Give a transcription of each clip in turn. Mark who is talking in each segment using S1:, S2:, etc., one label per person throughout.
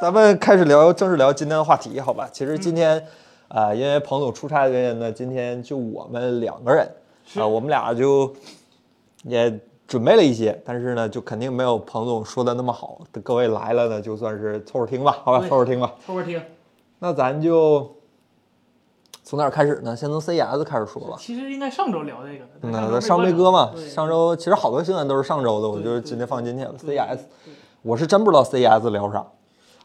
S1: 咱们开始聊，正式聊今天的话题，好吧？
S2: 嗯
S1: 其实今天，啊、因为彭总出差的原因呢，今天就我们两个人，啊、我们俩就也准备了一些，但是呢，就肯定没有彭总说的那么好。各位来了呢，就算是凑合听吧，好吧，
S2: 对
S1: 凑合听吧。
S2: 后边听。
S1: 那咱就从哪儿开始呢？先从 CES 开始说吧。
S2: 其实应该上周聊这个的，但
S1: 嗯那
S2: 上
S1: 上
S2: 没
S1: 杯哥嘛，上 E
S2: 上
S1: 周其实好多新闻都是上周的，我
S2: 对
S1: 就是
S2: 对
S1: 今天放今天了。
S2: 对
S1: CES，我是真不知道 CES 聊啥，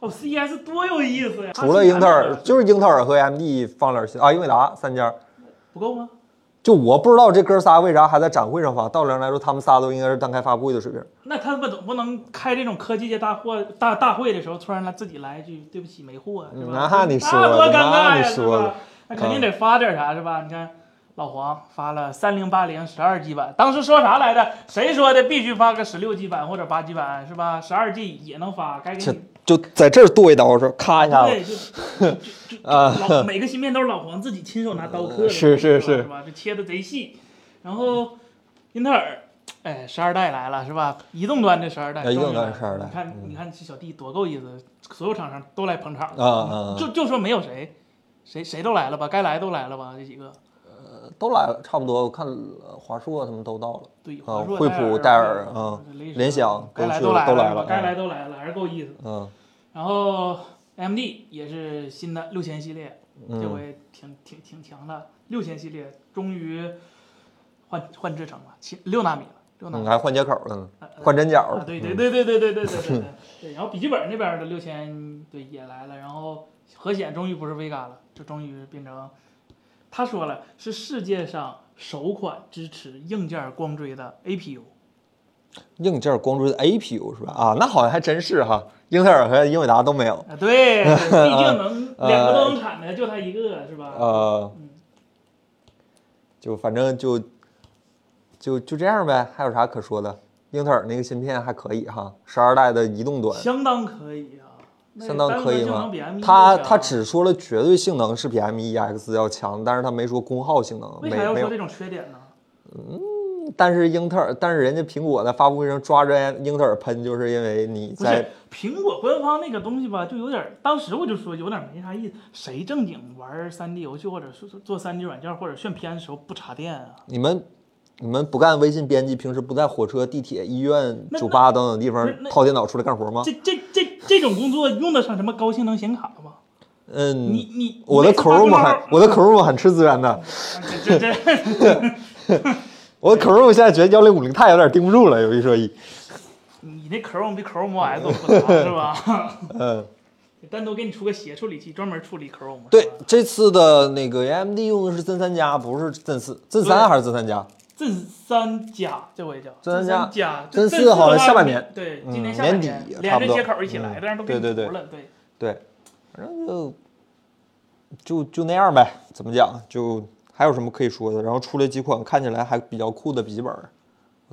S2: 哦，CES 多有意思呀！E
S1: 除了英特尔，
S2: 是
S1: 就是英特尔和 AMD 放了点新啊，英伟达三家。
S2: 不够吗？
S1: 就我不知道这哥仨为啥还在展会上发，道理上来说他们仨都应该是单开发布会的水平。
S2: 那他们总不能开这种科技界大货大大会的时候，突然来自己来一句“对不起，没货”，啊是吧？
S1: 嗯那你说
S2: 那多
S1: 的
S2: 尴尬
S1: 那你
S2: 呀，
S1: 说
S2: 是
S1: 的嗯
S2: 吧？那肯定得发点啥，是吧？你看老黄发了三零八零十二 G 版，当时说啥来着？谁说的必须发个十六 G 版或者八 G 版，是吧？十二 G 也能发，该给
S1: 就
S2: 你
S1: 就在这儿剁一刀的时候， 咔一下子，
S2: 对，就就就就老每个芯片都是老黄自己亲手拿刀刻的，
S1: 啊是是
S2: 是
S1: 是
S2: 吧是吧？这切的贼细。然后英特尔，哎，十二代来了是吧？移动端这十二代，
S1: 哎移动端
S2: 终于来了
S1: 12代嗯
S2: 你看你看这小弟多够意思，所有厂商都来捧场
S1: 啊啊啊
S2: 就就说没有谁，谁谁都来了吧，该来都来了吧，这几个。
S1: 都来了，差不多。我看呃华硕他们都到了。
S2: 对，
S1: 啊
S2: 华硕、
S1: 惠普戴尔
S2: 啊
S1: 嗯，
S2: 雷蛇
S1: 联想
S2: 该来
S1: 都去了
S2: 来
S1: 都来
S2: 是吧
S1: 了
S2: 该
S1: 嗯
S2: 来都来了，还是够意思。
S1: 嗯，
S2: 然后 AMD 也是新的六千系列，这回挺挺挺强的。六千系列终于换换制成了，七六纳米了，六纳
S1: 嗯
S2: 米。
S1: 还换接口了呢，
S2: 呃呃
S1: 换针脚
S2: 啊，
S1: 了。
S2: 对对对对对对对对对对。然后笔记本那边的六千对也来了，然后核显终于不是 Vega 了，这终于变成，他说了是世界上首款支持硬件光追的 APU。
S1: 硬件光追的 APU 是吧？啊，那好像还真是哈，英特尔和英伟达都没有。
S2: 啊，对，毕竟能
S1: 呃
S2: 两个都能产的就他一个是吧？
S1: 呃
S2: 嗯，
S1: 就反正就就就这样呗，还有啥可说的？英特尔那个芯片还可以哈，十二代的移动端
S2: 相当可以啊，那
S1: 相当可以
S2: 单核性
S1: 嘛
S2: 能比 M1
S1: 它
S2: 强
S1: 它只说了绝对性能是比 M 1 X 要强，但是它没说功耗性能，
S2: 为
S1: 没
S2: 啥要
S1: 没
S2: 说
S1: 有。
S2: 这种缺点呢？
S1: 但是英特尔，但是人家苹果在发布会上抓着英特尔喷，就是因为你
S2: 不
S1: 在
S2: 是苹果官方那个东西吧，就有点儿，当时我就说有点儿没啥意思。谁正经玩3 D 游戏或者是做3 D 软件或者炫片的时候不插电啊？
S1: 你们你们不干微信编辑，平时不在火车、地铁、医院、
S2: 那
S1: 酒吧等等地方
S2: 不是那
S1: 掏电脑出来干活吗？
S2: 这这这这种工作用得上什么高性能显卡吗？
S1: 嗯，
S2: 你你
S1: 我的
S2: 每次发公
S1: Chrome
S2: 众号
S1: 很我的 Chrome 很吃资源的，
S2: 这这这
S1: 我的 Chrome 现在觉得幺零五零钛有点盯不住了，有一说一，
S2: 你那 Chrome 比 Chrome OS 都复杂是吧？
S1: 嗯，
S2: 单独给你出个协处理器，专门处理 Chrome 是吧。
S1: 对，这次的那个 AMD 用的是 Zen 三加，不是 Zen 四，Zen 三
S2: 对
S1: 还是 Zen 三加？
S2: 这三甲这回叫
S1: 这
S2: 这
S1: 三
S2: 三甲，
S1: 这
S2: 这
S1: 四好像下半年，
S2: 对，
S1: 嗯
S2: 今年下半
S1: 年底差
S2: 连
S1: 不
S2: 着
S1: 多
S2: 接口一起来
S1: 嗯
S2: 的，但是都给
S1: 对
S2: 你
S1: 对
S2: 涂了，对，
S1: 对，反正就就就那样呗，怎么讲？就还有什么可以说的？然后出了几款看起来还比较酷的笔记本儿，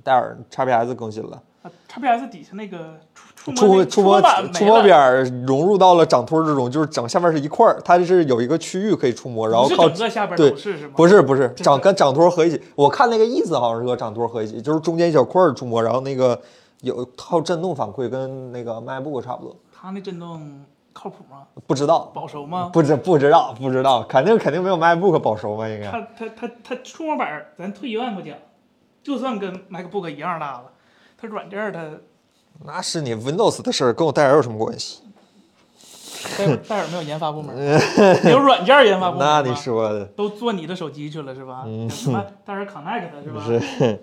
S1: 戴尔 XPS 更新了。
S2: 啊，XPS 底下那个触触摸
S1: 触
S2: 那
S1: 触
S2: 触
S1: 摸
S2: 板没
S1: 触摸
S2: 了
S1: 边儿融入到了掌托之中，就是掌下面是一块儿，它是有一个区域可以触摸，然后
S2: 不是
S1: 靠
S2: 整个下边
S1: 对
S2: 都是是吗？
S1: 不是不是
S2: 这
S1: 掌跟掌托合一起，我看那个意思好像是和掌托合一起，就是中间一小块儿触摸，然后那个有靠震动反馈，跟那个 MacBook 差不多。
S2: 它那震动靠谱吗？
S1: 不知道，
S2: 保熟吗？
S1: 不知不知道不知道，肯定肯定没有 MacBook 保熟嘛，应该。
S2: 它它它它触摸板儿，咱退一万步讲，就算跟 MacBook 一样大了，它软 件儿它
S1: 那是你 Windows 的事儿，跟我戴尔有什么关系？
S2: 戴尔戴尔没有研发部门儿， 没有软件儿研发部门
S1: 那
S2: 儿吗，
S1: 你说的
S2: 都做你的手机去了是吧？叫什么戴尔 Connect 是吧？
S1: 是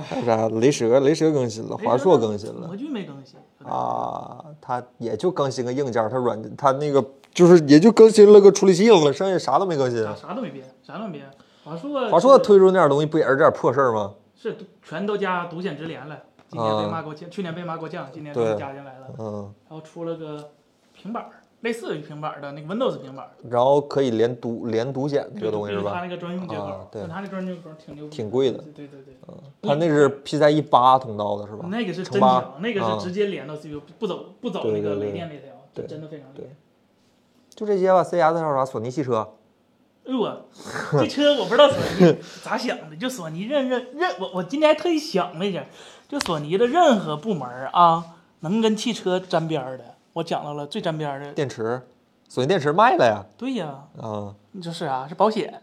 S1: 还有啥？哎雷蛇雷蛇更新了，华硕更新了。
S2: 模具没更新
S1: 啊，它也就更新个硬件儿，它软它那个就是也就更新了个处理器了，剩下啥都没更新
S2: 啥。啥都没变，啥都没变。华硕
S1: 华硕推出那点儿东西不也是这点儿破事儿吗？
S2: 是是全都加独显直连了，今年被骂够呛，去年被骂够呛，今年终
S1: 啊对
S2: 于加进来了。
S1: 嗯，
S2: 然后出了个平板儿，类似于平板儿的那个 Windows 平板儿，
S1: 然后可以连读连读显这个
S2: 对
S1: 东西是
S2: 就是它
S1: 吧？
S2: 那个专用接
S1: 啊
S2: 口，
S1: 对
S2: 但它那专用接口挺牛逼，
S1: 挺贵的。
S2: 对对对对，
S1: 它那是 P 三一八通道的是吧？
S2: 那个是
S1: 乘
S2: 真
S1: 八
S2: 强，那个
S1: 啊
S2: 是直接连到 CPU，不走不走
S1: 对
S2: 那
S1: 对
S2: 个
S1: 对
S2: 雷电那条，
S1: 对
S2: 就真的非常厉害。
S1: 就这些吧。CES 还有啥？啊索尼汽车
S2: 哎呦我，这车我不知道索 尼咋想的，就索尼任任任我我今天还特意想了一下，就索尼的任何部门儿啊，能跟汽车沾边儿的，我讲到了最沾边儿的，
S1: 电池，索尼电池卖了呀，
S2: 对呀、
S1: 啊、
S2: 你这是啥、是 保险。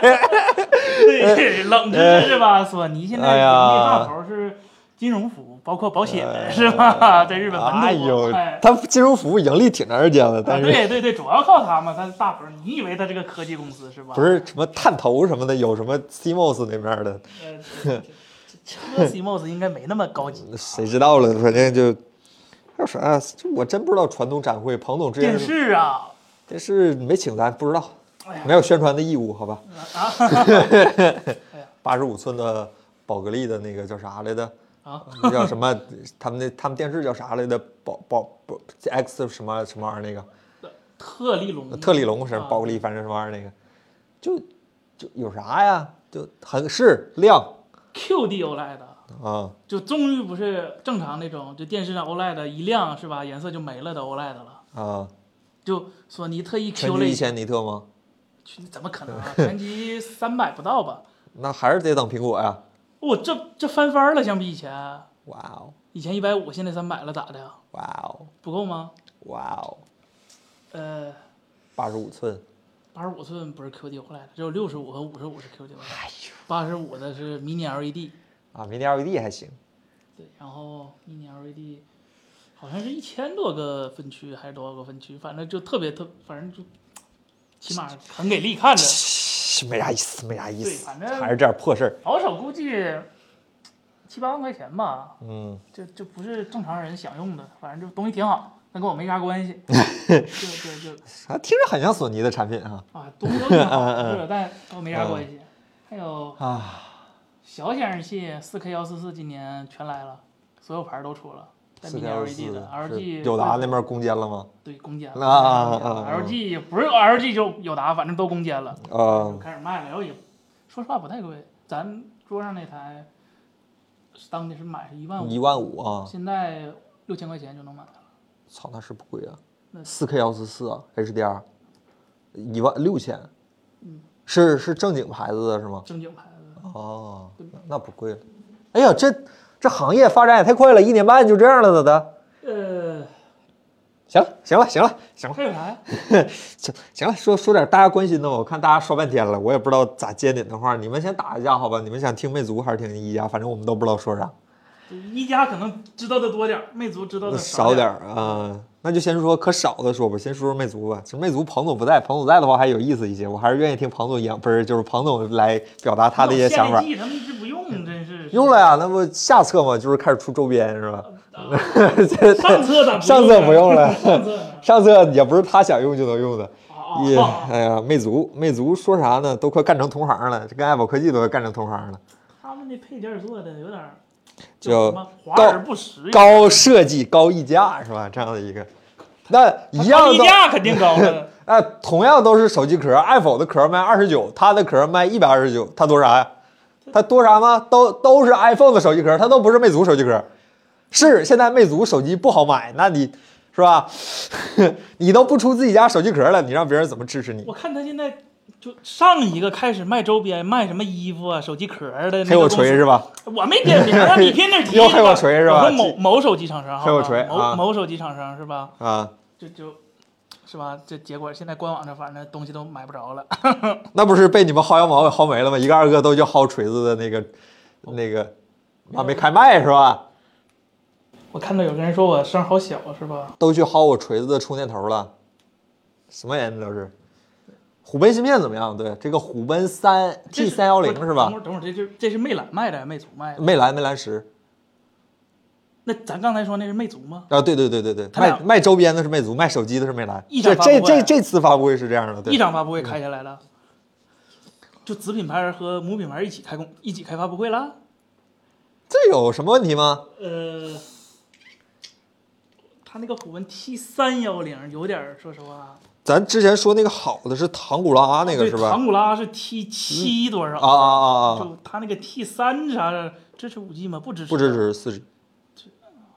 S2: 对，冷知识吧？索尼现在
S1: 哎
S2: 盈利
S1: 呀
S2: 大头是金融服务，包括保险、是吧？在日本本土，
S1: 哎呦
S2: 哎，
S1: 它金融服务盈利挺长时间了，
S2: 啊
S1: 但是
S2: 对对对，主要靠它嘛，它是大头。你以为它是个科技公司是吧？
S1: 不是什么探头什么的，有什么 CMOS 那面的，
S2: 呃，这车 CMOS 应该没那么高级。
S1: 谁知道了？反正就还有啥？这我真不知道传统展会，彭总之前
S2: 电视啊，
S1: 电视没请咱，不知道
S2: 哎呀，啊
S1: 没有宣传的义务，好吧？
S2: 哎呀
S1: 八十五寸的宝格丽的那个叫啥来着？
S2: 啊，
S1: 那 叫什么？他们那他们电视叫啥来着？宝宝宝 X 什么什么玩意儿那个？
S2: 特立龙，
S1: 特立龙什么
S2: 啊
S1: 宝格丽，反正什么玩意儿那个，就就有啥呀？就很是亮
S2: QD OLED 的。
S1: 啊、
S2: 就终于不是正常那种，就电视上 OLED 一亮是吧，颜色就没了的 OLED 了。
S1: 啊！
S2: 就索尼特意
S1: 全
S2: Q 了
S1: 局一
S2: 一下，
S1: 千尼特吗？
S2: 去怎么可能啊？全集三百不到吧？
S1: 那还是得等苹果呀。
S2: 哦，这这翻番儿了，相比以前，
S1: 哇哦，
S2: 以前一百五，现在三百了，咋的呀？
S1: 哇哦，
S2: 不够吗？
S1: 哇哦，
S2: 呃，
S1: 八十五寸，
S2: 八十五寸不是 QD OLED，只有六十五和五十五是 QD OLED，八十五的是 Mini LED，
S1: 啊，Mini LED 还行。
S2: 对，然后 Mini LED E 好像是一千多个分区还是多少个分区，反正就特别特，反正就起码很给力看着。
S1: 是没啥意思，没啥意
S2: 对
S1: 思，
S2: 反正
S1: 还是这点破事儿。
S2: 保守估计七八万块钱吧，
S1: 嗯，
S2: 就就不是正常人享用的，反正就东西挺好，那跟我没啥关 系。就就就
S1: 还啊听着很像索尼的产品啊
S2: 啊，东西都挺好，
S1: 嗯
S2: 是吧，但跟我没啥关系。还有
S1: 啊！
S2: 小显示器四 K 幺四四今年全来了，所有牌儿都出了，带
S1: 四
S2: mini
S1: 点二四
S2: LED E 的 LG
S1: 友达啊那边攻坚了吗？
S2: 对攻坚
S1: 啊啊啊啊啊
S2: ，LG 也不是 LG 就友达，反正都攻坚了，
S1: 啊，
S2: 开始卖了，然后也说实话不太贵，咱桌上那台是当年是买是一万五
S1: 一万五啊！
S2: 现在六千块钱就能买了。
S1: 操，那是不贵啊
S2: 那，
S1: 四 K 幺四四啊 HDR，一万六千，
S2: 嗯
S1: 是是正经牌子的是吗？
S2: 正经牌子，
S1: 哦，那那不贵了。哎呀，这这行业发展也太快了，一年半就这样了，咋的？
S2: 呃，
S1: 行了，行了，行了，行了，
S2: 还有啥呀？
S1: 行行了，说说点大家关心的吧。我看大家说半天了，我也不知道咋接你的话。你们先打一架好吧？你们想听魅族还是听一加？反正我们都不知道说啥，
S2: 一加可能知道的多点儿，魅族知道的
S1: 少点
S2: 点儿。
S1: 儿啊、那就先说可少的说吧，先说说魅族吧。其实魅族彭总不在，彭总在的话还有意思一些，我还是愿意听彭总演，不是就是彭总来表达他的一些想
S2: 那我
S1: 法嗯
S2: 现在。记他们一直不用，真是
S1: 用了呀，那不下策嘛，就是开始出周边是吧？
S2: 呃上册咋
S1: 上册不用了
S2: 上册呢
S1: 上册也不是他想用就能用的。
S2: 啊
S1: 也
S2: 啊！
S1: 哎呀，魅族，魅族说啥呢？都快干成同行了，这跟爱宝科技都快干成同行了。
S2: 他们那配件做的有点儿
S1: 就
S2: 叫什么华而不实，
S1: 高设计、高溢价是吧？这样的一个，那一
S2: 它
S1: 样
S2: 溢
S1: 都
S2: 价肯定 高了。
S1: 哎，同样都是手机壳，爱否的壳卖二十九，它的壳卖一百二十九，它多啥呀？它多啥吗？都都是 iPhone 的手机壳，它都不是魅族手机壳。是现在魅族手机不好买，那你是吧？ 你都不出自己家手机壳了，你让别人怎么支持你？
S2: 我看他现在就上一个开始卖周边，卖什么衣服啊、手机壳儿的那个
S1: 黑我
S2: 公
S1: 锤
S2: 司
S1: 是吧？
S2: 我没点名啊，你偏 点提
S1: 又黑我锤是吧
S2: 我说某某手机厂商，
S1: 黑我锤
S2: 好吧
S1: 啊
S2: 某某手机厂商是吧？
S1: 啊，
S2: 就就，是吧？这结果现在官网上反正东西都买不着了。
S1: 那不是被你们薅羊毛给薅没了吗？一个二个都叫薅锤子的那个那个，妈没开麦是吧？
S2: 我看到有个人说我声好小是吧？
S1: 都去薅我锤子的充电头了，什么人都是。虎贲芯片怎么样？对，这个虎贲三 G 三幺零是吧嗯
S2: 等会？儿等会儿，这就这是魅蓝卖的，魅族卖的。
S1: 魅蓝魅蓝十
S2: 那咱刚才说那是魅族吗？
S1: 啊，对对对对对，
S2: 他俩
S1: 卖卖周边的是魅族，卖手机的是魅蓝。
S2: 一
S1: 这
S2: 场发布
S1: 这这
S2: 会
S1: 这次发布会是这样的，对
S2: 一
S1: 嗯
S2: 场发布会开下来了，就子品牌和母品牌一起开工，一起开发布会了。
S1: 这有什么问题吗？
S2: 呃，他那个虎纹 T 三幺零有点儿，说实话，
S1: 咱之前说那个好的是唐古拉那个
S2: 对
S1: 是吧？
S2: 唐古拉是 T 七多少？
S1: 啊啊啊啊！
S2: 就它那个 T 三啥的支持五 G 吗？不支持，
S1: 不支。持四 G。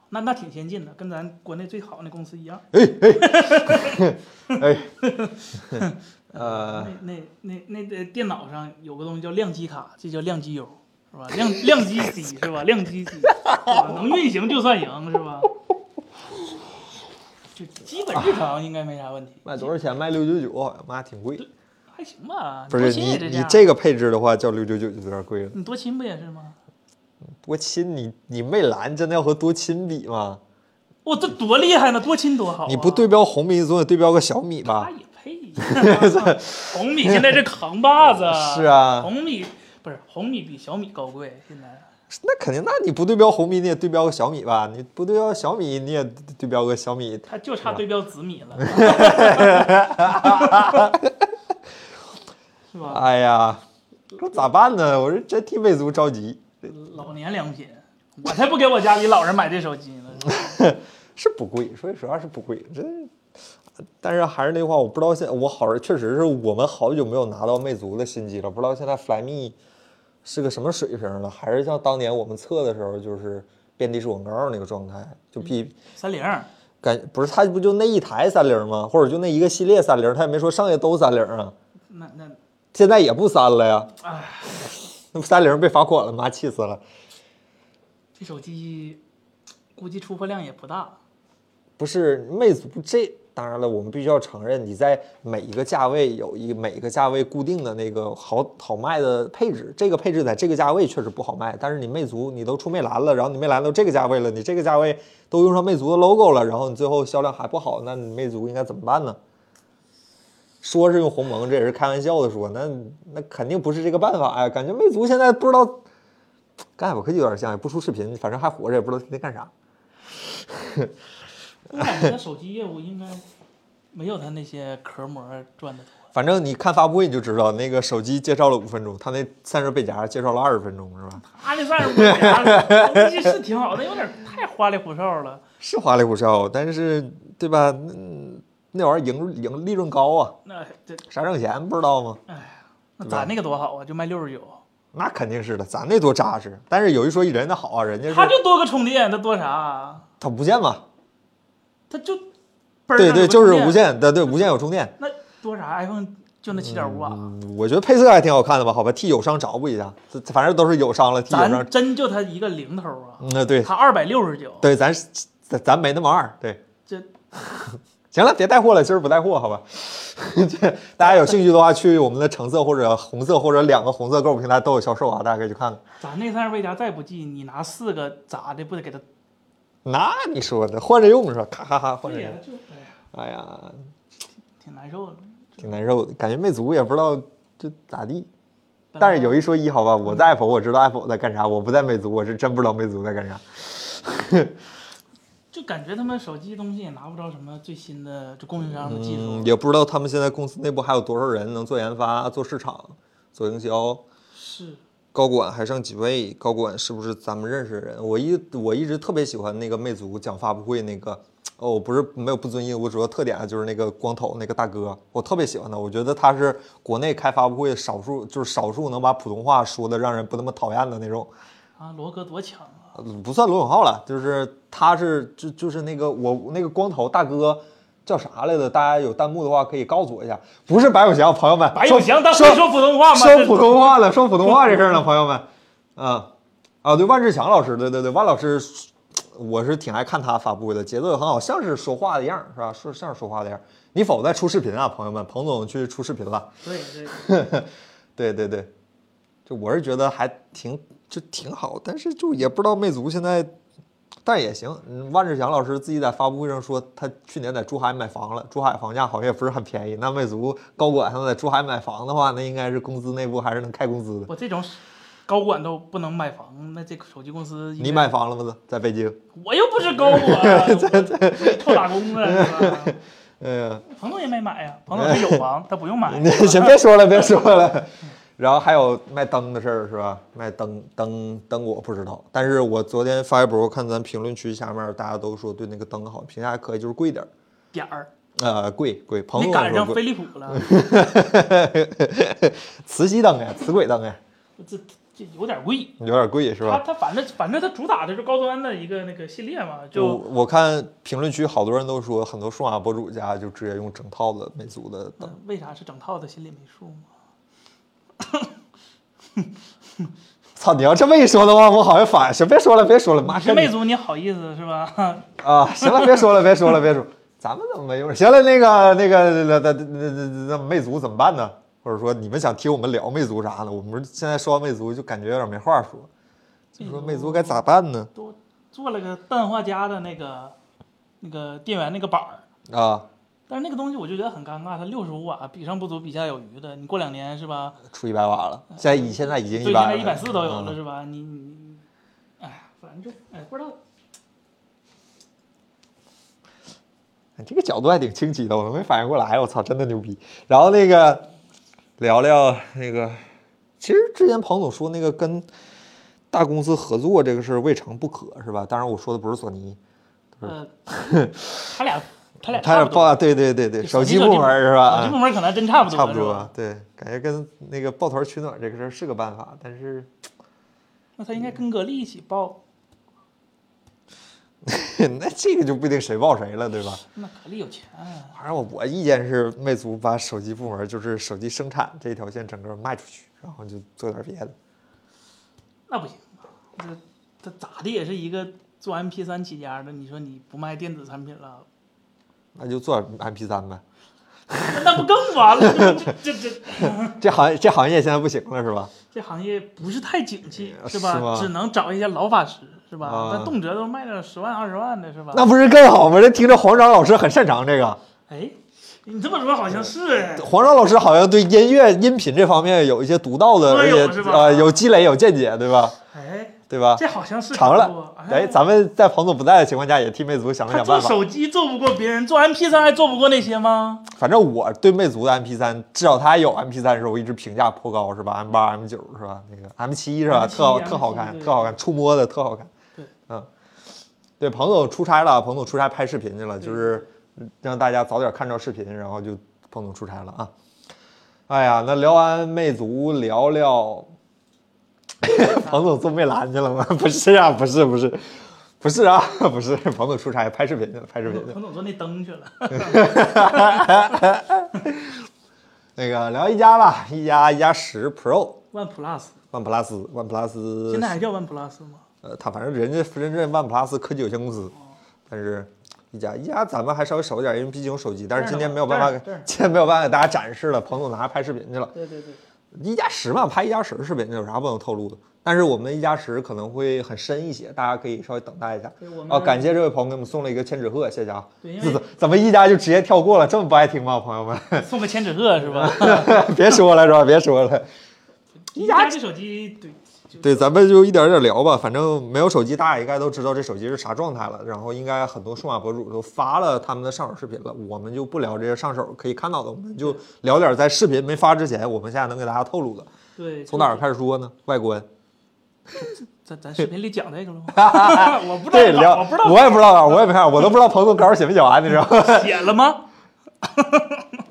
S2: 那那挺先进的，跟咱国内最好那公司一样。
S1: 哎，呃，
S2: 那那那那那电脑上有个东西叫量机卡，这叫量机油，是吧？ 量量 机机是吧？量机机，是吧能运行就算赢，是吧？就基本日常应该没啥问题。
S1: 卖多少钱？卖六九九，好像妈挺贵。
S2: 还行吧，
S1: 不
S2: 多
S1: 是
S2: 亲
S1: 你
S2: 也这
S1: 你
S2: 价
S1: 这个配置的话，叫六九九就有点贵了。
S2: 你多亲不也是吗？
S1: 多亲你你魅蓝真的要和多亲比吗？
S2: 我这多厉害呢，多亲多好、啊。
S1: 你不对标啊红米，总得对标个小米吧。
S2: 他？也配？啊红米现在这扛把子
S1: 是啊
S2: 红米不是红米比小米高贵，现在
S1: 那肯定，那你不对标红米，你也对标个小米吧？你不对标小米，你也对标个小米。
S2: 它就差对标紫米 了，是吧？
S1: 哎呀，这咋办呢？我是真替魅族着急，
S2: 老年良品，我才不给我家里老人买这手机呢。
S1: 是不贵，说句实话是不贵，这。但是还是那句话，我不知道现我好像确实是我们好久没有拿到魅族的新机了，不知道现在 Flyme 是个什么水平了，还是像当年我们测的时候就是遍地是广告那个状态，就比
S2: 三菱，
S1: 感不是它不就那一台三菱吗？或者就那一个系列三菱，它也没说上下都三菱啊，
S2: 那那
S1: 现在也不三了呀。
S2: 哎，
S1: 那不三菱被罚款了吗？气死了！
S2: 这手机估计出货量也不大，
S1: 不是魅族这，当然了，我们必须要承认，你在每一个价位有一每一个价位固定的那个好好卖的配置，这个配置在这个价位确实不好卖。但是你魅族你都出魅蓝了，然后你魅蓝都这个价位了，你这个价位都用上魅族的 logo 了，然后你最后销量还不好，那你魅族应该怎么办呢？说是用鸿蒙，这也是开玩笑的说，那那肯定不是这个办法呀。感觉魅族现在不知道跟海博科技有点像，也不出视频，反正还活着，也不知道天天干啥。
S2: 我感觉它手机业务应该没有它那些壳膜赚的多。
S1: 反正你看发布会你就知道，那个手机介绍了五分钟，他那散热背夹介绍了二十分钟，是吧？
S2: 他那算是不啥，东西是挺好的，有点太花里胡哨了。
S1: 是花里胡哨，但是对吧？嗯，那玩意儿盈盈利润高啊，
S2: 那这
S1: 啥挣钱不知道吗？
S2: 那咱那个多好啊，就卖六十九，
S1: 那肯定是的，咱那多扎实。但是有一说一，人家好啊，人家
S2: 它
S1: 是
S2: 就多个充电，它多啥啊？
S1: 它无线嘛，
S2: 它就
S1: 对对，就是无
S2: 无。
S1: 线，对对，无线有充电。
S2: 那多啥 iPhone 就那七点五瓦，
S1: 嗯，我觉得配色还挺好看的吧？好吧，替友商找补一下，这反正都是友商了，替友商
S2: 咱。真就它一个零头啊，
S1: 嗯，对
S2: 它二百六十九，
S1: 对，咱是咱咱没那么二，对。
S2: 这
S1: 行了，别带货了，今儿不带货，好吧？ 这大家有兴趣的话，去我们的橙色或者红色或者两个红色购物平台都有销售啊，大家可以去看看。
S2: 咱那三十倍加再不济，你拿四个咋的不得给它？
S1: 那你说的换着用是吧？咔咔咔换着
S2: 对呀
S1: 用，，
S2: 就
S1: 哎
S2: 哎呀，
S1: 呀，
S2: 挺难受的。
S1: 挺难受的，感觉魅族也不知道这咋地。但是有一说一，好吧，我在 Apple 我知道 Apple 在干啥，我不在魅族，我是真不知道魅族在干啥。
S2: 就感觉他们手机东西也拿不着什么最新的就供应商的技术，
S1: 嗯，也不知道他们现在公司内部还有多少人能做研发、做市场、做营销。
S2: 是
S1: 高管还剩几位？高管是不是咱们认识的人？我一我一直特别喜欢那个魅族讲发布会那个，哦，我不是没有不尊敬，我主要特点啊就是那个光头那个大哥，我特别喜欢他。我觉得他是国内开发布会少数就是少数能把普通话说的让人不那么讨厌的那种，
S2: 啊，罗哥多强啊！
S1: 呃不算罗永浩了，就是他是就就是那个我那个光头大哥。叫啥来着？大家有弹幕的话可以告诉我一下。不是白永祥，朋友们，
S2: 白永祥他
S1: 说
S2: 会说普通话吗？
S1: 说普通话了，说普通话这事儿呢，朋友们，啊啊，对，万志强老师，对对对，万老师，我是挺爱看他发布会的，节奏也很好，像是说话的样儿，是吧？说像是说话的样儿。你否在出视频啊，朋友们，彭总去出视频了。
S2: 对对，
S1: 对对对，就我是觉得还挺就挺好，但是就也不知道魅族现在，但也行。嗯，万志强老师自己在发布会上说，他去年在珠海买房了，珠海房价好像也不是很便宜。那魅族高管他们在珠海买房的话，那应该是公司内部还是能开工资的。
S2: 我这种高管都不能买房，那这个手机公司应该
S1: 你买？房了吗？在北京？
S2: 我又不是高 管，我臭打工的是吧？
S1: 哎呀，
S2: 彭总也没买呀，彭总他有房，他不用买。
S1: 你先别说了，别说了。然后还有卖灯的事儿是吧？卖灯灯灯我不知道，但是我昨天发微博我看咱评论区下面大家都说对那个灯好，评价还可以，就是贵点儿。
S2: 点儿，
S1: 呃，贵贵，朋
S2: 你
S1: 友
S2: 赶
S1: 说
S2: 上
S1: 贵。
S2: 飞利浦 了，
S1: 磁吸灯哎，磁轨灯哎，
S2: 这这有点贵。
S1: 有点贵是
S2: 他
S1: 吧？
S2: 他反正反正他主打的是高端的一个那个系列嘛，
S1: 我
S2: 就
S1: 我看评论区好多人都说，很多数码博主家就直接用整套的魅族的灯。
S2: 那为啥是整套的心里没数吗？
S1: 操，你要这么一说的话，我好像反是别说了，别说了，妈
S2: 是
S1: 跟
S2: 魅
S1: 你
S2: 族你好意思是吧？
S1: 啊，行了，别说了，别说了，别说了。咱们怎么没用？行了，那个那个那那那那魅族怎么办呢？或者说你们想听我们聊魅族啥的？我们现在说到魅族就感觉有点没话说，就说魅族该咋办呢？
S2: 都做了个氮化镓的那个那个电源那个板儿，
S1: 啊，
S2: 但是那个东西我就觉得很尴尬，它六十五瓦，比上不足，比下有余的。你过两年是吧？
S1: 出一百瓦了，现在已现在已经
S2: 对，
S1: 一
S2: 现
S1: 百嗯
S2: 在一百四都有了是吧？你你，你哎呀，反正就哎不知道，
S1: 嗯这个角度还挺清奇的，我都没反应过来，我操，真的牛逼。然后那个聊聊那个，其实之前彭总说那个跟大公司合作这个事儿未尝不可，是吧？当然我说的不是索尼，
S2: 呃，他 俩他俩
S1: 他
S2: 差
S1: 俩
S2: 不多，
S1: 报对对对对，
S2: 就
S1: 手
S2: 手
S1: 机
S2: 机
S1: 部门儿是吧？啊
S2: 手机部门可能真差不多，
S1: 差不
S2: 是吧
S1: 多，对，感觉跟那个抱团取暖这个事儿是个办法，但是
S2: 那他应该跟格力一起报，
S1: 那这个就不一定谁抱谁了，对吧？
S2: 那格力有钱啊、
S1: 反正我我意见是，魅族把手机部门就是手机生产这一条线整个卖出去，然后就做点别的。
S2: 那不行，啊这这咋的也是一个做 MP 3起家的，你说你不卖电子产品了，
S1: 那就做 MP 3呗，
S2: 那那不更完了？这 这这
S1: 这行业这行业现在不行了是吧？
S2: 这行业不是太景气，是
S1: 哎是吗
S2: 吧？只能找一些老法师，是吧？
S1: 啊
S2: 那动辄都卖到十万二十万的，是吧？
S1: 那不是更好吗？这听着黄章老师很擅长这个，
S2: 哎，你这么说好像是哎，
S1: 黄章老师好像对音乐音频这方面有一些独到的，
S2: 多
S1: 而
S2: 有
S1: 且
S2: 是吧
S1: 呃有积累有见解，对吧？
S2: 哎，
S1: 对吧？
S2: 这好像是
S1: 尝
S2: 差不
S1: 了
S2: 多，
S1: 哎，咱们在彭总不在的情况下，也替魅族想了
S2: 他
S1: 想
S2: 做
S1: 办法。
S2: 手机做不过别人，做 MP 3还做不过那些吗？
S1: 反正我对魅族的 MP 3至少它有 MP 3的时候，我一直评价颇高，是吧？M 8 M 9是吧？那个 M 7是吧？
S2: M7
S1: 特好，
S2: M7
S1: 特好看，
S2: 对
S1: 特好看，触摸的特好看。
S2: 对，
S1: 嗯，对，彭总出差了，彭总出差拍视频去了，就是让大家早点看着视频，然后就彭总出差了啊。哎呀，那聊完魅族，聊聊彭总做魅蓝去了吗？ 不是啊，不是，不是，不是啊， 不是，彭总出差拍视频去了，拍视频去了。
S2: 彭总做那灯去了，
S1: 那个聊一加吧，一加一加十 Pro。
S2: 万 plus
S1: 万 plus，万 plus，
S2: 现在还叫万 plus 吗？
S1: 呃，他反正人家深圳万 plus 科技有限公司，但是一家一家咱们还稍微少一点，因为毕竟有手机，但是今天没有办法
S2: 这儿呢这
S1: 给
S2: 儿，
S1: 今天没有办法给大家展示了。彭总拿着拍视频去了，
S2: 对对对，
S1: 一加十嘛，拍一加十视频有啥不能透露的？但是我们一加十可能会很深一些，大家可以稍微等待一下
S2: 对我。们
S1: 啊，感谢这位朋友给我们送了一个千纸鹤，谢谢啊！
S2: 对因为
S1: 怎怎怎么一加就直接跳过了？这么不爱听吗，朋友们？
S2: 送个千纸鹤
S1: 哎
S2: 是吧？
S1: 别说了是吧？别说了。
S2: 一加这手机对。就
S1: 对，咱们就一点儿点儿聊吧。反正没有手机，大家应该都知道这手机是啥状态了。然后应该很多数码博主都发了他们的上手视频了，我们就不聊这些上手可以看到的，我们就聊点儿在视频没发之前，我们现在能给大家透露的。
S2: 对，
S1: 从哪
S2: 就
S1: 儿开始说呢？外观。
S2: 咱咱视频里讲这 个了吗？我不知道
S1: 对，
S2: 哪儿，
S1: 聊，
S2: 我不知道
S1: 我也不知道哪啊儿，我也没看，我都不知道彭总稿写没写完，你知道吗？
S2: 写了吗？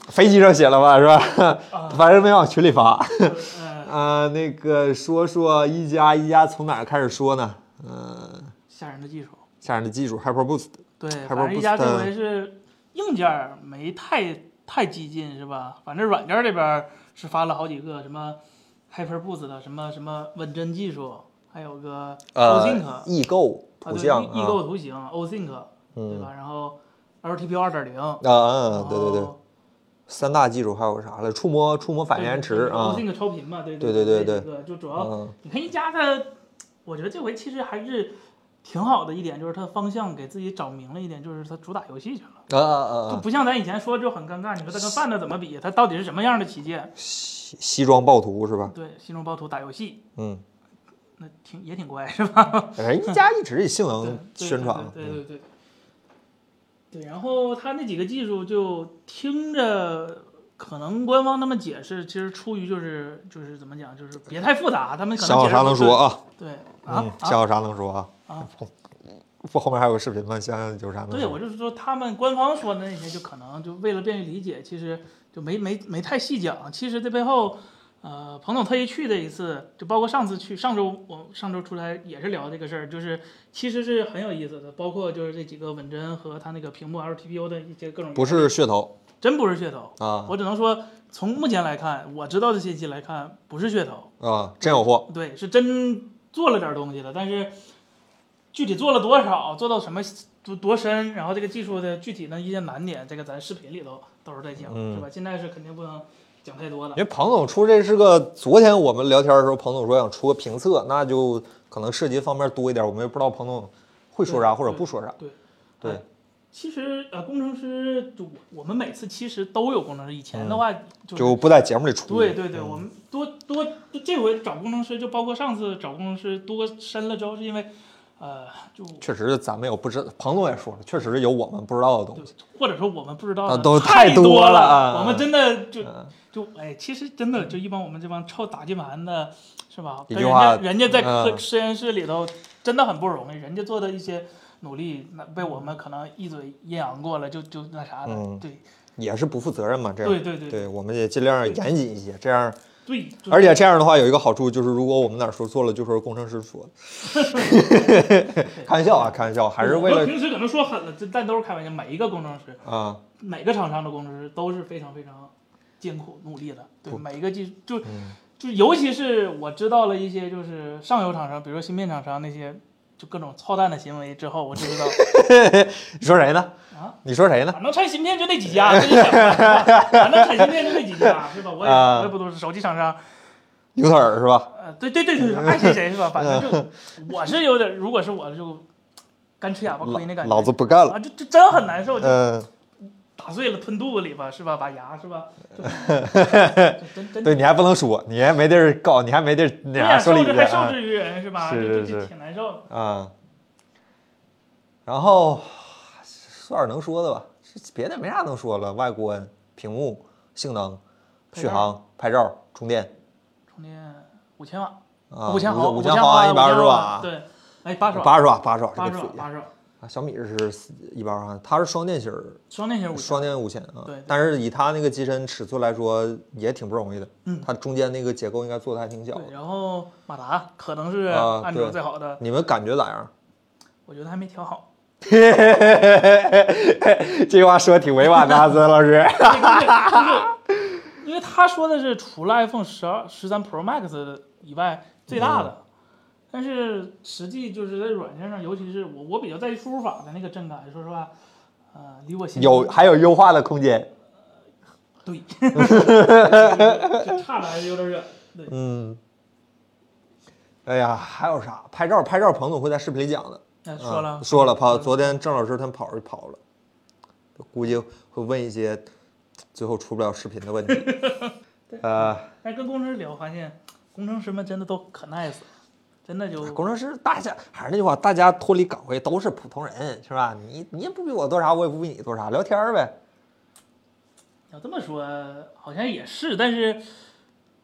S1: 飞机上写了吧，是吧？
S2: 啊
S1: 反正没往群里发。
S2: 呃，
S1: 呃，那个说说一加一加从哪儿开始说呢？呃，
S2: 吓人的技术。
S1: 下面的技术 HyperBoost
S2: 对，
S1: Hyper
S2: 反正一加
S1: Boost
S2: 这回是硬件儿没太太激进是吧？反正软件儿这边儿是发了好几个什么 HyperBoost 的什么什么稳帧技术，还有个 OSync，、
S1: 呃，易购图
S2: 啊对
S1: 像
S2: 易易购图形 OSync 对吧？然后 LTPO 二点零，
S1: 啊啊，对对
S2: 哦
S1: 对，三大技术还有啥了？触摸触摸反应延迟啊，
S2: ，OSync 超频嘛，对
S1: 对
S2: 对
S1: 对对
S2: 这几个就主要
S1: 嗯，
S2: 你看一加它，我觉得这回其实还是挺好的一点，就是它方向给自己找明了一点，就是它主打游戏去了，
S1: 啊啊啊
S2: 就
S1: 啊，
S2: 不像咱以前说就很尴尬。你说它跟范特怎么比？它到底是什么样的旗舰？
S1: 西西装暴徒是吧？
S2: 对，心中暴徒打游戏，
S1: 嗯，
S2: 那挺也挺乖是吧？
S1: 人一加一直以性
S2: 对
S1: 能
S2: 对
S1: 宣传嘛，嗯
S2: 对对对对对。对，然后它那几个技术就听着。可能官方他们解释，其实出于就是就是怎么讲，就是别太复杂，他们可能
S1: 想好
S2: 解释
S1: 啥
S2: 不
S1: 能
S2: 出
S1: 说啊，
S2: 对啊
S1: 嗯，
S2: 啊
S1: 想好啥能说啊
S2: 啊，
S1: 不后面还有个视频吗？想想有啥能
S2: 对，
S1: 说
S2: 我就是说他们官方说的那些，就可能就为了便于理解，其实就没没没太细讲。其实这背后，呃，彭总特意去这一次，就包括上次去上周我上周出来也是聊这个事儿，就是其实是很有意思的，包括就是这几个稳帧和它那个屏幕 LTPO 的一些各种，
S1: 不是噱头
S2: 真不是噱头。
S1: 啊
S2: 我只能说，从目前来看，我知道的信息来看，不是噱头。
S1: 啊，真有货，
S2: 对，是真做了点东西的，但是具体做了多少，做到什么多多深，然后这个技术的具体的一些难点，这个咱视频里头到时候再讲，
S1: 嗯
S2: 是吧？现在是肯定不能讲太多的
S1: 因。为彭总出这是个，昨天我们聊天的时候，彭总说想出个评测，那就可能涉及方面多一点，我们也不知道彭总会说啥
S2: 对
S1: 或者不说啥。
S2: 对
S1: 对
S2: 哎其实呃，工程师就我我们每次其实都有工程师，以前的话就
S1: 嗯就不在嗯节目里出。
S2: 对对对，我们多多这回找工程师，就包括上次找工程师多深了之后，是因为呃，就
S1: 确实咱们有不知，彭总也说了，确实有我们不知道的东西。
S2: 或者说我们不知道
S1: 啊
S2: 的
S1: 都
S2: 太
S1: 太多
S2: 多
S1: 了啊
S2: 我们真的就
S1: 嗯
S2: 就哎，其实真的就一帮我们这帮臭打键盘的，是吧？
S1: 一
S2: 跟
S1: 句
S2: 人
S1: 话
S2: 家人家在科
S1: 嗯
S2: 实验室里头真的很不容易，人家做的一些努力，那被我们可能一嘴阴阳过了，就就那啥的，
S1: 嗯
S2: 对
S1: 也是不负责任嘛，这样。
S2: 对对对
S1: 对，我们也尽量严谨一些，这样，
S2: 对，就
S1: 而且这样的话有一个好处就是，如果我们哪儿说错了，就是工程师说的。 开玩笑啊，开玩笑，还是为
S2: 我
S1: 了
S2: 平时可能说狠了，这但都是开玩笑。每一个工程师，
S1: 啊，
S2: 每个厂商的工程师都是非常非常艰苦努力的，对
S1: 不
S2: 每一个技就
S1: 嗯
S2: 就尤其是我知道了一些就是上游厂商，比如说芯片厂商那些就各种操蛋的行为之后，我就 知道
S1: 你说谁呢？
S2: 啊，
S1: 你说谁呢？
S2: 反正产芯片就那几家，这就想了是吧反正产芯片就那几家，是吧？我也
S1: 啊
S2: 我也不都是手机厂商，
S1: 刘特尔是吧？
S2: 呃，对对对对，对爱谁谁是吧？反正就我是有点，如果是我就干吃哑巴哦亏那感
S1: 嗯
S2: 觉，
S1: 老老子不干了。
S2: 啊，就就真很难受，就
S1: 嗯，
S2: 打碎了吞肚子里吧，是吧？把牙是吧？就就 真真
S1: 对你还不能说，你还没地儿告，你还没地儿那
S2: 对
S1: 啥
S2: 呀，受
S1: 说理
S2: 之
S1: 去
S2: 还受
S1: 啊
S2: 之于人是吧？
S1: 是
S2: 这
S1: 是
S2: 这这
S1: 是
S2: 挺难受。
S1: 啊。然后说点能说的吧，别的没啥能说了。外观、屏幕、性能、
S2: 拍
S1: 续
S2: 照
S1: 航、拍照、充电
S2: 充电五千瓦，
S1: 啊，
S2: 千毫，
S1: 五
S2: 千
S1: 千毫安，
S2: 一
S1: 一百二十
S2: 瓦，
S1: 瓦，
S2: 对，哎，八十瓦，
S1: 八十瓦，八十瓦，
S2: 八
S1: 这
S2: 十
S1: 个
S2: 瓦，
S1: 水
S2: 八十瓦，
S1: 啊。小米是一百二十瓦，它是双电型儿，
S2: 双电型五千，
S1: 双电五千啊。
S2: 对对
S1: 但是以它那个机身尺寸来说，也挺不容易的。
S2: 嗯
S1: 它中间那个结构应该做的还挺小
S2: 对，
S1: 的。
S2: 然后马达可能是
S1: 啊
S2: 安卓
S1: 对
S2: 最好的，
S1: 你们感觉咋样？
S2: 我觉得还没 调好。
S1: 这话说挺委婉的啊，子老师。
S2: 对就是就是因为他说的是除了 iPhone 十二、十三 Pro Max 以外最大
S1: 嗯
S2: 的，但是实际就是在软件上，尤其是我我比较在意输入法的那个震感，说实话，呃，离我心中
S1: 有还有优化的空间。
S2: 对，这差的还是有点远。对，
S1: 嗯，哎呀，还有啥？拍照，拍照，彭总会在视频里讲的。
S2: 那说了
S1: 嗯、说了，跑。昨天郑老师他们跑着跑了，估计会问一些最后出不了视频的 问题。呃，
S2: 但跟工程师聊，发现工程师们真的都可 nice，真的就
S1: 工程师大家还是那句话，大家脱离岗位都是普通人，是吧？你你也不比我多啥，我也不比你多啥，聊天儿呗。
S2: 要这么说，好像也是，但是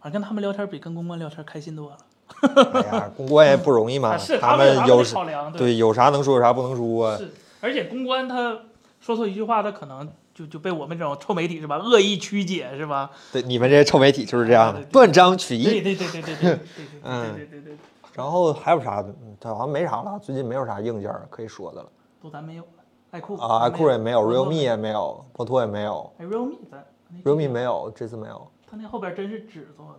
S2: 反正跟他们聊天比跟公关聊天开心多了。
S1: 哎呀，公关也不容易嘛，
S2: 啊 是
S1: 他
S2: 们有
S1: 们有
S2: 的考量，
S1: 对有啥能说，有啥不能说啊。
S2: 是，而且公关他说错一句话，他可能就就被我们这种臭媒体是吧，恶意曲解是吧？
S1: 对，你们这些臭媒体就是这样的
S2: 对对，对
S1: 断章取义。
S2: 对对对对对对对对对
S1: 嗯
S2: 对对对，
S1: 然后还有啥？嗯它好像没啥了，最近没有啥硬件儿可以说的了
S2: 都咱没有了，爱酷
S1: 啊。爱酷也没有
S2: 摩托
S1: ，realme 也没有，摩托也没有
S2: 哎 realme 咱那个
S1: ，realme 没有，这次没有，
S2: 它那后边真是纸做的，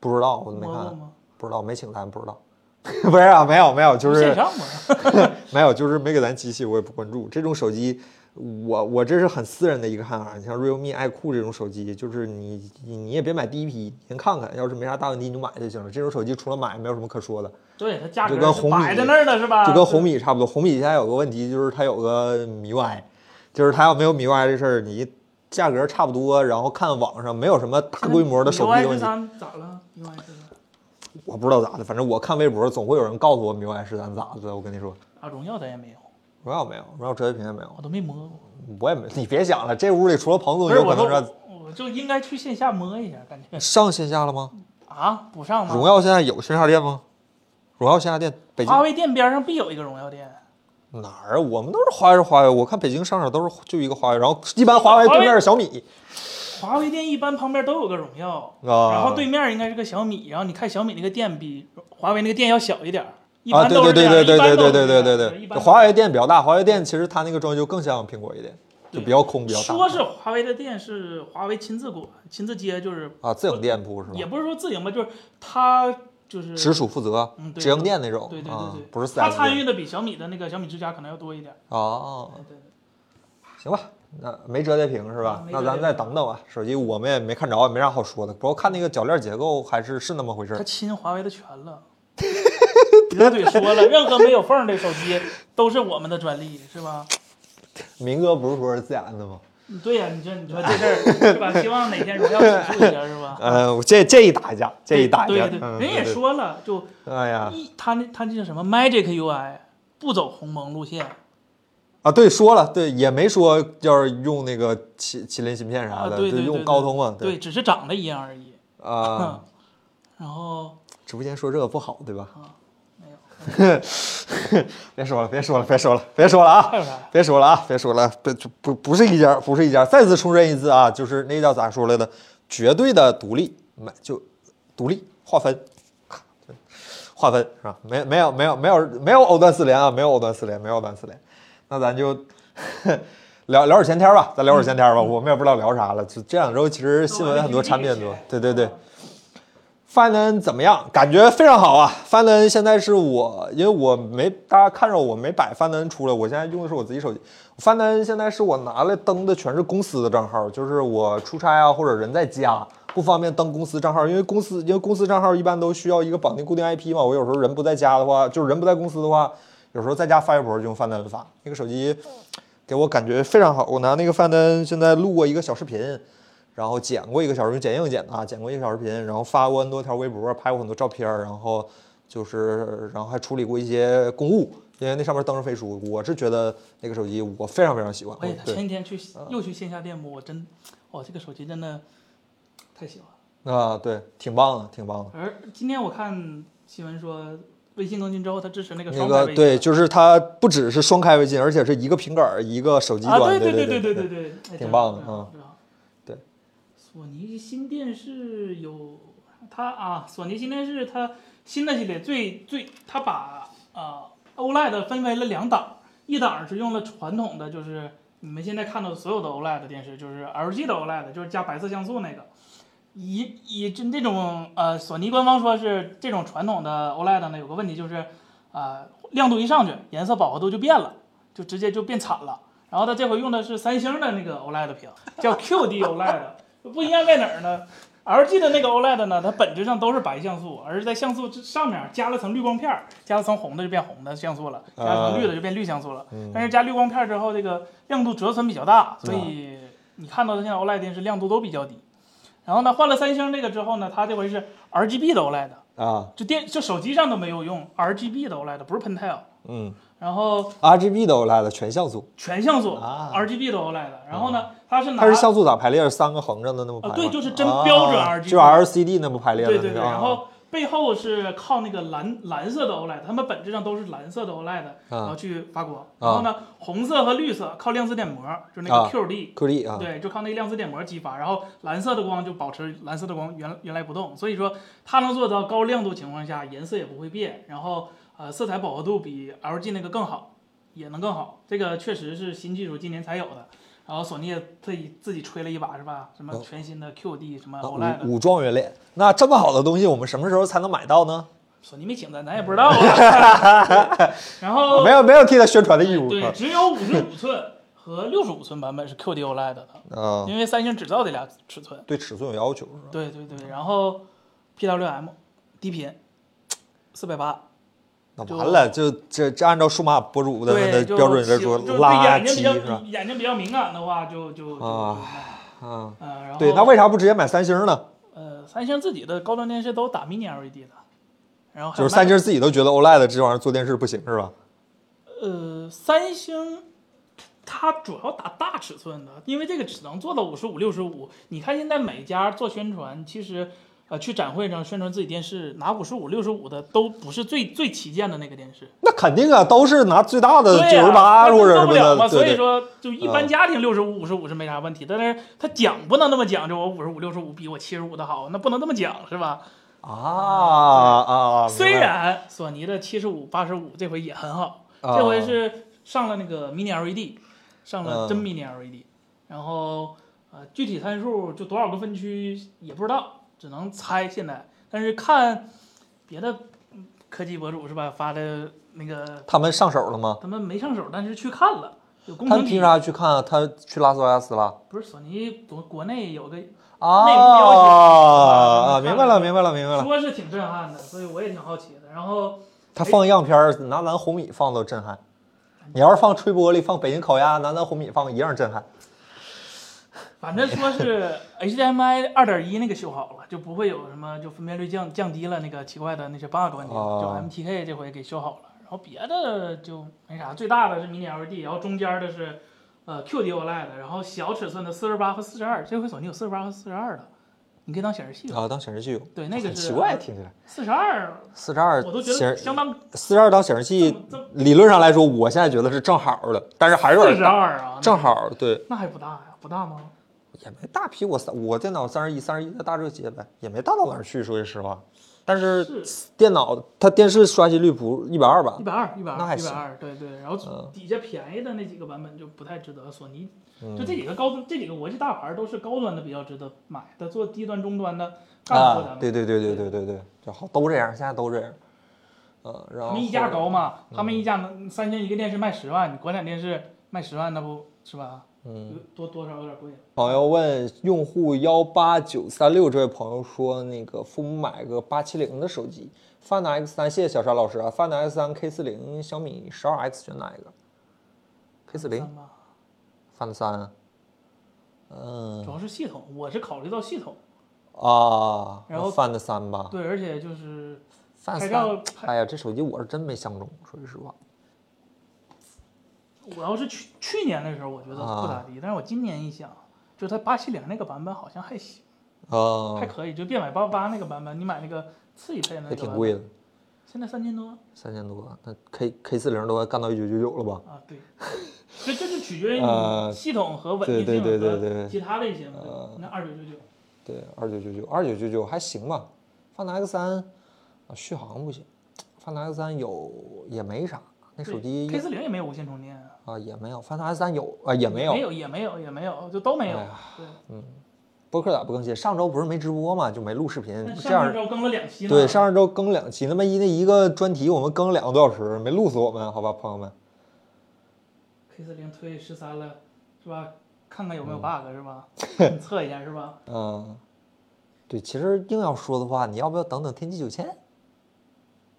S1: 不知道，我都没
S2: 摸过
S1: 看，
S2: 吗？
S1: 不知道，没请咱，不知道。 不是啊，没有没有，就
S2: 线
S1: 是
S2: 上嘛，
S1: 没有，就是没给咱机器，我也不关注。这种手机，我我这是很私人的一个看法。你像 realme、爱酷这种手机，就是你你你也别买第一批，先看看，要是没啥大问题你就买就行了。这种手机除了买没有什么可说的。
S2: 对，它价格
S1: 就跟红米
S2: 摆在那儿呢是吧？
S1: 就跟红米差不多。红米现在有个问题，就是它有个 MIUI，就是它要没有 MIUI 这事儿，你价格差不多，然后看网上没有什么大规模的手机的问题，
S2: UI 咋了？UI 是
S1: 我不知道咋的，反正我看微博总会有人告诉我 MIUI 是咱咋的。我跟你说，
S2: 啊，荣耀咱也没有，
S1: 荣耀没有，荣耀折叠屏也没有，
S2: 我都没摸过。
S1: 我也没，你别想了，这屋里除了彭
S2: 不
S1: 总，
S2: 是，
S1: 有可
S2: 我
S1: 能
S2: 说
S1: 是
S2: 我就应该去线下摸一下，感觉
S1: 上线下了吗？
S2: 啊不上吗？
S1: 荣耀现在有线下店吗？荣耀线下店北京
S2: 华为店边上必有一个荣耀店，
S1: 哪儿啊？我们都是华为是华为，我看北京商场都是就一个华为，然后一般华为对面是小米
S2: 华为店一般旁边都有个荣耀，
S1: 啊，
S2: 然后对面应该是个小米，然后你看小米那个店比华为那个店要小一点儿，一
S1: 啊，
S2: 般
S1: 对
S2: 都
S1: 对
S2: 是这
S1: 对对对对
S2: 样一般都
S1: 对对
S2: 是这样
S1: 对对
S2: 一
S1: 对，
S2: 般都是
S1: 华为店比较大，华为店其实它那个装修更像苹果一点，就
S2: 对
S1: 比较空比较
S2: 说
S1: 大
S2: 是华为的店是华为亲自管、亲自接，就是
S1: 啊，自营店铺是吧
S2: 也？不是说自营吧，就是他就是
S1: 直属负责
S2: 嗯，对
S1: 直营店那种，
S2: 对对对
S1: 啊
S2: 对，
S1: 不是四
S2: 他
S1: S
S2: 参
S1: 店
S2: 与的比小米的那个小米之家可能要多一点。
S1: 哦
S2: 对，对对，
S1: 行吧，那没折叠屏是吧
S2: 啊？没
S1: 那
S2: 折叠
S1: 咱再等等吧。手机我们也没看着，也没啥好说的。不过看那个铰链结构还是是那么回事
S2: 他
S1: 儿。
S2: 侵华为的权 了。热嘴说了，任何没有缝儿的手机都是我们的专利，是吧？
S1: 明哥不是说是自研的吗？
S2: 嗯对呀、你说你说这 事儿是吧？希望哪天荣耀起诉一下，是吧？
S1: 呃，我建建议打一架，建议打一
S2: 对
S1: 架。
S2: 啊对对，
S1: 嗯
S2: 人也。说了，就
S1: 对对哎呀，
S2: 一他那他那叫什么 Magic UI，不走鸿蒙路线
S1: 啊，对，说了，对，也没说要是用那个麒麒麟芯片啥
S2: 啊，
S1: 的，
S2: 对
S1: 就
S2: 对对，
S1: 用高通嘛。
S2: 对，，只是长得一样而已。 嗯
S1: 啊，
S2: 然后
S1: 直播间说这个不好，对吧？
S2: 没有，
S1: 别说了，别说了，别说了，别说了啊！
S2: 还有啥呀？
S1: 别说了啊，别说了，不就不不是一家，不是一家。再次重申一次啊，就是那叫咋说来的，绝对的独立，没就独立划分， 划分是吧？没没有没有没有没有藕断丝连啊，没有藕断丝连，没有藕断丝连。那咱就 聊聊会儿闲天儿吧，咱聊会儿闲天儿吧。我们也不知道聊啥了，就这两周其实新闻很多，产品很多，对对对。范恩怎么样？感觉非常好啊！范恩现在是我，因为我没大家看着我没摆范恩出来，我现在用的是我自己手机。范恩现在是我拿来登的全是公司的账号，就是我出差啊或者人在家不方便登公司账号，因为公司因为公司账号一般都需要一个绑定固定 IP 嘛。我有时候人不在家的话，就是人不在公司的话，有时候在家发微博就用范恩发。那个手机给我感觉非常好，我拿那个范恩现在录过一个小视频。然后剪过一个小视频，剪映剪的啊，剪过一个小视频，然后发过 N 多条微博，拍过很多照片儿，然后就是，然后还处理过一些公务，因为那上面登着飞书。我是觉得那个手机我非常非常喜欢，
S2: 而且
S1: 我
S2: 他
S1: 哦对啊
S2: 前几天去又去线下店摸，我真，哇，这个手机真的太喜欢了。
S1: 啊，对，挺棒的，挺棒的。
S2: 而今天我看新闻说，微信更新之后，它支持那个
S1: 那
S2: 双排
S1: 个
S2: 位
S1: 对，
S2: 置
S1: 就是它不只是双开微信，而且是一个屏杆儿一个手机端，
S2: 啊，对
S1: 对
S2: 对
S1: 对
S2: 对
S1: 对。
S2: 对对，
S1: 挺棒的
S2: 啊
S1: 嗯。
S2: 知道
S1: 对。
S2: 索尼新电视有它啊，索尼新电视它新的系列最最，它把啊 OLED 分为了两档，一档是用了传统的，就是你们现在看到的所有的 OLED 电视，就是 LG 的 OLED，就是加白色像素那个。以以这这种呃，索尼官方说是这种传统的 OLED 呢，有个问题就是，呃，亮度一上去，颜色饱和度就变了，就直接就变惨了。然后他这回用的是三星的那个 OLED 屏，叫 QD OLED，不一 E 样在哪儿呢？LG 的那个 OLED 呢，它本质上都是白像素，而是在像素之上面加了层绿光片儿，加了层红的就变红的像素了，加了层绿的就变绿像素了。
S1: 嗯
S2: 但是加绿光片儿之后，这个亮度折损比较大，所以你看到的现在 OLED E 电视亮度都比较低。然后呢，换了三星这个之后呢，它这回是 RGB 的 OLED，
S1: 啊，
S2: 就电就手机上都没有用 RGB 的 OLED，不是 Pentel。
S1: 嗯
S2: 然后
S1: ，RGB 的 OLED 全像素，
S2: 全像素、
S1: 啊
S2: RGB 的 OLED，然后呢，它是拿
S1: 它是像素咋排列？是三个横着的那么排
S2: 啊
S1: 吗？
S2: 对就是真标准
S1: 啊
S2: RGB
S1: 就 LCD 那么排列的
S2: 对
S1: 那
S2: 对
S1: 个
S2: 对，
S1: 啊
S2: 然后背后是靠那个蓝蓝色的 E OLED，它们本质上都是蓝色的 OLED，然
S1: 啊
S2: 后去发光。然后呢，红色和绿色靠亮子点膜，就那
S1: 啊
S2: 个 QD，
S1: QD 啊，
S2: 对，就靠那个量子点膜激发，然后蓝色的光就保持蓝色的光原原来不动，所以说它能做到高亮度情况下颜色也不会变，然后呃色彩饱和度比 LG 那个更好，也能更好，这个确实是新技术今年才有的。然后索尼也自己自己吹了一把是吧？什么
S1: 哦
S2: 全新的 QD 什么 E
S1: 啊
S2: OLED，、
S1: 武武装元脸。那这么好的东西，我们什么时候才能买到呢？
S2: 索尼没请咱，咱也不知道啊。 然后
S1: 啊没有没有替他宣传的义务。
S2: 呃
S1: 啊
S2: 对，只有五十五寸和六十五寸版本是 QD OLED E 的，
S1: 啊，
S2: 因为三星只造这俩尺寸。
S1: 对尺寸有要求是吧？
S2: 对对对，然后 PWM 低频四百八，
S1: 那
S2: 就
S1: 完了，就这这按照数码博主的那
S2: 对，
S1: 个
S2: 就
S1: 标准来
S2: 喜
S1: 说，
S2: 就是对
S1: 垃
S2: 眼睛
S1: 圾是
S2: 比
S1: 吧
S2: 较？眼睛比较敏感的话，就就就
S1: 啊
S2: 就
S1: 啊，
S2: 那样呃，然后
S1: 对，那为啥不直接买三星呢？
S2: 呃，三星自己的高端电视都打 Mini LED 的，然后还
S1: 就
S2: 有
S1: 是三
S2: Mac-
S1: 星自己都觉得 OLED 这玩意儿做电视不行是吧？
S2: 呃，三星它主要打大尺寸的，因为这个只能做到五十五、六十五。你看现在每家做宣传，其实呃去展会上宣传自己电视，拿五十五、六十五的都不是最最旗舰的那个电视。
S1: 那肯定啊，都是拿最大的
S2: 对
S1: 九十八
S2: 啊、
S1: 或者什
S2: 不
S1: 么
S2: 了
S1: 的
S2: 嘛，，所
S1: 对对。嗯
S2: 以说就一般家庭六十五、五十五是没啥问题，但是他讲不能那么讲，就我五十五、六十五比我七十五的好，那不能那么讲是吧？
S1: 啊啊，明白
S2: 虽然索尼的七十五、八十五这回也很好，
S1: 啊
S2: 这回是上了那个 Mini LED，上了真
S1: 嗯
S2: Mini LED，、然后呃具体参数就多少个分区也不知道，只能猜现在，但是看别的嗯科技博主是吧发的那个
S1: 他们上手了吗？
S2: 他们没上手，但是去看了，有工
S1: 他
S2: 程
S1: 们
S2: 体
S1: 凭啥去看啊？他去拉斯维加斯了？
S2: 不是索尼国国内有个
S1: 啊
S2: 内部要求
S1: 啊！
S2: 是吧
S1: 明白了，明白了，明白了。
S2: 说是挺震撼的，所以我也挺好奇的。然后
S1: 他放样片儿，拿咱红米放都震撼。你要是放吹玻璃，放北京烤鸭，拿咱红米放一样震撼。
S2: 反正说 是 HDMI 二点一那个修好了，就不会有什么就分辨率降降低了那个奇怪的那些 bug 问题了，就
S1: 哦
S2: MTK 这回给修好了。然后别的就没啥，最大的是 Mini LED，然后 E 中间的是呃 QD OLED，然后小尺寸的四十八和四十二，这回索尼有四十八和四十二的，你可以当显示器用。
S1: 啊，当显示器用。
S2: 对，那个
S1: 很
S2: 是
S1: 奇怪，听起来。
S2: 四十二，
S1: 四十二
S2: 我都觉
S1: 显
S2: 得相当
S1: 四十二当显示
S2: 这
S1: 器，
S2: 么这么
S1: 理论上来说，我现在觉得是正好的，但是还是有
S2: 四
S1: 点
S2: 十
S1: 大
S2: 二啊，
S1: 正好对，
S2: 那还不大呀？不大吗？
S1: 也没大批我三我电脑三十一三十一的大热接呗，也没大到哪儿去，说句实话。但是
S2: 是
S1: 电脑它电视刷新率不一百二吧
S2: 一？百二，一百
S1: 那
S2: 二，
S1: 还
S2: 一百
S1: 行
S2: 二，对对。然后
S1: 嗯
S2: 底下便宜的那几个版本就不太值得。索尼
S1: 嗯
S2: 就这几个高端，这几个国际大牌都是高端的比较值得买，但做低端、中端的干
S1: 啊
S2: 不过咱，们。
S1: 对对对对对对对，就好都这样，现在都这样。嗯，然
S2: 他
S1: 后嗯
S2: 们溢价高嘛，他们溢价能三星一个电视卖十万，你国产电视卖十万，那不是吧？
S1: 嗯，
S2: 有多多少有点贵了。
S1: 朋友问用户幺八九三六这位朋友说，那个父母买个八七零的手机，Find X 三，谢谢小沙老师啊，Find X 三 K 四零，小米十二 X 选哪一个？K 四零
S2: 三吧，
S1: ，Find 三，嗯
S2: 主要是系统，我是考虑到系统，
S1: 啊，
S2: 然后
S1: Find 三吧
S2: 对，而且就是
S1: ，Find
S2: 拍
S1: 三，
S2: 照，
S1: 哎呀，这手机我是真没相中，说句实话，
S2: 我要是去去年的时候，我觉得
S1: 啊
S2: 不咋地，但是我今年一想，就它八七零那个版本好像还行。
S1: 啊
S2: 还，可以，就别买八八八那个版本，你买那个次一配的那
S1: 也
S2: 个
S1: 挺
S2: 版本，
S1: 贵的，
S2: 现在三千多
S1: 三千多，那 K K 四零都干到一九九九了吧？
S2: 啊，对，这这就取决于
S1: 呃
S2: 你系统和稳定性
S1: 对对对对啊
S2: 和
S1: 对
S2: 其他的一些嘛，那二九九九，
S1: 对，二九九九，二九九九还行吧。Find X 三啊，续航不行。Find X 三有也没啥，那手机
S2: K 四零也没有无线充电啊，
S1: 啊也没有。Find X 三有啊也没
S2: 没
S1: 有。
S2: 有也没有也没有，就都没有
S1: 哎呀。
S2: 对，
S1: 播客咋不更新？上周不是没直播嘛，就没录视频
S2: 但。
S1: 这
S2: 上上
S1: 样
S2: 周更了两期呢，
S1: 对，上上周更两期，他妈一那一个专题我们更两个多小时，没录死我们，好吧，朋友们。
S2: K 四零推十三了，是吧？看看有没有 bug 是吧？你测一下是吧？
S1: 嗯，对，其实硬要说的话，你要不要等等天玑九千？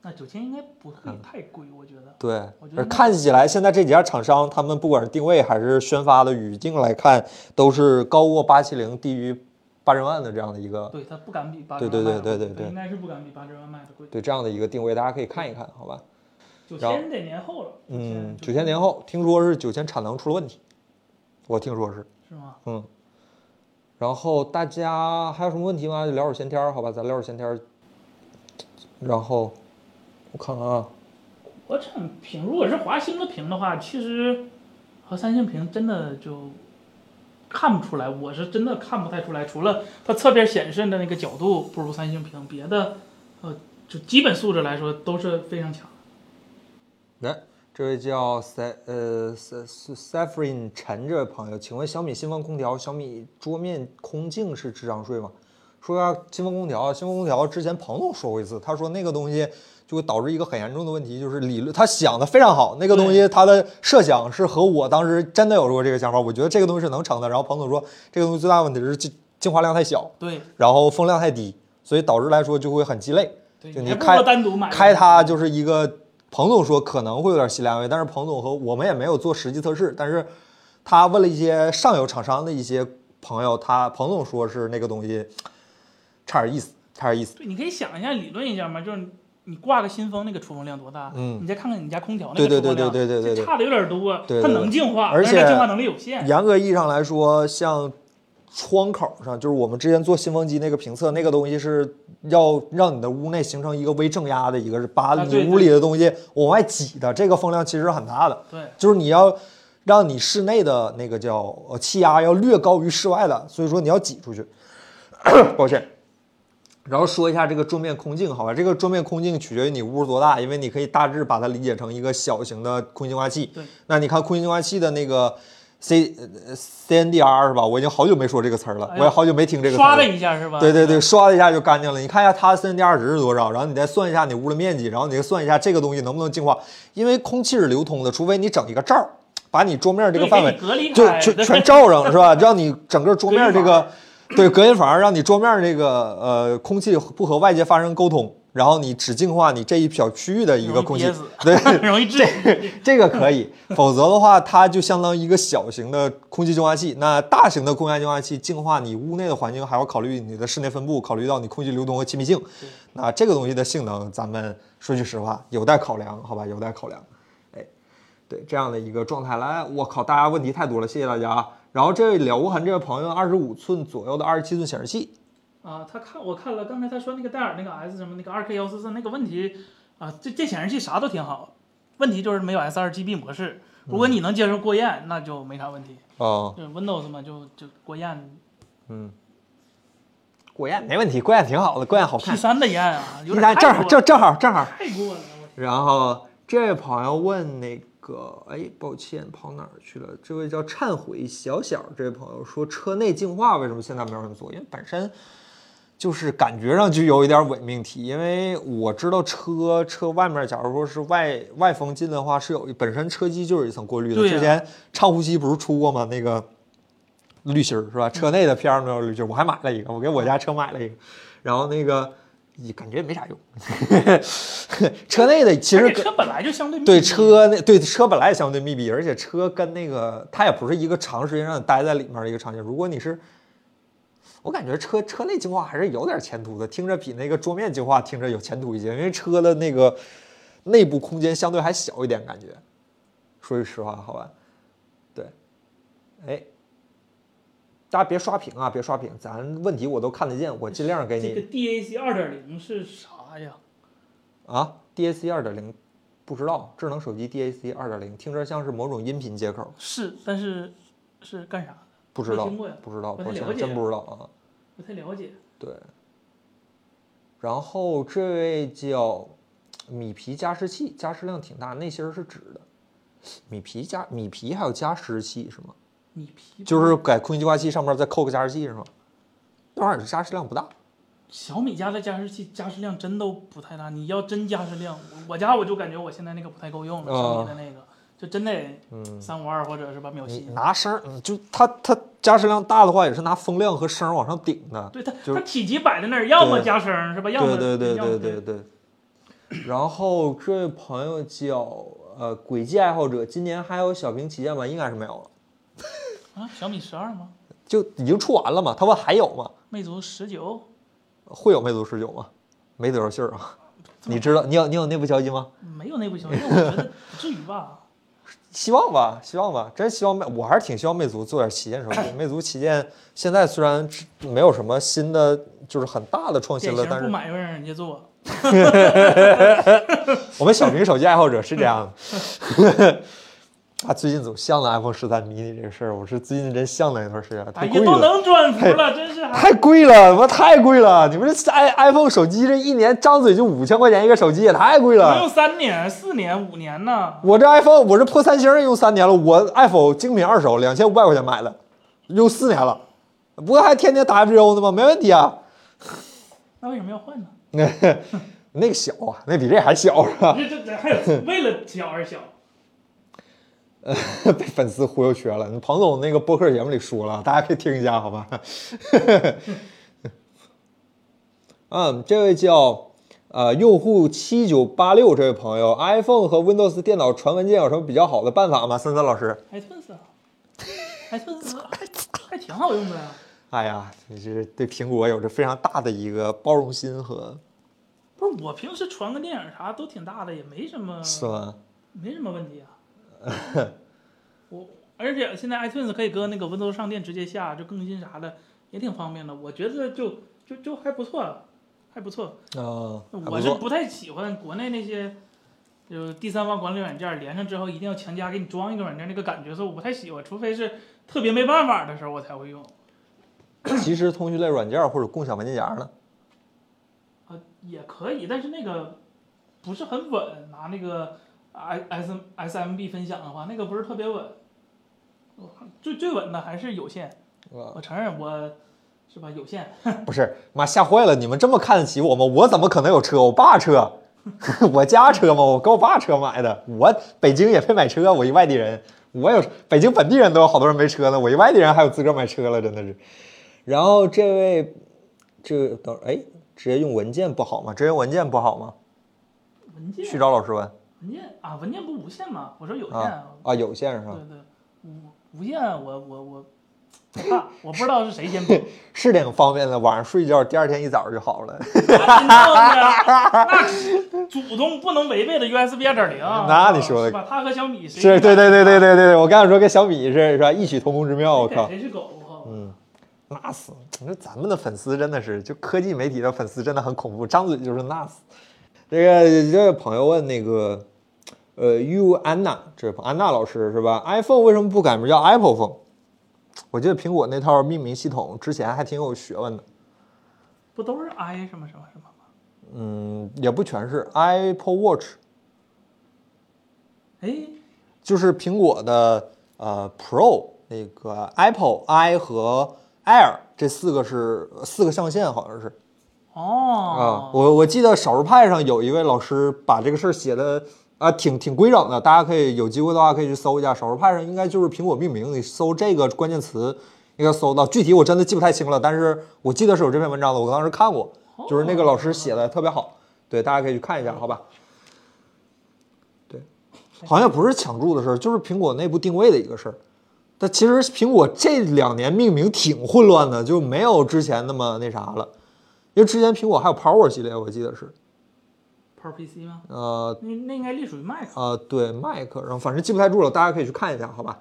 S2: 那九千应该不
S1: 嗯
S2: 会太贵，我觉得。
S1: 对
S2: 我觉，得
S1: 而
S2: 那
S1: 看起来现在这几家厂商，他们不管是定位还是宣发的语境来看，都是高过八七零，低于八千万的这样的一个
S2: 对，它不敢比八折
S1: 对
S2: 万卖的贵，
S1: 对对对对对
S2: 应该是不敢比八折万卖的贵。
S1: 对这样的一个定位，大家可以看一看，好吧？
S2: 九
S1: 然后
S2: 千得年后了，
S1: 嗯，
S2: 九
S1: 九千年后听说是九千产能出了问题，我听说是，
S2: 是吗？
S1: 嗯。然后大家还有什么问题吗？聊会儿闲天儿，好吧？咱聊会儿闲天儿。然后我看看啊，
S2: 国产屏如果是华星的屏的话，其实和三星屏真的就看不出来，我是真的看不太出来，除了它侧边显示的那个角度不如三星屏，别的呃就基本素质来说都是非常强。
S1: 来，这位叫塞呃塞塞 Saffron 陈这位朋友，请问小米新风空调、小米桌面空净是智商税吗？说要新风空调啊，新风空调之前彭总说过一次，他说那个东西就会导致一个很严重的问题，就是理论他想的非常好，那个东西他的设想是和我当时真的有过这个想法，我觉得这个东西是能成的。然后彭总说这个东西最大的问题是净净化量太小，
S2: 对，
S1: 然后风量太低，所以导致来说就会很鸡肋。
S2: 对，
S1: 就你
S2: 你还不
S1: 开
S2: 如单独买
S1: 开它就是一个，彭总说可能会有点吸量位，但是彭总和我们也没有做实际测试，但是他问了一些上游厂商的一些朋友，他彭总说是那个东西差点意思，差点意思。
S2: 对，你可以想一下，理论一下嘛，就是你挂个新风那个出风量多大，
S1: 嗯
S2: 你再看看你家空调那
S1: 对对
S2: 个
S1: 对
S2: 出风
S1: 对
S2: 量，
S1: 对对对
S2: 这
S1: 对。
S2: 差的有点多，
S1: 对对
S2: 它
S1: 对
S2: 能净化，
S1: 而
S2: 但是它
S1: 且
S2: 净化能力有限。
S1: 严格意义上来说，像窗口上，就是我们之前做新风机那个评测，那个东西是要让你的屋内形成一个微正压的一个，是把
S2: 啊
S1: 你
S2: 对
S1: 屋里的东西往外挤的，这个风量其实很大的。
S2: 对，
S1: 就是你要让你室内的那个叫呃气压要略高于室外的，所以说你要挤出去。 抱歉。然后说一下这个桌面空净，好吧？这个桌面空净取决于你屋多大，因为你可以大致把它理解成一个小型的空净化器。
S2: 对，
S1: 那你看空净化器的那个 C 呃 C N D R 是吧？我已经好久没说这个词儿了，
S2: 哎呀
S1: 我也好久没听这个词
S2: 刷
S1: 儿
S2: 了
S1: 了。
S2: 一下是吧？
S1: 对对对，刷一下就干净了。你看一下它的 C N D R 值是多少，然后你再算一下你屋的面积，然后你再算一下这个东西能不能净化，因为空气是流通的，除非你整一个罩儿，把你桌面
S2: 对，
S1: 这个范围
S2: 给你隔离
S1: 就
S2: 开
S1: 全
S2: 对
S1: 全罩上是吧？让你整个桌面这个对隔音房，让你桌面这个呃空气不和外界发生沟通，然后你只净化你这一小区域的一个空气
S2: 容易憋死，
S1: 对，
S2: 容易窒息。
S1: 这个可以，否则的话，它就相当于一个小型的空气净化器。那大型的空气净化器净化你屋内的环境，还要考虑你的室内分布，考虑到你空气流通和气密性。那这个东西的性能，咱们说句实话，有待考量，好吧，有待考量。哎，对，这样的一个状态，来，我靠，大家问题太多了，谢谢大家啊。然后这位了无痕这位朋友，二十五寸左右的二十七寸显示器，
S2: 啊，他看我看了，刚才他说那个戴尔那个 S 什么那个二 K 幺四四那个问题啊，这这显示器啥都挺好，问题就是没有 sRGB 模式。
S1: 嗯
S2: 如果你能接受过焰，那就没啥问题。
S1: 啊、
S2: 就是 Windows 嘛，就就过焰
S1: 过焰没问题，过焰挺好的，过焰好
S2: P
S1: 看。
S2: 三的焰啊，有
S1: 你
S2: 点
S1: 看，正好
S2: 太过
S1: 正正好正好。
S2: 太过了。我
S1: 然后这位朋友问那个，哎，抱歉，跑哪儿去了？这位叫忏悔小小这位朋友说，车内净化为什么现在没有人做？因为本身就是感觉上就有一点伪命题，因为我知道车车外面，假如说是外外风进的话，是有本身车机就有一层过滤的。
S2: 对呀
S1: 之前唱呼吸不是出过吗？那个滤芯儿是吧？车内的 PM 没有滤芯儿，我还买了一个，我给我家车买了一个，然后那个也感觉没啥用。 车内的其实
S2: 而
S1: 跟
S2: 且车本来就相对密
S1: 对
S2: 集，
S1: 车那对车本来也相对密闭，而且车跟那个它也不是一个长时间让你待在里面的一个场景。如果你是，我感觉车车内净化还是有点前途的，听着比那个桌面净化听着有前途一些，因为车的那个内部空间相对还小一点，感觉。说句实话，好吧，对，哎。大家别刷屏啊，别刷屏，咱问题我都看得见，我尽量给
S2: 这个
S1: 你
S2: DAC 二点零是啥呀？
S1: 啊。DAC 二点零不知道，智能手机 DAC 二点零听着像是某种音频接口，
S2: 是，但是是干啥的？
S1: 不知道
S2: 没听过呀，
S1: 不知道，
S2: 不
S1: 抱
S2: 太
S1: 歉
S2: 了，解
S1: 真
S2: 呀
S1: 不知道啊。
S2: 不太了解。
S1: 对，然后这位叫米皮加湿器，加湿量挺大，内芯儿是纸的。米皮加米皮还有加湿器是吗？
S2: 你皮
S1: 就是改空气净化器上面再扣个加湿器是吗？那玩意儿加湿量不大，
S2: 小米家的加湿器加湿量真都不太大，你要真加湿量，我我家我就感觉我现在那个不太够用了，
S1: 啊
S2: 小米的那个就真得三五二或者是吧秒
S1: 你
S2: 吸。
S1: 拿声儿，嗯就它它加湿量大的话，也是拿风量和声儿往上顶的。
S2: 对它
S1: 就是
S2: 它体积摆在那儿，要么加声儿是吧？要么
S1: 对对
S2: 要么
S1: 对对对对。然后这位朋友叫呃轨迹爱好者，今年还有小屏旗舰吗？应该是没有了，
S2: 啊，小米十二吗？
S1: 就已经出完了嘛。他问还有吗？
S2: 魅族十九
S1: 会有魅族十九吗？没得着信儿啊。你知道你有你有内部消息吗？
S2: 没有内部消息，但我觉得不至于吧？
S1: 希望吧，希望吧，真希望魅，我还是挺希望魅族做点旗舰手 机。魅族旗舰现在虽然没有什么新的，就是很大的创新
S2: 典
S1: 了，
S2: 型
S1: 但
S2: 不
S1: 是
S2: 买让人家做，
S1: 我们小屏手机爱好者是这样的。 啊，最近总向了 iPhone 十三 mini 这个事儿，我是最近真向了一段时间，
S2: 哎
S1: 太
S2: 呀，
S1: 贵
S2: 都
S1: 了，
S2: 能转服 了，真是还
S1: 太贵了，他妈太贵了！你们这 i iPhone 手机这一年张嘴就五千块钱一个手机，也太贵
S2: 能
S1: 了
S2: 用。三年、四年、五年呢。
S1: 我这 iPhone 我这破三星用三年了，我 iPhone 精品二手两千五百块钱买的，用四年了，不过还天天打 FGO 呢吗？没问题啊。
S2: 那为什么要换呢？
S1: 那那个小啊，那比这还小啊是吧？
S2: 这这这还有为了小而小，
S1: 被粉丝忽悠瘸了。彭总那个播客节目里说了，大家可以听一下，好吧？ 嗯，这位叫呃用户七九八六这位朋友，iPhone 和 Windows 电脑传文件有什么比较好的办法吗？森森老师，
S2: iTunes 啊，iTunes 还还挺好用的呀。
S1: 哎呀，你这对苹果有着非常大的一个包容心和
S2: 不是我平时传个电影啥都挺大的，也没什么
S1: 是吗？
S2: 没什么问题啊。我而且现在 iTunes 可以搁那个 Windows 商店直接下，就更新啥的也挺方便的。我觉得就就就还不错，还不错。
S1: 嗯，还
S2: 我
S1: 不
S2: 是
S1: 错。
S2: 不太喜欢国内那些。就是第三方管理软件连上之后，一定要强加给你装一个软件，那个感觉，所以我不太喜欢，除非是特别没办法的时候我才会用。
S1: 即时通讯类软件或者共享文件夹呢？
S2: 啊，也可以，但是那个不是很稳，拿那个 i s m s m b 分享的话，那个不是特别稳。最最稳的还是有线，
S1: 啊，
S2: 我承认我是吧有线，
S1: 不是，妈吓坏了！你们这么看得起我吗？我怎么可能有车？我爸车， 我家车嘛，我跟我爸车买的。我北京也配买车？我一外地人，我有北京本地人都有好多人没车呢，我一外地人还有资格买车了，真的是。然后这位，这等哎，直接用文件不好吗？直接用文件不好吗？
S2: 文
S1: 去
S2: 件
S1: 找老师问
S2: 文件啊文啊件不无线吗？我说有线，
S1: 啊啊，有线是吧？
S2: 对对无无线我我我害怕，我不知道是谁 先崩，
S1: 是挺方便的，晚上睡觉，第二天一早就好了。
S2: 那祖宗不能违背的 USB 二点零，
S1: 那你说的
S2: 是吧？它和小米谁
S1: 是，对对对
S2: 啊
S1: 对对对对，我刚想说跟小米是是吧，异曲同工之妙，我
S2: 谁
S1: 靠。
S2: 谁是狗？啊我靠
S1: 嗯，那死！你说咱们的粉丝真的是，就科技媒体的粉丝真的很恐怖，张嘴就是那死。这个这位朋友问那个，呃，U 安娜，这位安娜老师是吧？iPhone 为什么不改名叫 Apple Phone？我记得苹果那套命名系统之前还挺有学问的，
S2: 不都是 i 什么什么什么吗？
S1: 嗯，也不全是 Apple Watch，
S2: 哎，
S1: 就是苹果的呃 Pro 那个 Apple i 和 Air 这四个是四个象限，好像是。啊，
S2: 哦，
S1: 我我记得少数派上有一位老师把这个事儿写的啊挺挺规整的，大家可以有机会的话可以去搜一下，少数派上应该就是苹果命名，你搜这个关键词应该搜到。具体我真的记不太清了，但是我记得是有这篇文章的，我当时看过，就是那个老师写的特别好，对，大家可以去看一下，好吧？对，好像不是抢注的事儿，就是苹果内部定位的一个事儿。但其实苹果这两年命名挺混乱的，就没有之前那么那啥了。因为之前苹果还有 Power 系列，我记得是，
S2: p o PC 吗？
S1: 呃
S2: 那那应该隶属于 Mac。
S1: 呃，对 Mac，然后反正记不太住了，大家可以去看一下，好吧？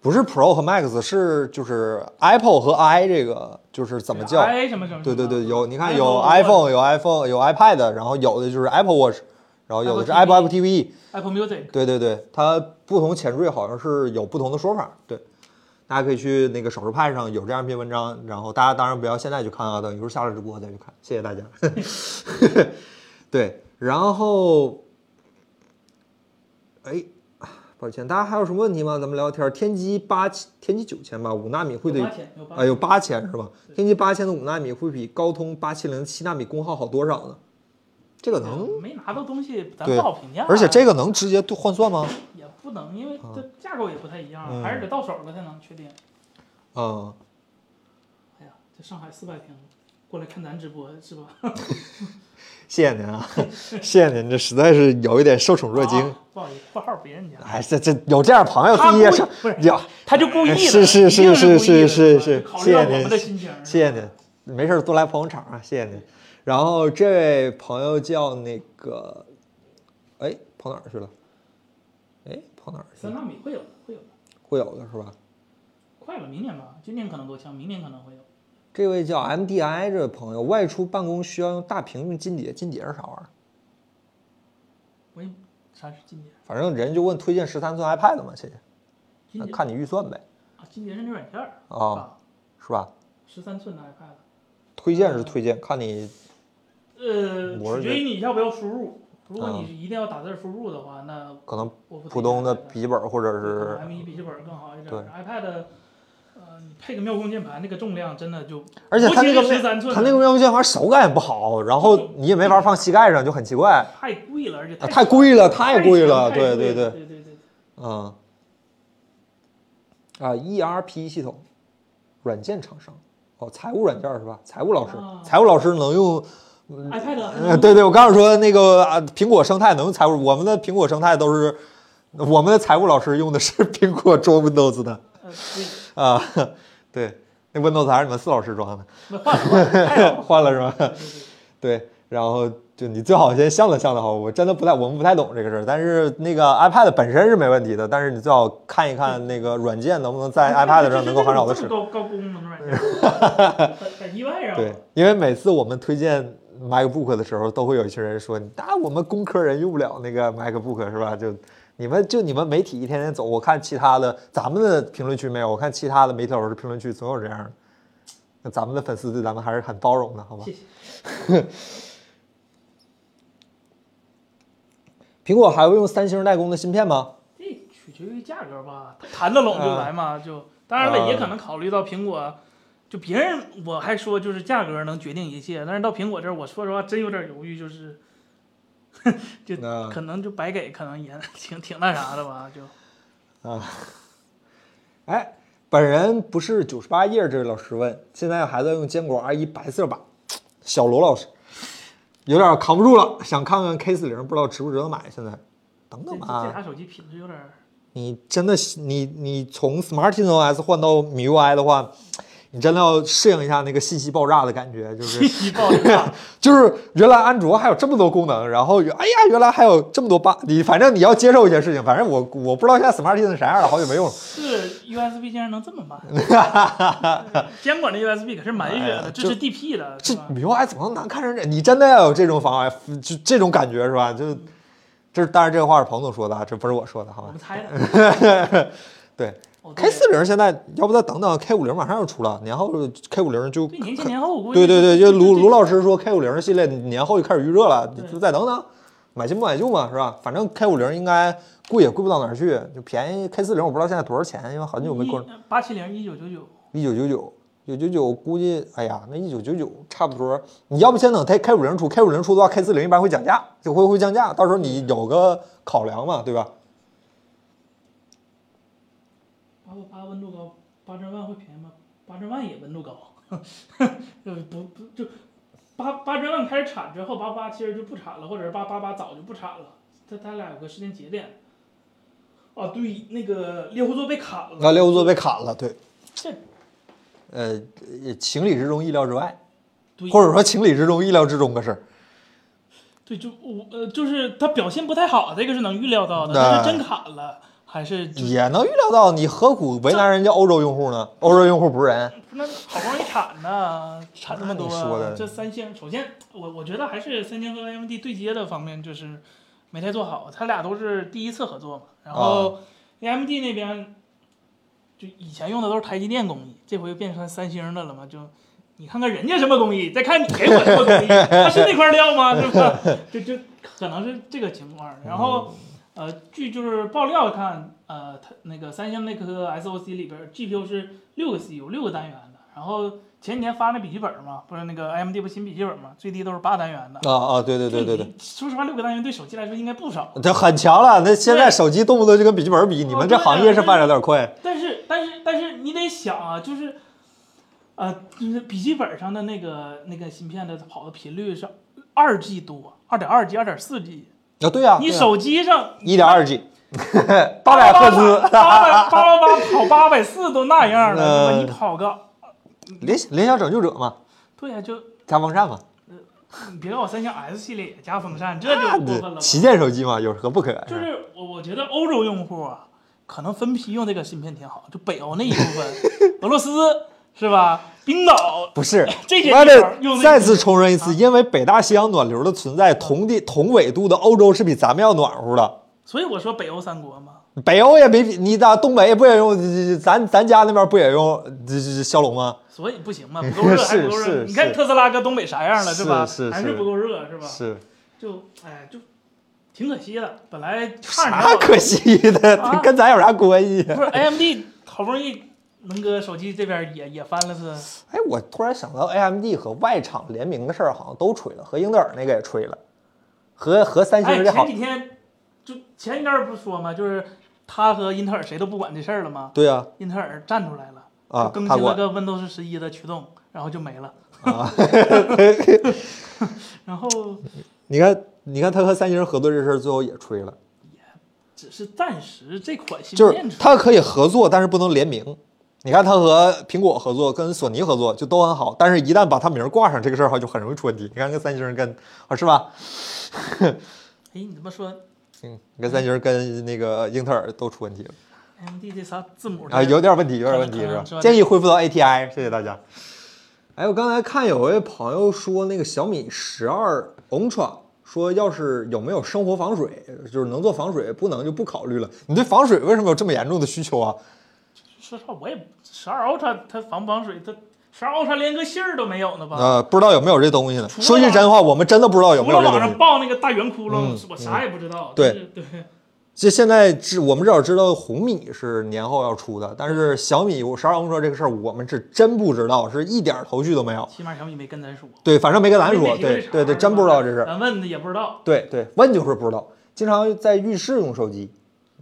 S1: 不是 Pro 和 Max，是就是 Apple 和 i 这个就是怎么叫？
S2: i 什么什么？哎
S1: 对对对，有你看有 iPhone，
S2: iPhone
S1: 有 iPhone，有 iPad，然后有的就是 Apple Watch，然后有的是 Apple
S2: Apple
S1: Apple E TV，
S2: Apple Music，
S1: 对对对，它不同前缀好像是有不同的说法，对，大家可以去那个手势派上有这样一篇文章，然后大家当然不要现在去看啊，等一会儿下了直播再去看，谢谢大家。 对，然后，哎，抱歉，大家还有什么问题吗？咱们聊天儿，天玑八千，天玑九千吧，五纳米会对
S2: 有八千有八
S1: 啊，有八千是吧？天玑八千的五纳米会比高通八七零七纳米功耗好多少呢？这个能，
S2: 哎没啊拿到东西，
S1: 嗯
S2: 咱
S1: 对
S2: 不好评价。
S1: 而且这个能直接兑换算吗？
S2: 也不能，因为这架构也不太一样，
S1: 嗯
S2: 还是得到手了才能确定。
S1: 嗯，
S2: 哎呀，这上海四百平，过来看咱直播 是吧？
S1: 谢谢您啊， 谢谢您，这实在是有一点受宠若惊
S2: 啊。 不好意思，挂号别 人家。
S1: 哎，这这有这样朋友，
S2: 他
S1: 第一也
S2: 故意
S1: 是
S2: 不是
S1: 有，
S2: 他就故意的，
S1: 是是
S2: 一
S1: 是
S2: 定是故意的
S1: 是是
S2: 是
S1: 是
S2: 吧考
S1: 谢谢
S2: 虑到我
S1: 您
S2: 们的心情。
S1: 谢
S2: 是
S1: 谢
S2: 吧
S1: 您，没事儿多来捧捧场啊，谢谢您。然后这位朋友叫那个，哎，跑哪儿去了？哎，跑哪儿去
S2: 三
S1: 了？
S2: 纳米会有的，会有的，
S1: 会有的是吧？
S2: 快了，明年吧，今年可能够呛，明年可能会有。
S1: 这位叫 MDI 这位朋友，外出办公需要用大屏用金蝶，金蝶是啥玩意儿？
S2: 我也啥是今年？
S1: 反正人就问推荐十三寸 iPad 嘛，谢谢，
S2: 今
S1: 那
S2: 年
S1: 看你预算呗，
S2: 啊，今年是那软件儿
S1: 哦，是吧？
S2: 十三寸的 iPad，
S1: 推荐是推荐，看你我
S2: 呃，
S1: 是觉
S2: 取决
S1: 得
S2: 于你要不要输入。如果
S1: 啊
S2: 你是一定要打字输入的话，那
S1: 可能
S2: 我不
S1: 普通的笔记本或者是
S2: M 一笔记本更好一点。
S1: 对
S2: iPad，呃，你配个妙控键盘，那个重量真的就，
S1: 而且它那个
S2: 十三寸，
S1: 它那个妙控键盘手感也不好，然后你也没法放膝盖上，就很奇怪。
S2: 太贵了，而且
S1: 啊太贵了太
S2: 太
S1: 贵
S2: 强
S1: 了
S2: 太
S1: 对
S2: 贵
S1: 对
S2: 了
S1: 对
S2: 对对对。
S1: 嗯，啊，ERP 系统，软件厂商，哦，财务软件是吧？财务老师
S2: 啊，
S1: 财务老师能用。
S2: iPad 还
S1: 呃，
S2: 能
S1: 对对，我刚想说那个啊，苹果生态能用财务，我们的苹果生态都是，我们的财务老师用的是 苹果装 Windows 的
S2: 呃，对，
S1: 啊，对，那 Windows 还是你们四老师装的，
S2: 那换了换了，太好了
S1: 换了是吧？
S2: 对对对
S1: 对，然后就你最好先向了向了好，我真的不太我们不太懂这个事儿，但是那个 iPad 本身是没问题的，但是你最好看一看那个软件能不能在 iPad 上能够很好的使
S2: 这。高高功能 软件，很很意外啊！
S1: 对，因为每次我们推荐 MacBook 的时候，都会有一群人说，那我们工科人用不了那个 MacBook 是吧？就你们就你们媒体一天天走，我看其他的咱们的评论区没有，我看其他的媒体老师评论区总有这样的。那咱们的粉丝对咱们还是很包容的，好吧？
S2: 谢谢。
S1: 苹果还会用三星代工的芯片吗？
S2: 这取决取决于价格吧，谈得拢
S1: 嗯
S2: 就来嘛，就当然了，
S1: 啊
S2: 也可能考虑到苹果，就别人我还说就是价格能决定一切，但是到苹果这儿，我说实话真有点犹豫，就是
S1: 那
S2: 可能就白给，可能也 挺挺那啥的 吧，就
S1: 哎，本人不是九十八页这位老师问，现在还在用坚果 R 一白色版，小罗老师有点扛不住了，想看看 K 四零，不知道值不值得买。现在等
S2: 这
S1: 等吧
S2: 这这
S1: 啊，
S2: 俩手机品质有点儿，
S1: 你真的你你从 Smartisan OS 换到 MIUI 的话，你真的要适应一下那个信息爆炸的感觉，就 是
S2: 一爆炸，
S1: 就是原来安卓还有这么多功能，然后哎呀，原来还有这么多 bug，你反正你要接受一些事情，反正我我不知道现在 Smartisan 啥样了，好久没用了。
S2: 是 USB 竟然能这么 慢，监管的 USB 可是满血
S1: 哎呀
S2: 的，支
S1: 就
S2: 持 DP 的，
S1: 这
S2: 是吧？
S1: MIUI 怎么能难看成这？你真的要有这种妨碍，就这种感觉是吧？就这，当然这个话是彭总说的，啊，这不是我说的，好
S2: 我
S1: 吧
S2: 们猜的。
S1: 对
S2: 哦对
S1: ？K 四零现在要不再等等，K 五零马上要出了，年后 K 五零就
S2: 对年前年后，我估计
S1: 对对对，就卢
S2: 这
S1: 卢老师说 K 五零系列年后就开始预热了，
S2: 对
S1: 就再等等，买新不买旧嘛，是吧？反正 K 五零应该贵也贵不到哪儿去，就便宜 K 四零我不知道现在多少钱，因为很久没关注，
S2: 八七零一九九九，
S1: 一九九九。九九九估计，哎呀，那一九九九差不多。你要不先等 K K 五零出，K 五零出的话，K 四零一般会降价，就会会降价，到时候你有个考量嘛，对吧？
S2: 八八八温度高，八千万会便宜吗？八千万也温度高， 就不不就八八千万开始产之后，八八其实就不产了，或者是八八八早就不产了，它它俩有个时间节点。哦，对，那个猎户座被砍了。
S1: 那猎户座被砍了，对，
S2: 这
S1: 呃，也情理之中，意料之外，
S2: 对
S1: 或者说情理之中，意料之中的事儿。
S2: 对，就我呃，就是它表现不太好，这个是能预料到的。
S1: 那
S2: 但是真砍了，还是就
S1: 也能预料到，你何苦为难人家欧洲用户呢？欧洲用户不是人，
S2: 那好不容易产呢，产那么多，啊
S1: 那你说的
S2: 这三星首先，我我觉得还是三星和 AMD 对接的方面就是没太做好，他俩都是第一次合作嘛。然后 AMD 那边就以前用的都是台积电工艺，这回变成三星的了嘛，就你看看人家什么工艺，再看你给我什么工艺，它是那块料 吗？是吧？就就可能是这个情况。然后，呃，据就是爆料看，呃，它那个三星那颗 SOC 里边儿 GPU 是六个 CU 六个单元的。然后前几年发那笔记本儿嘛，不是那个 AMD 不新笔记本儿嘛，最低都是八单元的。
S1: 啊啊，对对对对对，
S2: 你说实话，六个单元对手机来说应该不少。
S1: 这很强了。那现在
S2: 对啊
S1: 手机动不动就跟笔记本比，你们这行业是发展有点快。
S2: 但是但是但是你得想啊，就是，呃，就是笔记本上的那个那个芯片的跑的频率是二 G 多，二点二 G、二点四 G。
S1: 啊，对呀、啊，
S2: 你手机上
S1: 一点二 G，八百赫兹，
S2: 八百八八八跑八百四都那样了，
S1: 嗯
S2: 你跑个，
S1: 联联想拯救者嘛，
S2: 对呀、就
S1: 加风扇嘛，
S2: 你别告我三星 S 系列也加风扇，这
S1: 啊
S2: 就过分了
S1: 对，
S2: 吧？
S1: 旗舰手机嘛，有何不可？
S2: 就是
S1: 吧
S2: 是我我觉得欧洲用户啊，可能分批用这个芯片挺好，就北欧那一部 分，俄罗斯是吧？冰岛
S1: 不是？
S2: 这些地
S1: 妈的
S2: 方用，那
S1: 再
S2: 个
S1: 次重申一次，因为北大西洋暖流的存在，同地同纬度的欧洲是比咱们要暖和的。
S2: 所以我说北欧三国嘛，
S1: 北欧也没比你到东北不也用？这这咱咱家那边不也用这这这骁龙吗？
S2: 所以不行嘛，不够热 还
S1: 是
S2: 不够热。
S1: 是
S2: 你看
S1: 是
S2: 特斯拉搁东北啥样了，
S1: 是
S2: 吧？
S1: 是
S2: 还
S1: 是
S2: 不够热是吧？
S1: 是，
S2: 就哎就挺可惜的，本来看着
S1: 啥可惜的？
S2: 啊
S1: 跟咱有啥关系？
S2: 不是 AMD 好不容易能搁手机这边也也翻了是，
S1: 哎，我突然想到 AMD 和外厂联名的事儿好像都吹了，和英特尔那个也吹了，和和三星
S2: 哎，
S1: 这好
S2: 前几天就前一阵儿不说嘛，就是他和英特尔谁都不管这事儿了吗？
S1: 对啊呀
S2: 英特尔站出来了，
S1: 啊
S2: 就更
S1: 他
S2: 新了
S1: 管
S2: 个 Windows 十一的驱动，然后就没了。
S1: 啊，
S2: 然后
S1: 你看你看他和三星合作这事儿最后也吹了，
S2: 只是暂时这款芯
S1: 就是
S2: 片出来，
S1: 它可以合作，但是不能联名。你看它和苹果合作，跟索尼合作就都很好，但是一旦把它名儿挂上，这个事儿哈就很容易出问题。你看跟三星跟啊是吧？
S2: 哎，你这么说
S1: 嗯，你看三星跟那个英特尔都出问题了
S2: AMD 这仨字母
S1: 啊，有点问题，有点问题
S2: 可能
S1: 是吧
S2: 是吧？
S1: 建议恢复到 ATI，谢谢大家。哎，我刚才看有位朋友说那个小米十二 Ultra，说要是有没有生活防水，就是能做防水，不能就不考虑了。你对防水为什么有这么严重的需求啊？
S2: 说实话我也十二 Ultra 它防不防水，它十二 Ultra 连个芯儿都没有呢吧？
S1: 呃，不知道有没有这东西呢？
S2: 啊除了
S1: 说句真话，我们真的不知道有没
S2: 除
S1: 有
S2: 了
S1: 这
S2: 网
S1: 东西
S2: 上。爆那个大圆窟窿
S1: 嗯，
S2: 我啥也不知道。
S1: 对
S2: 就是对，
S1: 这现在知我们至少知道红米是年后要出的，但是小米，我实话跟你说这个事儿，我们是真不知道，是一点儿头绪都没有。
S2: 起码小米没跟咱说。
S1: 对，反正没跟咱
S2: 没
S1: 说，
S2: 哪个
S1: 对
S2: 是
S1: 对对，
S2: 啥
S1: 真不知道这事儿。
S2: 咱问的也不 知道。
S1: 对对，问就是不知道。经常在浴室用手机，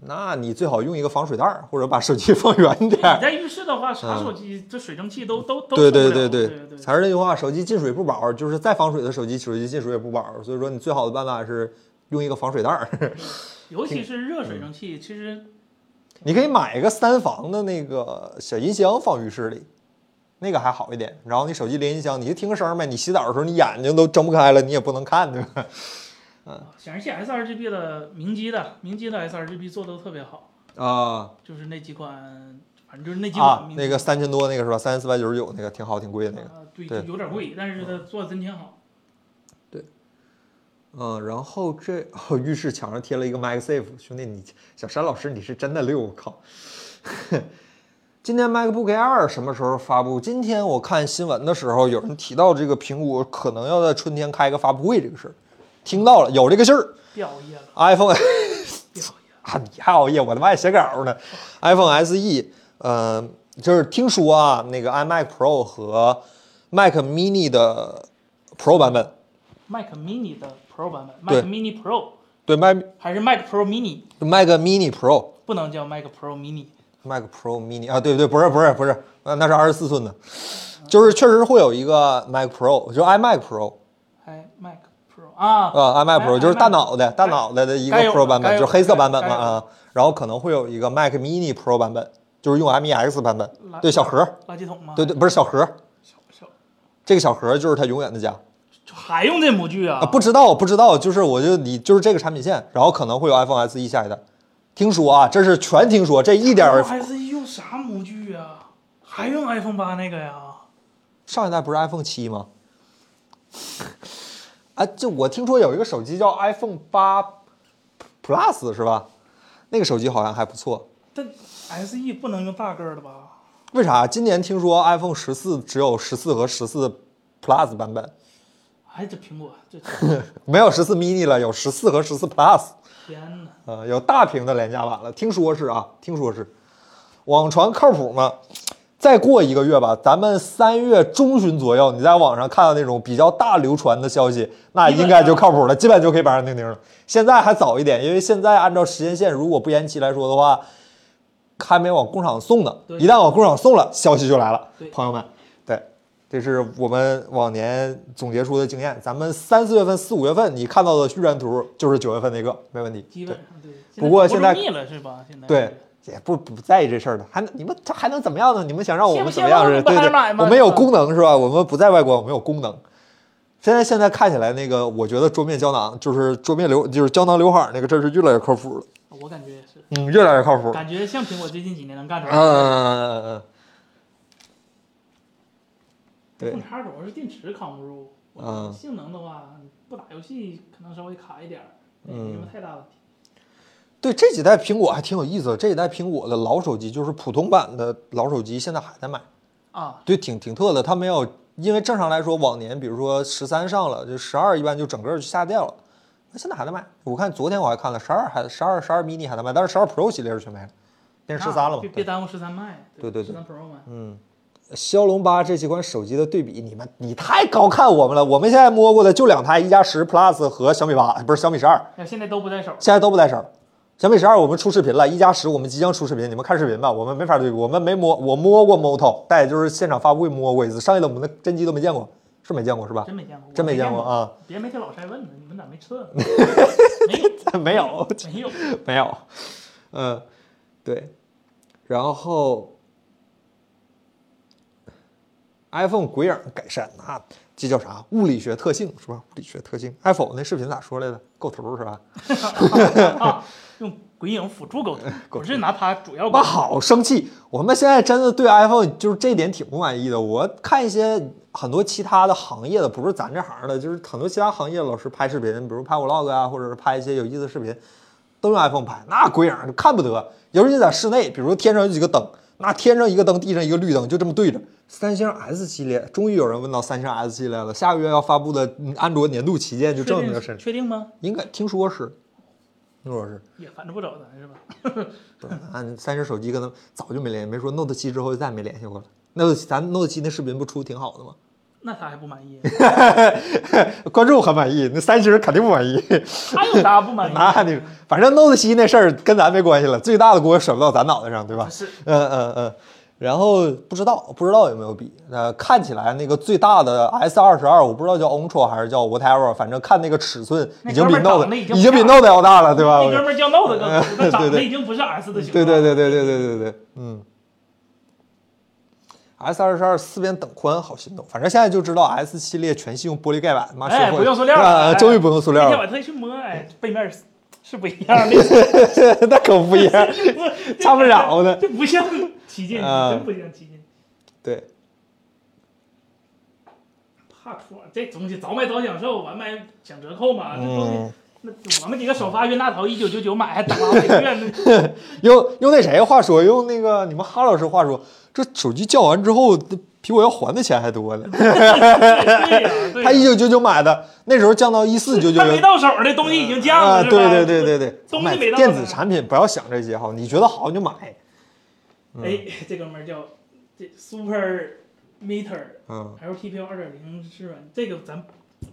S1: 那你最好用一个防水袋儿，或者把手机 放远点
S2: 你
S1: 儿。
S2: 在浴室的话，啥手机这水蒸气都都都
S1: 嗯对
S2: 受不
S1: 对对
S2: 了对对，
S1: 还是那句话，手机进水不保儿，就是再防水的手机，手机进水也不保儿。所以说，你最好的办法是用一个防水袋儿。
S2: 尤其是热
S1: 嗯
S2: 水蒸气，其实
S1: 你可以买一个三防的那个小音箱放浴室里，那个还好一点。然后你手机连音箱，你就听个声儿呗。你洗澡的时候，你眼睛都睁不开了，你也不能看，对吧？
S2: 显示器 sRGB 的明基的明基的 sRGB 做的都特别好，
S1: 啊
S2: 就是那几款，反正就是那几款
S1: 啊，
S2: 明基
S1: 那个三千多那个是吧？三千四百九十九那个挺好，挺贵的那个。
S2: 啊对，
S1: 对
S2: 就有点贵，但是它做的真挺好。
S1: 嗯，然后这哦，浴室墙上贴了一个 MagSafe，兄弟你，小山老师你是真的溜，我靠！今天 MacBook Air 什么时候发布？今天我看新闻的时候，有人提到这个苹果可能要在春天开个发布会这个事儿，听到了，有这个信儿。
S2: 掉夜了，
S1: iPhone
S2: 掉夜了。
S1: 啊，你还熬夜，我他妈还写稿呢。iPhone SE，呃，就是听说啊，那个 iMac Pro 和 Mac Mini 的 Pro 版本，
S2: Mac Mini 的 Pro 版本
S1: 对
S2: ，Mac Mini Pro
S1: 对 Mac
S2: 还是 Mac Pro Mini，
S1: Mac Mini Pro。
S2: 不能叫 Mac Pro Mini。
S1: Mac Pro Mini 啊，对对，不是不是不是，呃，那是二十四寸的，就是确实会有一个 Mac Pro，就是 iMac Pro
S2: 哎，Mac Pro 啊
S1: 啊，iMac
S2: 哎
S1: Pro 就是大
S2: iMac
S1: 脑袋大脑袋的一个
S2: 该有
S1: Pro 版
S2: 该
S1: 本，
S2: 有
S1: 就是黑色版本嘛
S2: 该有
S1: 啊，然后可能会有一个 Mac Mini Pro 版本，就是用 MEX 版本，
S2: 垃
S1: 对小盒，
S2: 垃圾桶吗？
S1: 对对，不是小盒，
S2: 小小
S1: 这个小盒就是它永远的家
S2: 还用这模具啊？
S1: 啊，不知道不知道，就是我就你就是这个产品线，然后可能会有 iPhone SE 下一代，听说啊，这是全听说，这一点儿
S2: iPhone SE 用 E 啥模具啊？还用 iPhone 八那个呀？
S1: 上一代不是 iPhone 七吗？ 啊，就我听说有一个手机叫 iPhone 八 Plus 是吧？那个手机好像还不错。
S2: 但
S1: E
S2: SE 不能用大个儿的吧？
S1: 为啥？今年听说 iPhone 十四只有十四和十四 Plus 版本，
S2: 哎，这苹果， 这
S1: 没有十四 mini 了，有十四和十四 Plus。
S2: 天哪！
S1: 呃，有大屏的廉价版了，听说是啊，听说是。网传靠谱吗？再过一个月吧，咱们三月中旬左右，你在网上看到那种比较大流传的消息，那应该就靠谱了，基本就可以板上钉钉了。现在还早一点，因为现在按照时间线，如果不延期来说的话，还没往工厂送呢。
S2: 对
S1: 一旦往工厂送了，消息就来了
S2: 对，
S1: 朋友们。对，这是我们往年总结出的经验。咱们三四月份、四五月份你看到的预战图就是九月份那个，没问题。
S2: 基本上对。
S1: 不过现在
S2: 腻了是吧？现在
S1: 对，也不不在意这事儿了，还能你们这还能怎么样呢？你们想让我们
S2: 羡
S1: 怎
S2: 慕
S1: 么样
S2: 羡慕
S1: 是？
S2: 我们
S1: 对
S2: 还
S1: 对
S2: 买，吗
S1: 我们有功能是吧？我们不在外观，我们有功能。现在现在看起来那个，我觉得桌面胶囊就是桌面流就是胶囊刘海儿那个，这是越来越靠谱了，
S2: 我感觉也是，
S1: 嗯，越来越靠谱。
S2: 感觉像苹果最近几年能干
S1: 嗯
S2: 出来的。
S1: 嗯嗯嗯对
S2: 碰插主要是电池扛不住，我觉得
S1: 嗯
S2: 性能的话，不打游戏可能稍微卡一点儿，但也没
S1: 嗯
S2: 什么太大问题。
S1: 对，这几代苹果还挺有意思的。这一代苹果的老手机就是普通版的老手机，现在还在卖。
S2: 啊，
S1: 对，挺挺特的，它没有，因为正常来说，往年比如说十三上了，就十二一般就整个就下掉了。那现在还在卖，我看昨天我还看了，十二还十二十二 mini 还在卖，但是十二 Pro 系列是全没了，变成十三了嘛
S2: 别。别耽误十三卖，
S1: 对对嗯
S2: 十
S1: 对
S2: 三 Pro 卖。
S1: 骁龙八这几款手机的对比，你们你太高看我们了，我们现在摸过的就两台一加十 Plus 和小米八，不是小米十二，
S2: 那哎现在都不在手，
S1: 现在都不带手。小米十二我们出视频了，一加十我们即将出视频，你们看视频吧。我们没法对比，我们没摸，我摸过 Moto，但也就是现场发布会摸过一次，剩下的我们的真机都没见过，是没见过是吧？
S2: 真没见过，
S1: 真
S2: 我
S1: 没见
S2: 见
S1: 过。 啊，
S2: 别媒体老晒问呢，你们咋没测 呢？没有，
S1: 没有，
S2: 没有。
S1: 没有，嗯，对，然后 iPhone 鬼影改善啊，这叫啥？物理学特性是吧？物理学特性，iPhone 那视频咋说来着？构图是吧？
S2: 啊， 用鬼影 辅助沟通，不是拿它主要
S1: 我
S2: 沟通。
S1: 好生气！我们现在真的对 iPhone 就是这点挺不满意的。我看一些很多其他的行业的，不是咱这行的，就是很多其他行业老师拍视频，比如拍 vlog 啊，或者是拍一些有意思的视频，都用 iPhone 拍，那鬼影儿看不得。尤其在室内，比如说天上有几个灯，那天上一个灯，地上一个绿灯，就这么对着。三星 S 系列，终于有人问到三星 S 系列了。下个月要发布的嗯安卓年度旗舰就
S2: 确
S1: 证
S2: 定
S1: 明
S2: 是
S1: 是，
S2: 确定吗？
S1: 应该听说是，那我是
S2: 也烦着不走咱是吧？
S1: 不是按三星手机跟他们早就没联系，没说 Note 七之后就再也没联系过了。Note 7咱 Note 七那视频不出挺好的吗？
S2: 那他还不满意？
S1: 观众很满意，那三星人肯定不满意。
S2: 他有啥不满意？
S1: 那你反正 Note 七那事儿跟咱没关系了，最大的锅也甩不到咱脑袋上，对吧？
S2: 是
S1: 嗯嗯嗯。然后不知道不知道有没有比，呃，看起来那个最大的 S 二十二，我不知道叫 Ultra 还是叫 whatever，反正看那个尺寸已经比
S2: 那哥们儿长
S1: Note
S2: 得已经
S1: 已经比
S2: 不一
S1: Note 要大了，对吧？
S2: 那哥们儿叫闹的更苦，他长
S1: 对
S2: 得
S1: 对
S2: 已经不是 S 的型了。
S1: 对对对对对对对对，嗯。S 二十二四边等宽好心动，反正现在就知道 S 系列全系用玻璃盖板，妈学会
S2: 哎，
S1: 了
S2: 不用塑料了，
S1: 啊
S2: 哎
S1: 终于不用塑料
S2: 那天
S1: 了，
S2: 我特意去摸，哎，背面是是不一样 的，
S1: 那可不一 样，差不少呢。
S2: 这不像旗舰，
S1: 啊
S2: 真不像旗舰。
S1: 对，
S2: 怕妥，这东西早买早享受，晚买享折扣嘛。这东西
S1: 嗯，，
S2: 那我们几个首发冤大头一九九九买，还等了好几个 月呢。
S1: 用用那谁话说，用那个你们哈老师话说，这手机叫完之后，比我要还的钱还多呢。
S2: 对呀，对
S1: 他一
S2: 呀，
S1: 九九九买的，那时候降到一四九九
S2: 还没
S1: 九。
S2: 到手呢，东西已经降
S1: 啊，
S2: 了，是吧
S1: 对对对。对对，
S2: 东西
S1: 买
S2: 没到
S1: 电
S2: 呢
S1: 子产品不要想这些哈，你觉得好你就买，嗯
S2: 哎， 这哥们儿叫这 Super Meter
S1: 嗯，
S2: LTP 二点零是软，这个咱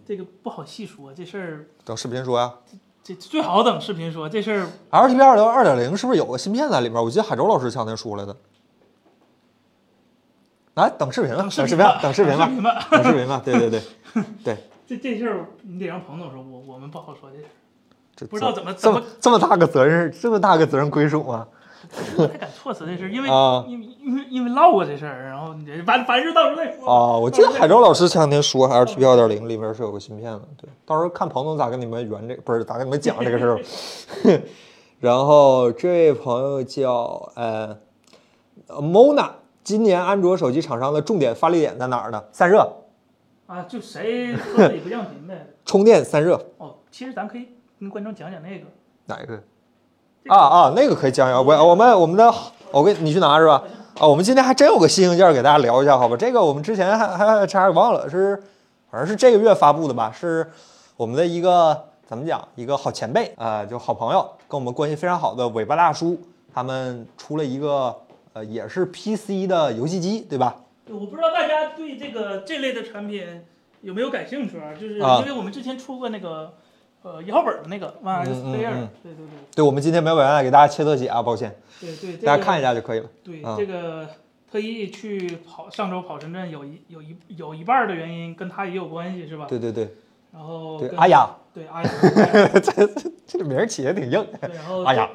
S2: 这个不好细说，这事儿
S1: 等视频说啊呀、
S2: 这最好等视频说这事儿
S1: LTP 二零二点零是不是有个芯片在里面？我记得海舟老师前两天说来的。来，等视频吧，
S2: 等视
S1: 等视
S2: 频
S1: 频
S2: 吧，，
S1: 等视频
S2: 吧
S1: 吧，，等视频吧。对 对对，
S2: 这这事儿你得让彭总说，我我们不好说这事儿，
S1: 这
S2: 不知道怎么
S1: 这
S2: 怎
S1: 么
S2: 么
S1: 这么大个责任，这么大个责任归属吗？
S2: 不太敢措辞这事儿，因为
S1: 啊
S2: 因为因为因为唠过这事儿，然后你反反正到时候再说。
S1: 啊，我记得海舟老师前两天说 LTP 二点零里面是有个芯片的，对，到时候看彭总咋跟你们圆这，不是咋跟你们讲这个事儿吧。 然后这位朋友叫呃呃 Mona，今年安卓手机厂商的重点发力点在哪儿呢？散热、
S2: 啊，就谁说自己不降频呗？
S1: 充电、散热。
S2: 哦，其实咱可以跟观众讲讲那个，
S1: 哪一个？啊啊，那个可以讲讲。我我们我们的，我给你去拿是吧？啊，我们今天还真有个新硬件给大家聊一下，好吧？这个我们之前还还还差点忘了，是好像是这个月发布的吧？是我们的一个怎么讲？一个好前辈啊、呃就好朋友，跟我们关系非常好的尾巴大叔，他们出了一个呃，也是 PC 的游戏机，对吧？
S2: 我不知道大家对这个这类的产品有没有感兴趣啊？就是
S1: 啊
S2: 因为我们之前出过那个呃摇本儿的那个万
S1: 嗯
S2: S
S1: 嗯
S2: Air，
S1: 嗯
S2: 对对对
S1: 对，我们今天没有办法给大家切特写啊，抱歉，
S2: 对对，这
S1: 大
S2: 个
S1: 家看一下就可以了。
S2: 对
S1: 啊
S2: 这个特意去跑上周跑深圳，有一有一有一半儿的原因跟他也有关系是吧？
S1: 对对对
S2: 然后
S1: 对，
S2: 跟
S1: 哎呀，
S2: 对阿雅，
S1: 这名儿起的挺硬，
S2: 对然后
S1: 哎呀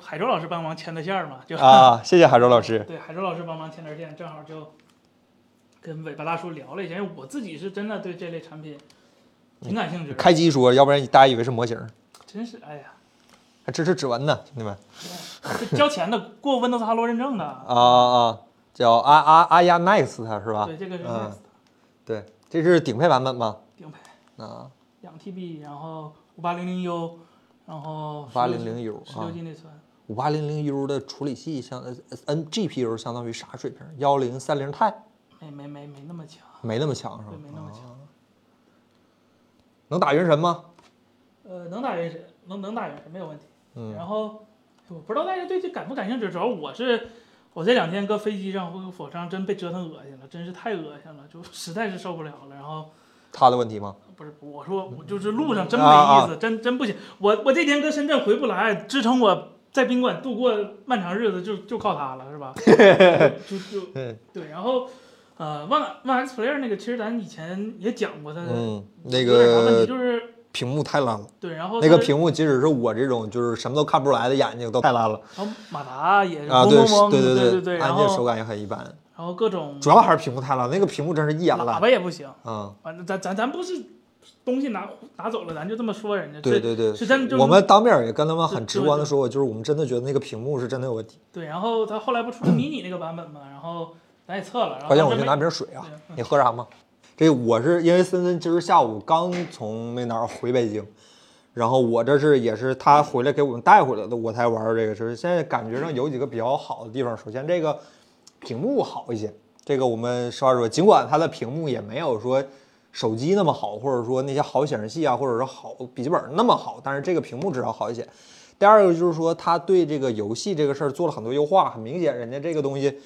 S2: 海舟老师帮忙牵的线儿嘛，就
S1: 啊！谢谢海舟老师。
S2: 对，海舟老师帮忙牵点线，正好就跟尾巴大叔聊了一下，因为我自己是真的对这类产品挺感兴趣的，
S1: 开机说，要不然大家以为是模型儿，
S2: 真是哎呀，
S1: 还支持指纹呢，兄弟们
S2: 这 交钱的过 Windows Hello 认证的，
S1: 啊啊！叫阿阿阿亚 Next 它是吧？
S2: 对，这个是
S1: 嗯
S2: Next
S1: 对，这是顶配版本吗？
S2: 顶配
S1: 啊，
S2: 两 TB，然后五八零零 U，然后
S1: 八零零 U
S2: 十
S1: 啊
S2: 六 G 内存，
S1: 五八零零 U 的处理器相呃 N GPU 相当于啥水平？幺零三零 Ti
S2: 没哎没没没那么强，
S1: 没那么强是吧啊
S2: 对，？没那么强。
S1: 能打原神吗？
S2: 呃，能打原神，能能打原神没有问题。
S1: 嗯
S2: 然后我不知道大家对这感不感兴趣，主要我是我这两天搁飞机上或者火车上真被折腾恶心了，真是太恶心了，就实在是受不了了。然后
S1: 他的问题吗？
S2: 不是我说
S1: 嗯
S2: 我就是路上真没意
S1: 啊
S2: 思，
S1: 啊
S2: 真真不行。我我这天搁深圳回不来，支撑我在宾馆度过漫长日子就就靠它了，是吧？就就
S1: 嗯
S2: 对，然后。呃，万万 X Player 那个，其实咱以前也讲过它的，
S1: 嗯，那
S2: 呃有点啥问题
S1: 个
S2: 就是哦
S1: 屏幕太烂了，
S2: 对，然后
S1: 那个
S2: 它
S1: 屏幕即使是我这种就是什么都看不出来的眼睛都太烂了
S2: 然后马达也是
S1: 啊！
S2: 嗡
S1: 对
S2: 嗡嗡，
S1: 对
S2: 对
S1: 对
S2: 对，然
S1: 按键手
S2: 后
S1: 感也很一般，
S2: 然后各种
S1: 主要还是屏幕太烂，那个屏幕真是一眼
S2: 喇
S1: 烂。
S2: 叭也不行，
S1: 嗯，
S2: 反正咱咱咱不是东西拿拿走了，咱就这么说人家，
S1: 对
S2: 这
S1: 对对，
S2: 是真的就是
S1: 我们当面也跟他们很
S2: 对
S1: 直
S2: 对
S1: 观的
S2: 对
S1: 说过，就是我们真的觉得那个屏幕是真的有问题。
S2: 对，然后他后来不出了 mini 那个版本嘛，然后咱也测了，然后
S1: 抱歉，我去
S2: 真
S1: 拿
S2: 没
S1: 瓶水啊
S2: 对，
S1: 你喝啥吗？这我是因为森森今儿下午刚从那哪儿回北京，然后我这是也是他回来给我们带回来的，我才玩儿这个。就是现在感觉上有几个比较好的地方，首先这个屏幕好一些，这个我们实话实说，尽管它的屏幕也没有说手机那么好，或者说那些好显示器啊，或者是好笔记本那么好，但是这个屏幕至少好一些。第二个就是说，他对这个游戏这个事儿做了很多优化，很明显，人家这个东西，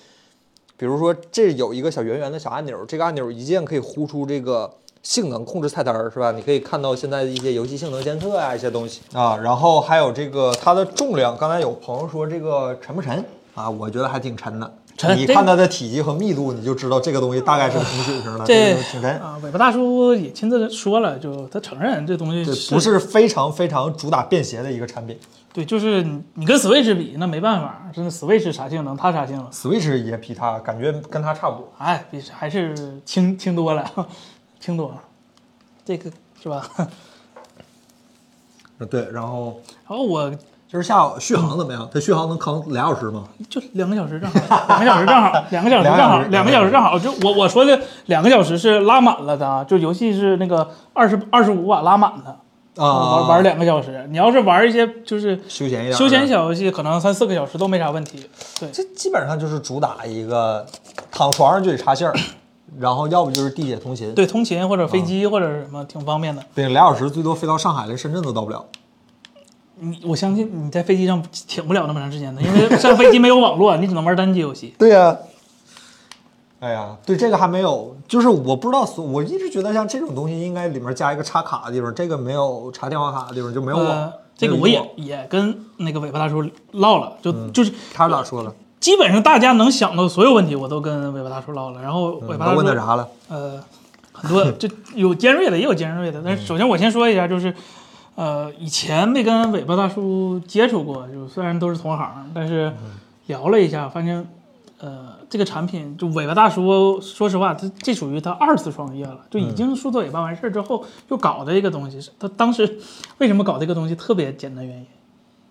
S1: 比如说这有一个小圆圆的小按钮，这个按钮一键可以呼出这个性能控制菜单儿，是吧？你可以看到现在的一些游戏性能监测啊，一些东西啊。然后还有这个它的重量，刚才有朋友说这个沉不沉啊？我觉得还挺沉的。
S3: 沉
S1: 你
S3: 这
S1: 看它的体积和密度，你就知道这个东西大概是个什么水平了。
S3: 这
S1: 个挺沉，
S2: 啊，尾巴大叔也亲自说了，就他承认这东西
S1: 这不是非常非常主打便携的一个产品。
S2: 对，就是你你跟 Switch 比，那没办法，真的 Switch 啥性能，它啥性能，
S1: Switch 也比它感觉跟它差不多。
S2: 哎，比还是轻轻多了， 轻多了，这个是吧？
S1: 呃对，然后
S2: 然后我
S1: 今儿下午续航怎么样？它续航能扛俩小时吗？
S2: 就两个小时正好，两个小时正好，两个小时正好，两
S1: 两
S2: 个
S1: 个
S2: 小
S1: 小
S2: 时
S1: 时
S2: 正好。就我我说的两个小时是拉满了的，啊，就游戏是那个二十二十五瓦拉满的，啊玩玩两个小时。你要是玩一些就是
S1: 啊休闲一点，
S2: 休闲。小游戏，可能三四个小时都没啥问题。对，
S1: 这基本上就是主打一个躺床上就得插线儿，然后要不就是地铁通勤。，
S2: 对，通勤或者
S1: 嗯
S2: 飞机或者是什么挺方便的。
S1: 对，俩小时最多飞到上海、连深圳都到不了。
S2: 你我相信你在飞机上挺不了那么长时间的，因为上飞机没有网络，你只能玩单机游戏。
S1: 对呀、哎呀，对这个还没有，就是我不知道，我一直觉得像这种东西应该里面加一个插卡的地方，这个没有插电话卡的地方就没有网。嗯
S2: 呃，这个
S1: 没有
S2: 我
S1: 移动
S2: 也也跟那个尾巴大叔唠了，就就是
S1: 他俩说了，
S2: 基本上大家能想到所有问题，我都跟尾巴大叔唠了。然后
S1: 嗯
S2: 尾
S1: 他
S2: 巴大叔、
S1: 问他啥了？
S2: 呃，很多这有尖锐的，也有尖锐的。但
S1: 嗯
S2: 是首先我先说一下，就是呃，以前没跟尾巴大叔接触过，就虽然都是同行，但是
S1: 嗯
S2: 聊了一下，发现呃，这个产品就尾巴大叔，说实话，他这属于他二次创业了，就已
S1: 嗯
S2: 经数字尾巴完事儿之后又搞的一个东西。他当时为什么搞这个东西，特别简单原因，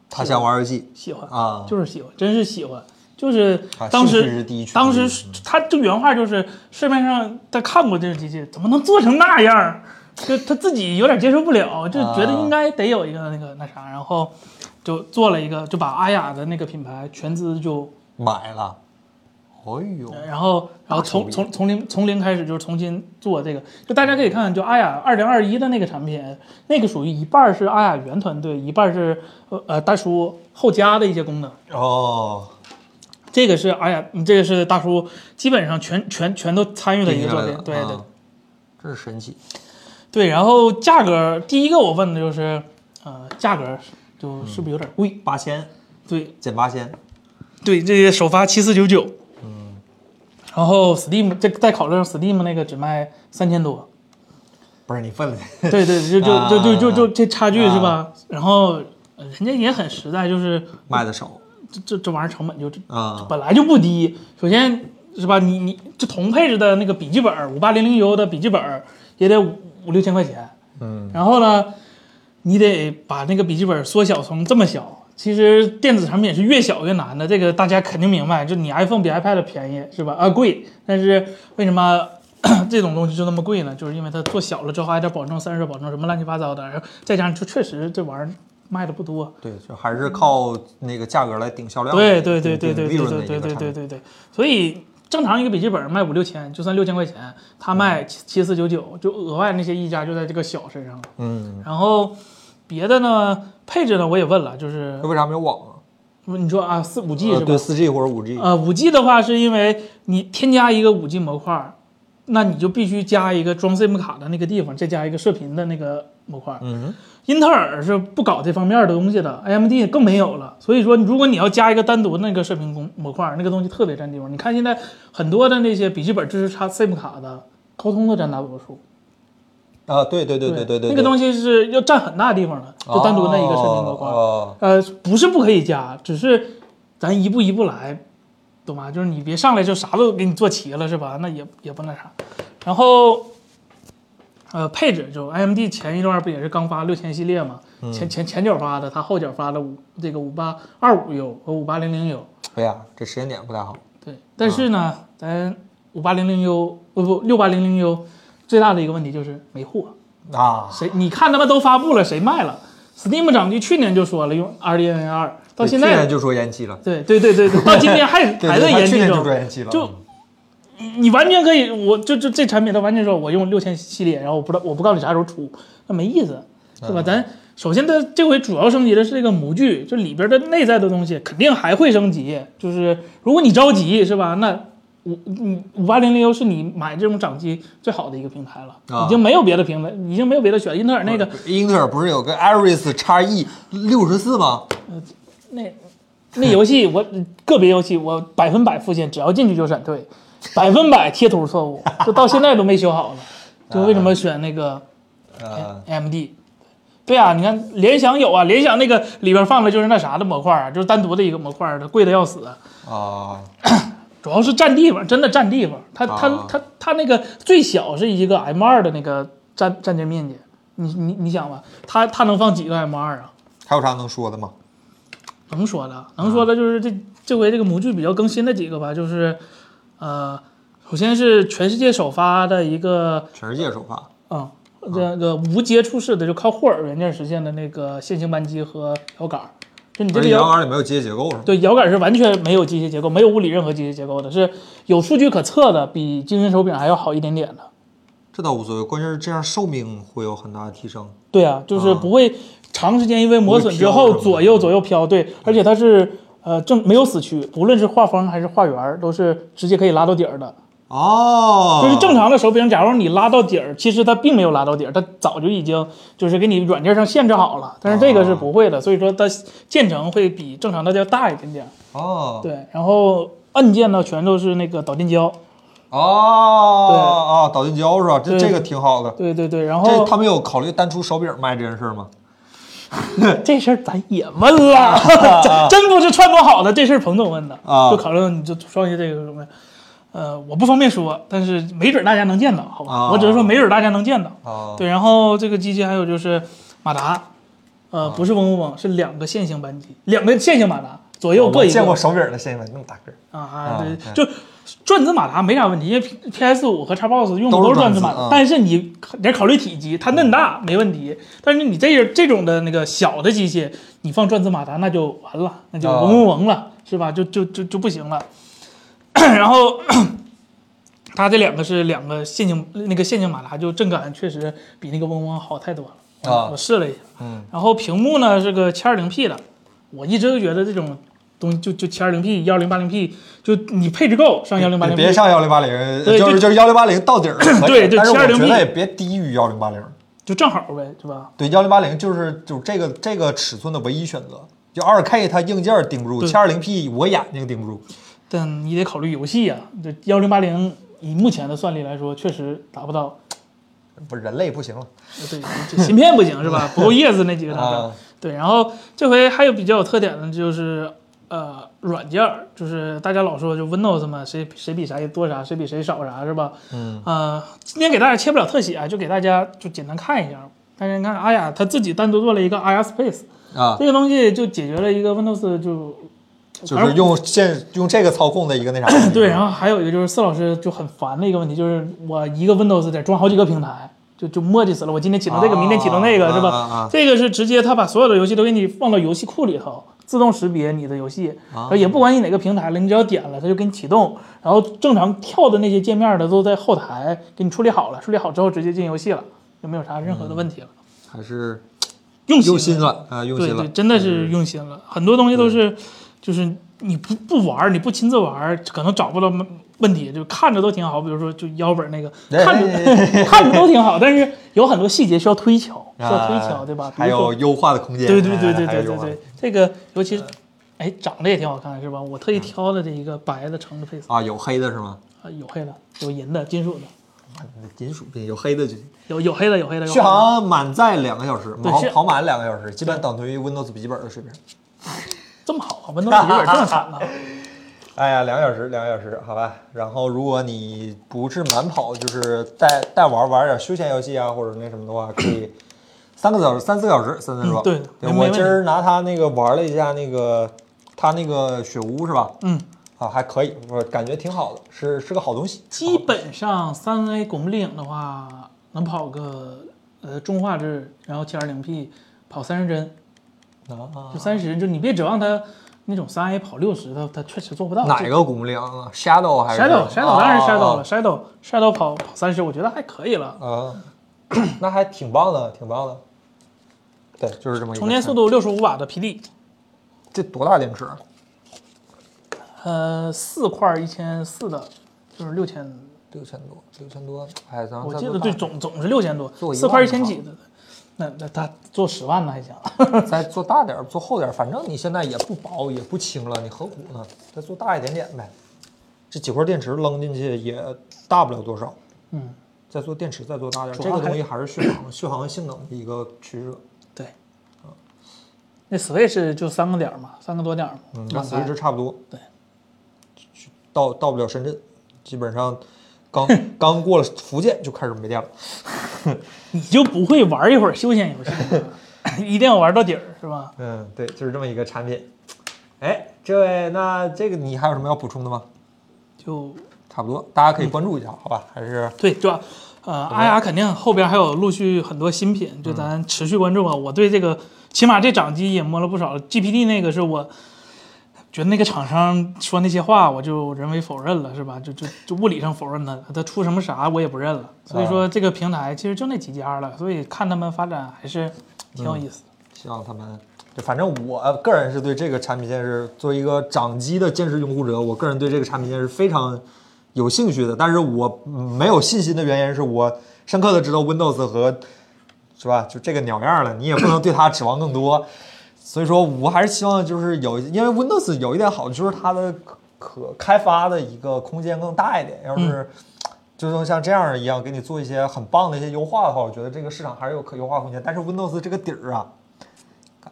S1: 他想玩游戏
S2: 喜欢。
S1: 啊，
S2: 就是喜欢，真是喜欢。就是
S1: 啊
S2: 当
S1: 兴趣
S2: 时
S1: 是第一，权
S2: 当时
S1: 利
S2: 他这原话就是市面上他看过这个机器，怎么能做成那样儿？就他自己有点接受不了，就觉得应该得有一个那个那啥，然后就做了一个，就把阿雅的那个品牌全资就，
S1: 买了。哎呦，
S2: 然后然后从从从零从零开始就是重新做这个，就大家可以看，就阿雅二零二一的那个产品，那个属于一半儿是阿雅原团队，一半儿是呃呃大叔后加的一些功能。
S1: 哦，
S2: 这个是，哎呀，你这个是大叔基本上全全全都参与的一个作品
S1: 定下来，
S2: 对
S1: 了
S2: 对
S1: 啊真是神奇。
S2: 对。然后价格，第一个我问的就是，呃，价格就是不是有点贵？
S1: 八千
S2: 嗯对
S1: 减八千，
S2: 对，这个首发七四九九，嗯，然后 Steam 这再考虑上 Steam 那个只卖三千 多，
S1: 不是你问的，
S2: 对对，就就就就就就这差距是吧
S1: 啊？
S2: 然后呃人家也很实在，就是
S1: 卖的少
S2: 这这这玩意儿成本就
S1: 啊，
S2: 本来就不低。首先是吧，你你这同配置的那个笔记本五八零零 U 的笔记本也得五五六千块钱，
S1: 嗯，
S2: 然后呢，你得把那个笔记本缩小成这么小。其实电子产品是越小越难的，这个大家肯定明白。就你 iPhone 比 iPad 便宜是吧？啊，贵，但是为什么 咳这种东西就那么贵呢？就是因为它做小了之后还得保证散热，保证什么乱七八糟的，然后再加上就确实这玩意儿卖的不多，
S1: 对，就还是靠那个价格来顶销量，
S2: 对对对
S1: 顶
S2: 对对
S1: 利
S2: 对
S1: 润
S2: 对
S1: 的一
S2: 对
S1: 个
S2: 对
S1: 产
S2: 对
S1: 品。
S2: 对对，所以正常一个笔记本卖五六千，就算六千块钱，
S1: 嗯
S2: 他卖七七四九九，就额外那些溢价就在这个小身上了。
S1: 嗯，
S2: 然后别的呢，配置呢我也问了，就是
S1: 那为啥没有网啊？
S2: 你说啊，四五 G
S1: 呃
S2: 是吧
S1: 对，？四 G 或者五 G，
S2: 呃，五 G 的话是因为你添加一个五 G 模块儿，那你就必须加一个装 SIM 卡的那个地方，再加一个射频的那个模块儿。
S1: 嗯
S2: 英特尔是不搞这方面的东西的，AMD 更没有了。所以说，如果你要加一个单独那个射频工模块，那个东西特别占地方。你看现在很多的那些笔记本支持插 SIM 卡的，高通都占大多数。
S1: 啊，对对对对对对，
S2: 那个东
S1: 西
S2: 西是要占很大地方的，就单独那一个射频模块。
S1: 哦，
S2: 呃，不是不可以加，只是咱一步一步来，懂吗？就是你别上来就啥都给你做齐了，是吧？那也也不那啥。然后，呃，配置就 AMD 前一段不也是刚发六千系列嘛，
S1: 嗯
S2: 前前前脚发的，它后脚发的五这个五八二五 U 和五八零零 U。
S1: 哎呀，这时间点不太好。
S2: 对，但是呢，
S1: 嗯
S2: 咱五八零零 U 不不六八零零 U 最大的一个问题就是没货。
S1: 啊，
S2: 谁？你看他们都发布了，谁卖了？Steam 掌机去年就说了用 RDNA 二，到
S1: 对
S2: 现
S1: 去
S2: 在
S1: 年就说延期了，
S2: 对对对对，对到今天还
S1: 对
S2: 还在
S1: 对他
S2: 延
S1: 去
S2: 期
S1: 年就说
S2: 中。
S1: 延期了，嗯
S2: 就你你完全可以，我这这这产品它完全说我用六千系列，然后我不知道我不告诉你啥时候出，那没意思，
S1: 嗯
S2: 是吧？咱首先它这回主要升级的是这个模具，就里边的内在的东西肯定还会升级。就是如果你着急是吧，那五你五八零零 U 是你买这种掌机最好的一个平台了，
S1: 啊嗯
S2: 已经没有别的平台，已经没有别的选了。英特尔那个
S1: 英特尔不是有个 Iris X E 六十四吗？
S2: 那那游戏我个别游戏我百分百复现，只要进去就闪退，百分百贴图错误，就到现在都没修好呢。就为什么选那个
S1: 呃，
S2: AMD？对啊，你看联想有啊，联想那个里边放的就是那啥的模块啊，就是单独的一个模块儿，它贵的要死。
S1: 啊，
S2: 主要是占地方，真的占地方。它它
S1: 啊
S2: 它它那个最小是一个 M 2的那个占占地面积，你你你想吧，它它能放几个 M 2啊？
S1: 还有啥能说的吗？
S2: 能说的，能说的就是这这回这个模具比较更新的几个吧，就是，呃，首先是全世界首发的一个，
S1: 全世界首发，
S2: 嗯，这个无接触式的，就靠霍尔元件实现的那个线性扳机和摇杆儿，就你这
S1: 而
S2: 个
S1: 且
S2: 摇
S1: 哎摇杆里没有机械结构是吗？
S2: 对，摇杆是完全没有机械结构，没有物理任何机械结构的，是有数据可测的，比精英手柄还要好一点点的。
S1: 这倒无所谓，关键是这样寿命会有很大的提升。
S2: 对啊，就是不会长时间因为磨损之
S1: 不
S2: 后
S1: 会飘是吧嗯
S2: 左右左右飘，对，而且它是呃正没有死区，不论是画风还是画圆儿，都是直接可以拉到底儿的。
S1: 啊哦，
S2: 就是正常的手柄，假如你拉到底儿，其实它并没有拉到底儿，它早就已经就是给你软件上限制好了，但是这个是不
S1: 啊
S2: 会的，所以说它键程会比正常的要大一点点。
S1: 哦
S2: 对，然后按键呢全都是那个导电胶，
S1: 哦哦，导电胶是吧？这
S2: 对
S1: 这个挺好的。
S2: 对对对，然
S1: 这
S2: 后
S1: 他们有考虑单出手柄卖这件事儿吗？
S2: 这事儿咱也问了，真 真不是串通好的，这事儿彭总问的，
S1: 啊
S2: 就考虑到你就双击这个什么，呃，我不方便说，但是没准大家能见到，好吧？
S1: 啊
S2: 我只是说没准大家能见到。
S1: 啊，
S2: 对，然后这个机器还有就是马达，呃，不是嗡嗡嗡，是两个线性扳机，两个线性马达，左右
S1: 啊
S2: 各
S1: 我
S2: 一个
S1: 见过手柄的线性那么大个儿
S2: 啊
S1: 啊
S2: 啊，对，就转子马达没啥问题，因为 P S 5和 Xbox 用的
S1: 都
S2: 都
S1: 是
S2: 是
S1: 转子
S2: 转
S1: 嗯
S2: 子马
S1: 啊
S2: 达，但是你考得考虑体积，它嫩大没问题，但是你这这种的那个小的机器，你放转子马达那就完了，那就
S1: 啊
S2: 嗡嗡嗡了，是吧？就就就就不行了。 然后 它这两个是两个线性那个线性马达，就震感确实比那个嗡嗡好太多了
S1: 啊
S2: 我试了一下，
S1: 嗯，
S2: 然后屏幕呢是个 720P 的，我一直都觉得这种东西就就 720P、1080P，就你配置够上
S1: 别别
S2: 1080P，
S1: 上幺零八零，
S2: 对
S1: 就是
S2: 就
S1: 就是幺零八零到 底儿可以，
S2: 对对
S1: 但是我觉
S2: 720p
S1: 得也别低于幺零八零。
S2: 就正好呗，是吧？
S1: 对，幺零八零就是就是这个这个尺寸的唯一选择。就二 K 它硬件儿顶不住，
S2: 对
S1: 七二零 P 我眼睛顶不住。
S2: 但你得考虑游戏呀、这1080以目前的算力来说，确实达不到，呃
S1: 不是人类不行了
S2: 对，这芯片不行是吧？不够叶子那几个大
S1: 啊
S2: 张。对，然后这回还有比较有特点的就是，呃，软件儿，就是大家老说就 Windows 嘛，谁谁比谁多啥，谁比谁少啥是吧？
S1: 嗯，
S2: 呃，今天给大家切不了特写啊，就给大家就简单看一下。大家看，阿雅它自己单独做了一个阿雅 Space，
S1: 啊！
S2: 这个东西就解决了一个 Windows 就
S1: 就是用现用这个操控的一个那啥问题。
S2: 对，然后还有一个就是四老师就很烦的一个问题，就是我一个 Windows 得装好几个平台，就就磨叽死了。我今天启动这个，
S1: 啊
S2: 明天启动那个，是吧？
S1: 啊啊啊
S2: 这个是直接它把所有的游戏都给你放到游戏库里头，自动识别你的游戏，
S1: 啊
S2: 然后也不管你哪个平台了，你只要点了，它就给你启动。然后正常跳的那些界面的都在后台给你处理好了，处理好之后直接进游戏了，就没有啥任何的问题了。
S1: 还是
S2: 用
S1: 嗯
S2: 心
S1: 用
S2: 了
S1: 心了啊，用
S2: 对
S1: 心了嗯
S2: 对，。真的是用心了，很多东西都是，就是你不不玩儿，你不亲自玩儿，可能找不到问题，就看着都挺好。比如说，就腰本那个，
S1: 哎
S2: 看
S1: 哎哎
S2: 着看着都挺好，但是有很多细节需要推敲，需要推敲，
S1: 啊
S2: 对吧？
S1: 还有优化的空间。
S2: 比如说，对对
S1: 哎
S2: 对对
S1: 还有
S2: 对
S1: 优
S2: 对
S1: 化的
S2: 对，这个尤其，哎，长得也挺好看，是吧？我
S1: 嗯
S2: 特意挑的这一个白的橙的配色，
S1: 啊，有黑的是吗？嗯
S2: 啊有黑的，有银的，金属的，
S1: 金属品有黑的就行。
S2: 有有黑的，有黑的，有
S1: 续
S2: 红的
S1: 航满载两个小时，
S2: 对
S1: 跑
S2: 是
S1: 跑满两个小时，基本等同于 Windows 笔记本的水平。
S2: 这么好啊，Windows 笔记本这么 惨呢？
S1: 哎呀，两个小时，两个小时，好吧。然后如果你不是满跑，就是带带玩儿玩儿点休闲游戏啊，或者那什么的话，可以三个小时、三四个小时，三三说。
S2: 嗯对没没
S1: 我
S2: 问题
S1: 今儿拿它那个玩了一下那个它那个雪屋是吧？
S2: 嗯。
S1: 啊，还可以，我感觉挺好的，是是个好东西。
S2: 基本上三 A 巩布丽影的话，能跑个呃中画质，然后七二零 P 跑三十帧，
S1: 啊，
S2: 就三十，就你别指望它那种三 A 跑六十，它它确实做不到。
S1: 哪个古墓丽阳啊？Shadow 还是哦
S2: Shadow Shadow 当然是 Shadow 了
S1: 了
S2: ，Shadow Shadow 跑跑三十，我觉得还可以了，
S1: 啊， 那还挺棒的，挺棒的。对，就是这么一个。
S2: 充电速，度六十五瓦的 PD，
S1: 这多大电池？啊
S2: 呃，四块一千四的，就是六千，
S1: 六千多，六千多，哎，咱
S2: 我
S1: 再
S2: 记
S1: 多
S2: 得
S1: 大
S2: 对，总总是六千多
S1: 做，一
S2: 四
S1: 万
S2: 块一
S1: 吧
S2: 千几的，那那它做十万呢 还行。
S1: 再做大点儿，做厚点儿，反正你现在也不薄，也不轻了，你何苦呢？再做大一点点呗。这几块电池扔进去也大不了多少。
S2: 嗯，
S1: 再做电池，再做大点儿，
S2: 主
S1: 这
S2: 要
S1: 个
S2: 还
S1: 东西还是续航、 续航性能的一个取舍。
S2: 对，那 Switch 就三个点儿嘛，三个多点儿嘛，
S1: 嗯，跟
S2: 满
S1: 随
S2: 载
S1: 之差不多。
S2: 对，
S1: 到到不了深圳，基本上刚刚过了福建就开始没电了。
S2: 你就不会玩一会儿休闲游戏吗， 一定要玩到底儿是吧？
S1: 嗯，对，就是这么一个产品。哎，这位，那这个你还有什么要补充的吗？
S2: 就
S1: 差不多，大家可以关注一下，好吧？还是
S2: 对，主要呃，阿雅肯定后边还有陆续很多新品，就咱持续关注吧。我对这个，起码这掌机也摸了不少。GPD 那个是我觉得那个厂商说那些话，我就人为否认了，是吧？就就就物理上否认了，他出什么啥我也不认了。所以说这个平台其实就那几家了，所以看他们发展还是挺有意思的。
S1: 希望他们，就反正我呃个人是对这个产品线是作为一个掌机的坚实拥护者，我个人对这个产品线是非常有兴趣的。但是我嗯没有信心的原因是我深刻的知道 Windows 和是吧，就这个鸟样了，你也不能对它指望更多。所以说我还是希望就是有，因为 Windows 有一点好就是它的可可开发的一个空间更大一点。要是就是像这样一样给你做一些很棒的一些优化的话，我觉得这个市场还是有可优化空间。但是 Windows 这个底儿啊，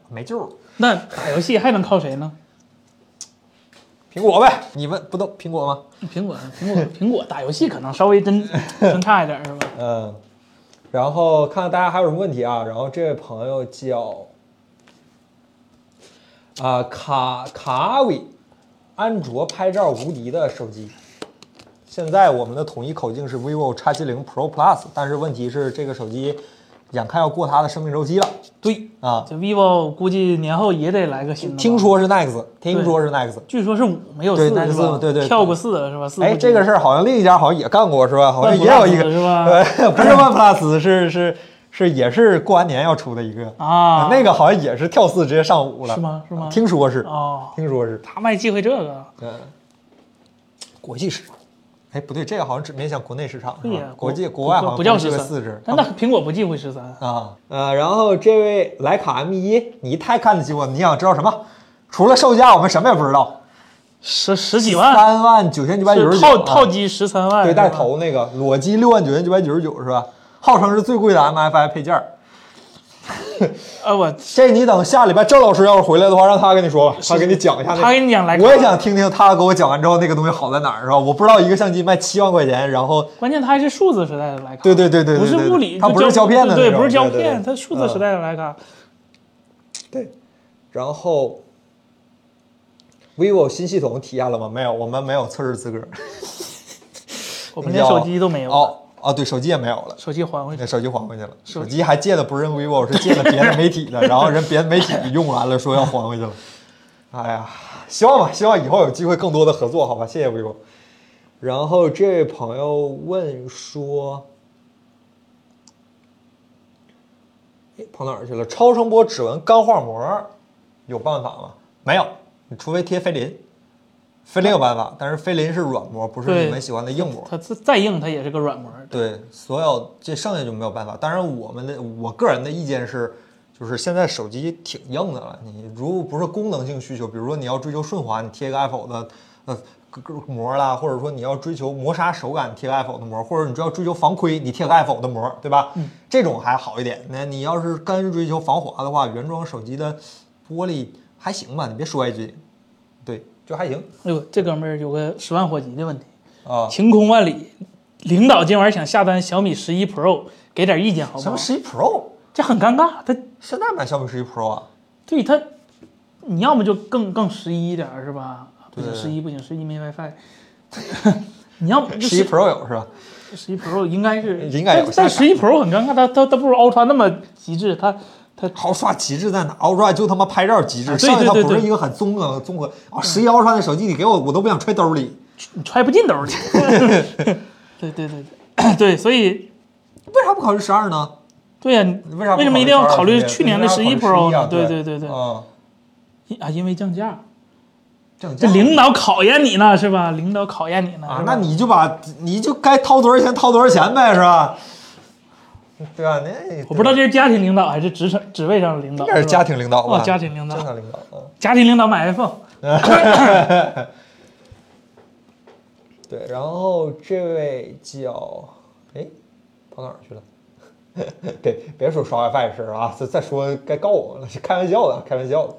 S1: 没救儿，
S2: 那打游戏还能靠谁呢？
S1: 苹果呗。你们不都苹果吗？
S2: 苹果，苹果，苹果打游戏可能稍微 真真差一点，是吧？
S1: 嗯，然后看看大家还有什么问题啊。然后这位朋友叫啊、卡卡阿伟，安卓拍照无敌的手机。现在我们的统一口径是 vivo X 7 0 Pro Plus，但是问题是这个手机眼看要过它的生命周期了
S2: 对，
S1: 啊。
S2: 这 vivo 估计年后也得来个新的吧。
S1: 听说是 Nex，听说是 Nex。
S2: 据说是五没有
S1: 对
S2: 四，
S1: 那是
S2: 是吧
S1: 四对对
S2: 跳过四了是吧？四
S1: 哎，这个事儿好像另一家好像也干过是吧？好像
S2: 万
S1: 也有一个
S2: 是吧？
S1: 呃，不是 OnePlus，是是是也是过完年要出的一个，
S2: 啊，
S1: 那个好像也是跳四直接上五了，啊
S2: 是吗？是吗？
S1: 听说是，
S2: 哦，
S1: 听说是，
S2: 他卖忌讳这个，
S1: 嗯，国际市场，哎，不对，这个好像只面向国内市场，是
S2: 对
S1: 吧
S2: 哎呀，
S1: 国际
S2: 不
S1: 国外好像
S2: 不叫
S1: 这
S2: 十
S1: 个
S2: 三
S1: 四支
S2: 但那苹果不忌讳十三，
S1: 啊，呃，然后这位徕卡 M 一，你太看得起我，你想知道什么？除了售价，我们什么也不知道。
S2: 十十几万，
S1: 三万九千九百九啊十
S2: 是
S1: 九，
S2: 套套机十三 万，
S1: 对带
S2: 是吧，
S1: 头那个裸机六万九千九百九十九是吧？号称是最贵的 MFI 配件儿。
S2: 呃，我
S1: 这你等下礼拜郑老师要是回来的话，让他跟你说吧，他给你讲一下那个。
S2: 他跟你讲来，
S1: 我也想，听听他给我讲完之后那个东西好在哪儿，是吧？我不知道一个相机卖七万块钱，然后
S2: 关键它还是数字时代的徕卡，
S1: 对对对对，
S2: 不
S1: 对
S2: 是
S1: 对
S2: 物理，
S1: 它不是
S2: 就
S1: 胶片的那
S2: 对，
S1: 种
S2: 不是胶
S1: 对对对
S2: 片，
S1: 嗯
S2: 它数字时代的徕卡，
S1: 对。然后，vivo 新系统体验了吗？没有，我们没有测试资格。
S2: 我们连手机都没有，
S1: 哦哦，对手机也没有了。
S2: 手机还回去
S1: 那，手机还回去了，
S2: 手
S1: 手机还借的不是人 vivo，是借的别的媒体 的，然后人别的媒体用完了说要还回去了。哎呀，希望吧，希望以后有机会更多的合作，好吧？谢谢 vivo。然后这位朋友问说，诶哎跑哪儿去了？超声波指纹干化膜有办法吗？没有，你除非贴菲林，菲林有办法，但是菲林是软膜，不是
S2: 对
S1: 你们喜欢的硬膜。
S2: 它再再硬它也是个软膜，
S1: 对，所有这剩下就没有办法。当然，我们的我个人的意见是，就是现在手机挺硬的了。你如果不是功能性需求，比如说你要追求顺滑，你贴个 Apple 的呃个个膜啦，或者说你要追求磨砂手感，你贴个 Apple 的膜，或者你要追求防窥，你贴个 Apple 的膜，对吧？这种还好一点。那你要是干追求防滑的话，原装手机的玻璃还行吧，你别摔一句，对，就还行
S2: 哎呦，这哥们儿有个十万火急的问题，
S1: 啊。
S2: 晴空万里，领导今晚想下单小米十一 Pro，给点意见好不
S1: 什
S2: 好
S1: 么？十一 Pro？
S2: 这很尴尬，他
S1: 现在买小米十一 Pro 啊？
S2: 对他，你要么就更更十一点儿是吧？不行，
S1: 对
S2: 十一不行，十一没 WiFi。你要么就
S1: 十一 Pro 有是吧？
S2: 十一 Pro 应该是
S1: 应该有
S2: 但但
S1: 下
S2: 十一 Pro 很尴尬，它它它不如 Ultra 那么极致，它它
S1: Ultra 极致在哪？Ultra 就他妈拍照极致，
S2: 啊对
S1: 剩下它
S2: 对对
S1: 不是
S2: 对
S1: 一个很综合综合啊。十一 Ultra 的手机你给我，我都不想揣兜里。
S2: 你揣不进兜 里。 对对对对 对，所以
S1: 为啥不考虑十二呢？
S2: 对呀、
S1: 为啥不
S2: 为什么一定要考虑
S1: 12
S2: 去年的
S1: 为啥
S2: 十
S1: 要
S2: 一
S1: 考虑
S2: Pro
S1: 11啊
S2: 呢？
S1: 对
S2: 对对对，
S1: 啊，
S2: 因啊，因为降价，
S1: 正
S2: 这
S1: 价
S2: 领导考验你呢是吧？领导考验你呢
S1: 啊
S2: 是吧，
S1: 那你就把你就该掏多少钱掏多少钱呗，是吧？对吧？那
S2: 我不知道这是家庭领导还是职场职位上的领导，
S1: 应该是
S2: 吧
S1: 家庭领导吧？
S2: 哦家庭领导
S1: 家庭领导啊。
S2: 家庭领导买 iPhone，
S1: 对，然后这位叫哎，跑哪儿去了？ 别别说刷 WiFi 的事儿啊，再再说该告我们了，开玩笑的，开玩笑的。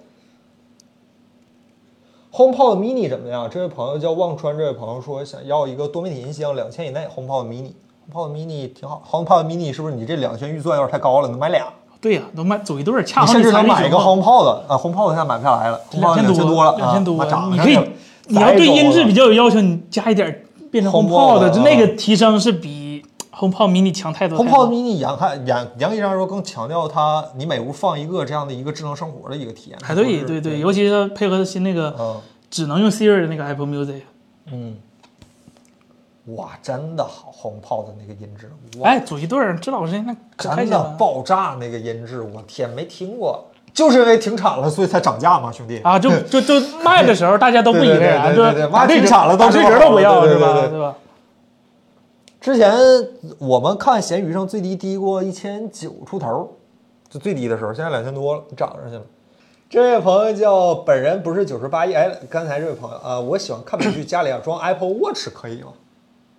S1: HomePod mini 怎么样？这位朋友叫忘川，这位朋友说想要一个多媒体音箱，两千以内 HomePod mini。HomePod mini 挺好，HomePod mini 是不是你这两千预算有点太高了？能买俩？
S2: 对呀、能买组一对儿，恰
S1: 你
S2: 好
S1: 甚至
S2: 才
S1: 能
S2: 没
S1: 买一个
S2: 情况
S1: HomePod 啊，HomePod 现在买不下来了，HomePod
S2: 两
S1: 千多了，
S2: 两千多，
S1: 啊涨
S2: 你
S1: 了
S2: 可以
S1: 这个，
S2: 你要对音质比
S1: 较
S2: 较有要求，你加一点变成
S1: HomePod 的
S2: HomePod 就那个提升是比 HomePod mini 强太多太多。
S1: HomePod mini 严看严严格意义上说更强调它你每屋放一个这样的一个智能生活的一个体验。
S2: 哎，对
S1: 而不
S2: 对
S1: 是
S2: 对，，尤其是配合新那个
S1: 嗯
S2: 只能用 Siri 的那个 Apple Music，
S1: 嗯，哇，真的好，HomePod 的那个音质，哇，
S2: 哎，组一对儿，这老师那可开
S1: 真
S2: 心
S1: 的
S2: 了
S1: 爆炸那个音质，我天，没听过，就是因为停产了，所以才涨价嘛，兄弟。
S2: 啊！就就就卖的时候大家都不以为然，
S1: 对对对对对
S2: 就
S1: 对
S2: 打
S1: 挖
S2: 对
S1: 地产了
S2: 打
S1: 都
S2: 对
S1: 是
S2: 折都不要
S1: 对
S2: 是
S1: 对对
S2: 吧？
S1: 对
S2: 对吧？
S1: 之前我们看闲鱼上最低低过一千九出头，就最低的时候，现在两千多了，涨上去了。这位朋友叫本人不是九十八亿，哎，刚才这位朋友啊、我喜欢看美剧，家里啊装 Apple Watch 可以吗？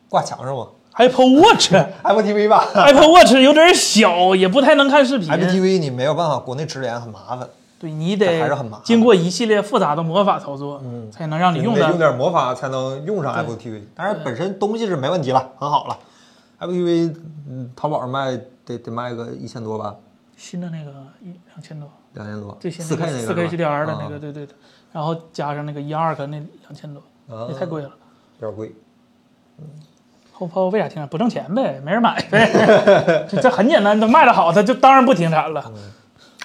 S1: 挂墙上吗
S2: Apple Watch，Apple
S1: ？Apple TV 吧
S2: Watch 有点小，也不太能看视频。
S1: ，Apple TV 你没有办法，国内直连很麻烦，
S2: 对你得
S1: 这还是很麻烦嗯
S2: 经过一系列复杂的魔法操作，才能让你用
S1: 得用
S2: 的
S1: 点魔法才能用上 Apple TV。但是本身东西是没问题了，很好了。Apple TV，嗯，淘宝上卖得得卖个一千多吧，
S2: 新的那个一两千多，
S1: 两千多，
S2: 最新
S1: 四 K 那个
S2: 四 K
S1: 是吧
S2: HDR 的那
S1: 嗯
S2: 个，对对对，然后加上那个一 a r 那两千多，
S1: 啊
S2: 也太贵了。
S1: 有点贵。
S2: 后抛为啥停产？不挣钱呗，没人买 呗。这这很简单，它卖的好，它就当然不停产了。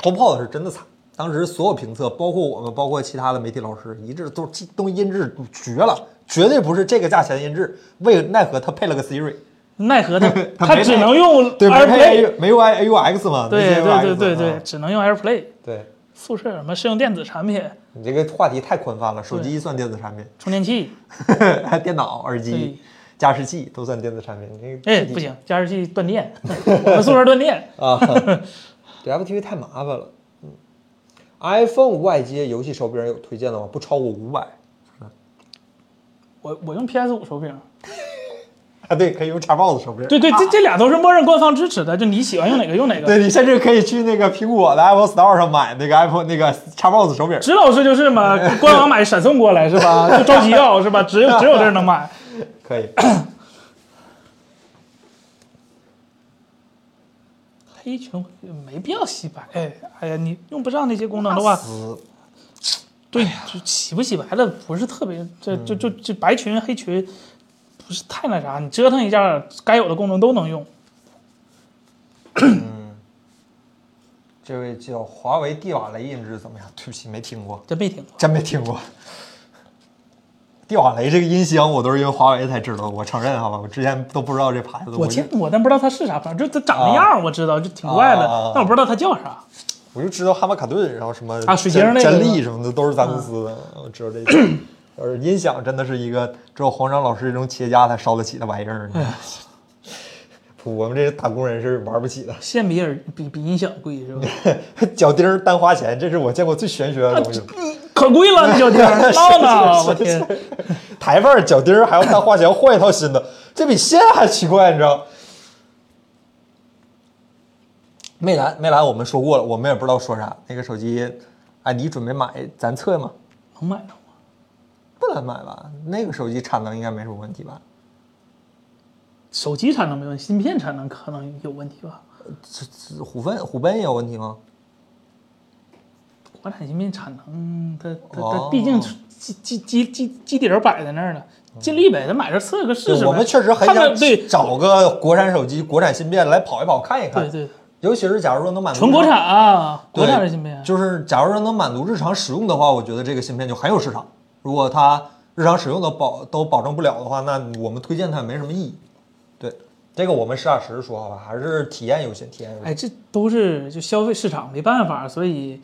S1: HomePod 是真的惨，当时所有评测，包括我们，包括其他的媒体老师，一致都这东西音质绝了，绝对不是这个价钱的音质。为奈何它配了个 Siri，
S2: 奈何它
S1: 嗯 它
S2: 它
S1: 没
S2: 只
S1: 配
S2: 能用
S1: 对，没配
S2: AirPlay，
S1: A- 没用 A U X 嘛？
S2: 对
S1: 没用 AUX
S2: 对对对对
S1: 啊，
S2: 只能用 AirPlay。
S1: 对，
S2: 宿舍什么适用电子产品、
S1: 你这个话题太宽泛了，手机算电子产品，
S2: 充 电器，
S1: 电脑、耳
S2: 对
S1: 机、 加湿器都算电子产品。你这
S2: 哎，不行，加湿器断电，我们宿舍断电。
S1: 啊， 对 Apple TV 太麻烦了。嗯，iPhone 外接游戏手柄有推荐的吗？不超过五百
S2: 我我用 PS 五手柄，
S1: 啊？对，可以用叉 box 手柄。
S2: 对对，这这俩都是默认官方支持的，就你喜欢用哪个用哪
S1: 啊
S2: 个。
S1: 对你甚至可以去那个苹果的 Apple Store 上买那个 Apple 那个 Xbox 手柄。
S2: 石老师就是嘛，官网买闪送过来是吧？就着急要是吧？只 有只有这儿能买。
S1: 可以。
S2: 黑群没必要洗白，哎哎呀，你用不上那些功能的话，
S1: 死
S2: 对，就洗不洗白的不是特别，这
S1: 嗯
S2: 就就就白群黑群不是太那啥，你折腾一下，该有的功能都能用。
S1: 这位叫华为蒂瓦雷音质怎么样？对不起，没听过，
S2: 真没听过，
S1: 真没听过。蒂瓦雷这个音箱，我都是因为华为才知道，我承认好吧，我之前都不知道这牌子。就
S2: 我见过，但不知道它是啥，反正就它长那样儿我知道，就挺怪
S1: 啊啊啊
S2: 的，但我不知道它叫啥。
S1: 我就知道哈曼卡顿，然后什么
S2: 啊水晶那个啊
S1: 真力什么的都是咱公司的，我知道这 些。而音响真的是一个只有黄章老师这种企业家才烧得起的玩意儿，
S2: 哎
S1: 你知道吗我们这些打工人是玩不起的。
S2: 线比耳比比音响贵是吧？
S1: 脚钉儿单花钱，这是我见过最玄学的 东西。
S2: 可贵了，你就听闹呢，我 天！
S1: 台范儿脚钉儿还要单花钱换一套新的，这比线还奇怪，你知道？魅蓝，魅蓝我们说过了，我们也不知道说啥。那个手机，哎，你准备买咱测吗？
S2: 能买着吗？
S1: 不能买吧？那个手机产能应该没什么问题吧？
S2: 手机产能没问题，芯片产能可能有问题吧？
S1: 这这虎贲虎贲也有问题吗？
S2: 国产芯片产能，它它
S1: 哦
S2: 它毕竟基基基基基底儿摆在那儿呢，尽力呗，咱买着测个试
S1: 嗯对
S2: 试呗。
S1: 我们确实很
S2: 看看
S1: 想
S2: 对
S1: 找个国产手机、国产芯片来跑一跑、看一看。
S2: 对对，
S1: 尤其是假如说能满足
S2: 纯国产啊，
S1: 对
S2: 国产的芯片，
S1: 就是假如说能满足日常使用的话，我觉得这个芯片就很有市场。如果它日常使用的保都保证不了的话，那我们推荐它也没什么意义。对，这个我们实打实说好吧，还是体验优先，体验优先。
S2: 哎，这都是就消费市场没办法，所以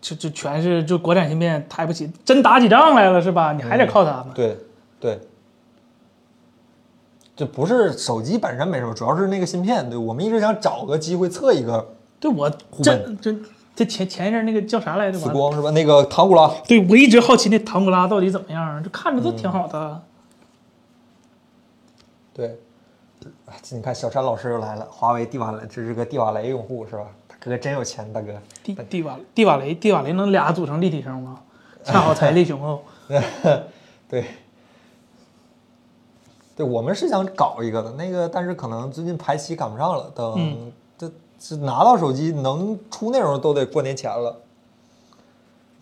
S2: 就就全是就国产芯片抬不起，真打起仗来了是吧？你还得靠他们。
S1: 嗯对，对，就不是手机本身没什么，主要是那个芯片。对我们一直想找个机会测一个
S2: 对我
S1: 互
S2: 这这这前前一阵那个叫啥来着
S1: 紫
S2: 吧？
S1: 光是吧？那个唐古拉，
S2: 对我一直好奇那唐古拉到底怎么样，就看着都
S1: 嗯
S2: 挺好的。啊
S1: 对，哎，这你看小山老师又来了，华为帝瓦雷，这是个帝瓦雷用户是吧？大哥真有钱，大哥。
S2: 蒂蒂瓦蒂瓦雷蒂瓦雷能俩组成立体声吗？恰好财力雄 厚。
S1: 对，对，我们是想搞一个的，那个但是可能最近排期赶不上了，等
S2: 嗯
S1: 这这拿到手机能出内容都得过年前了。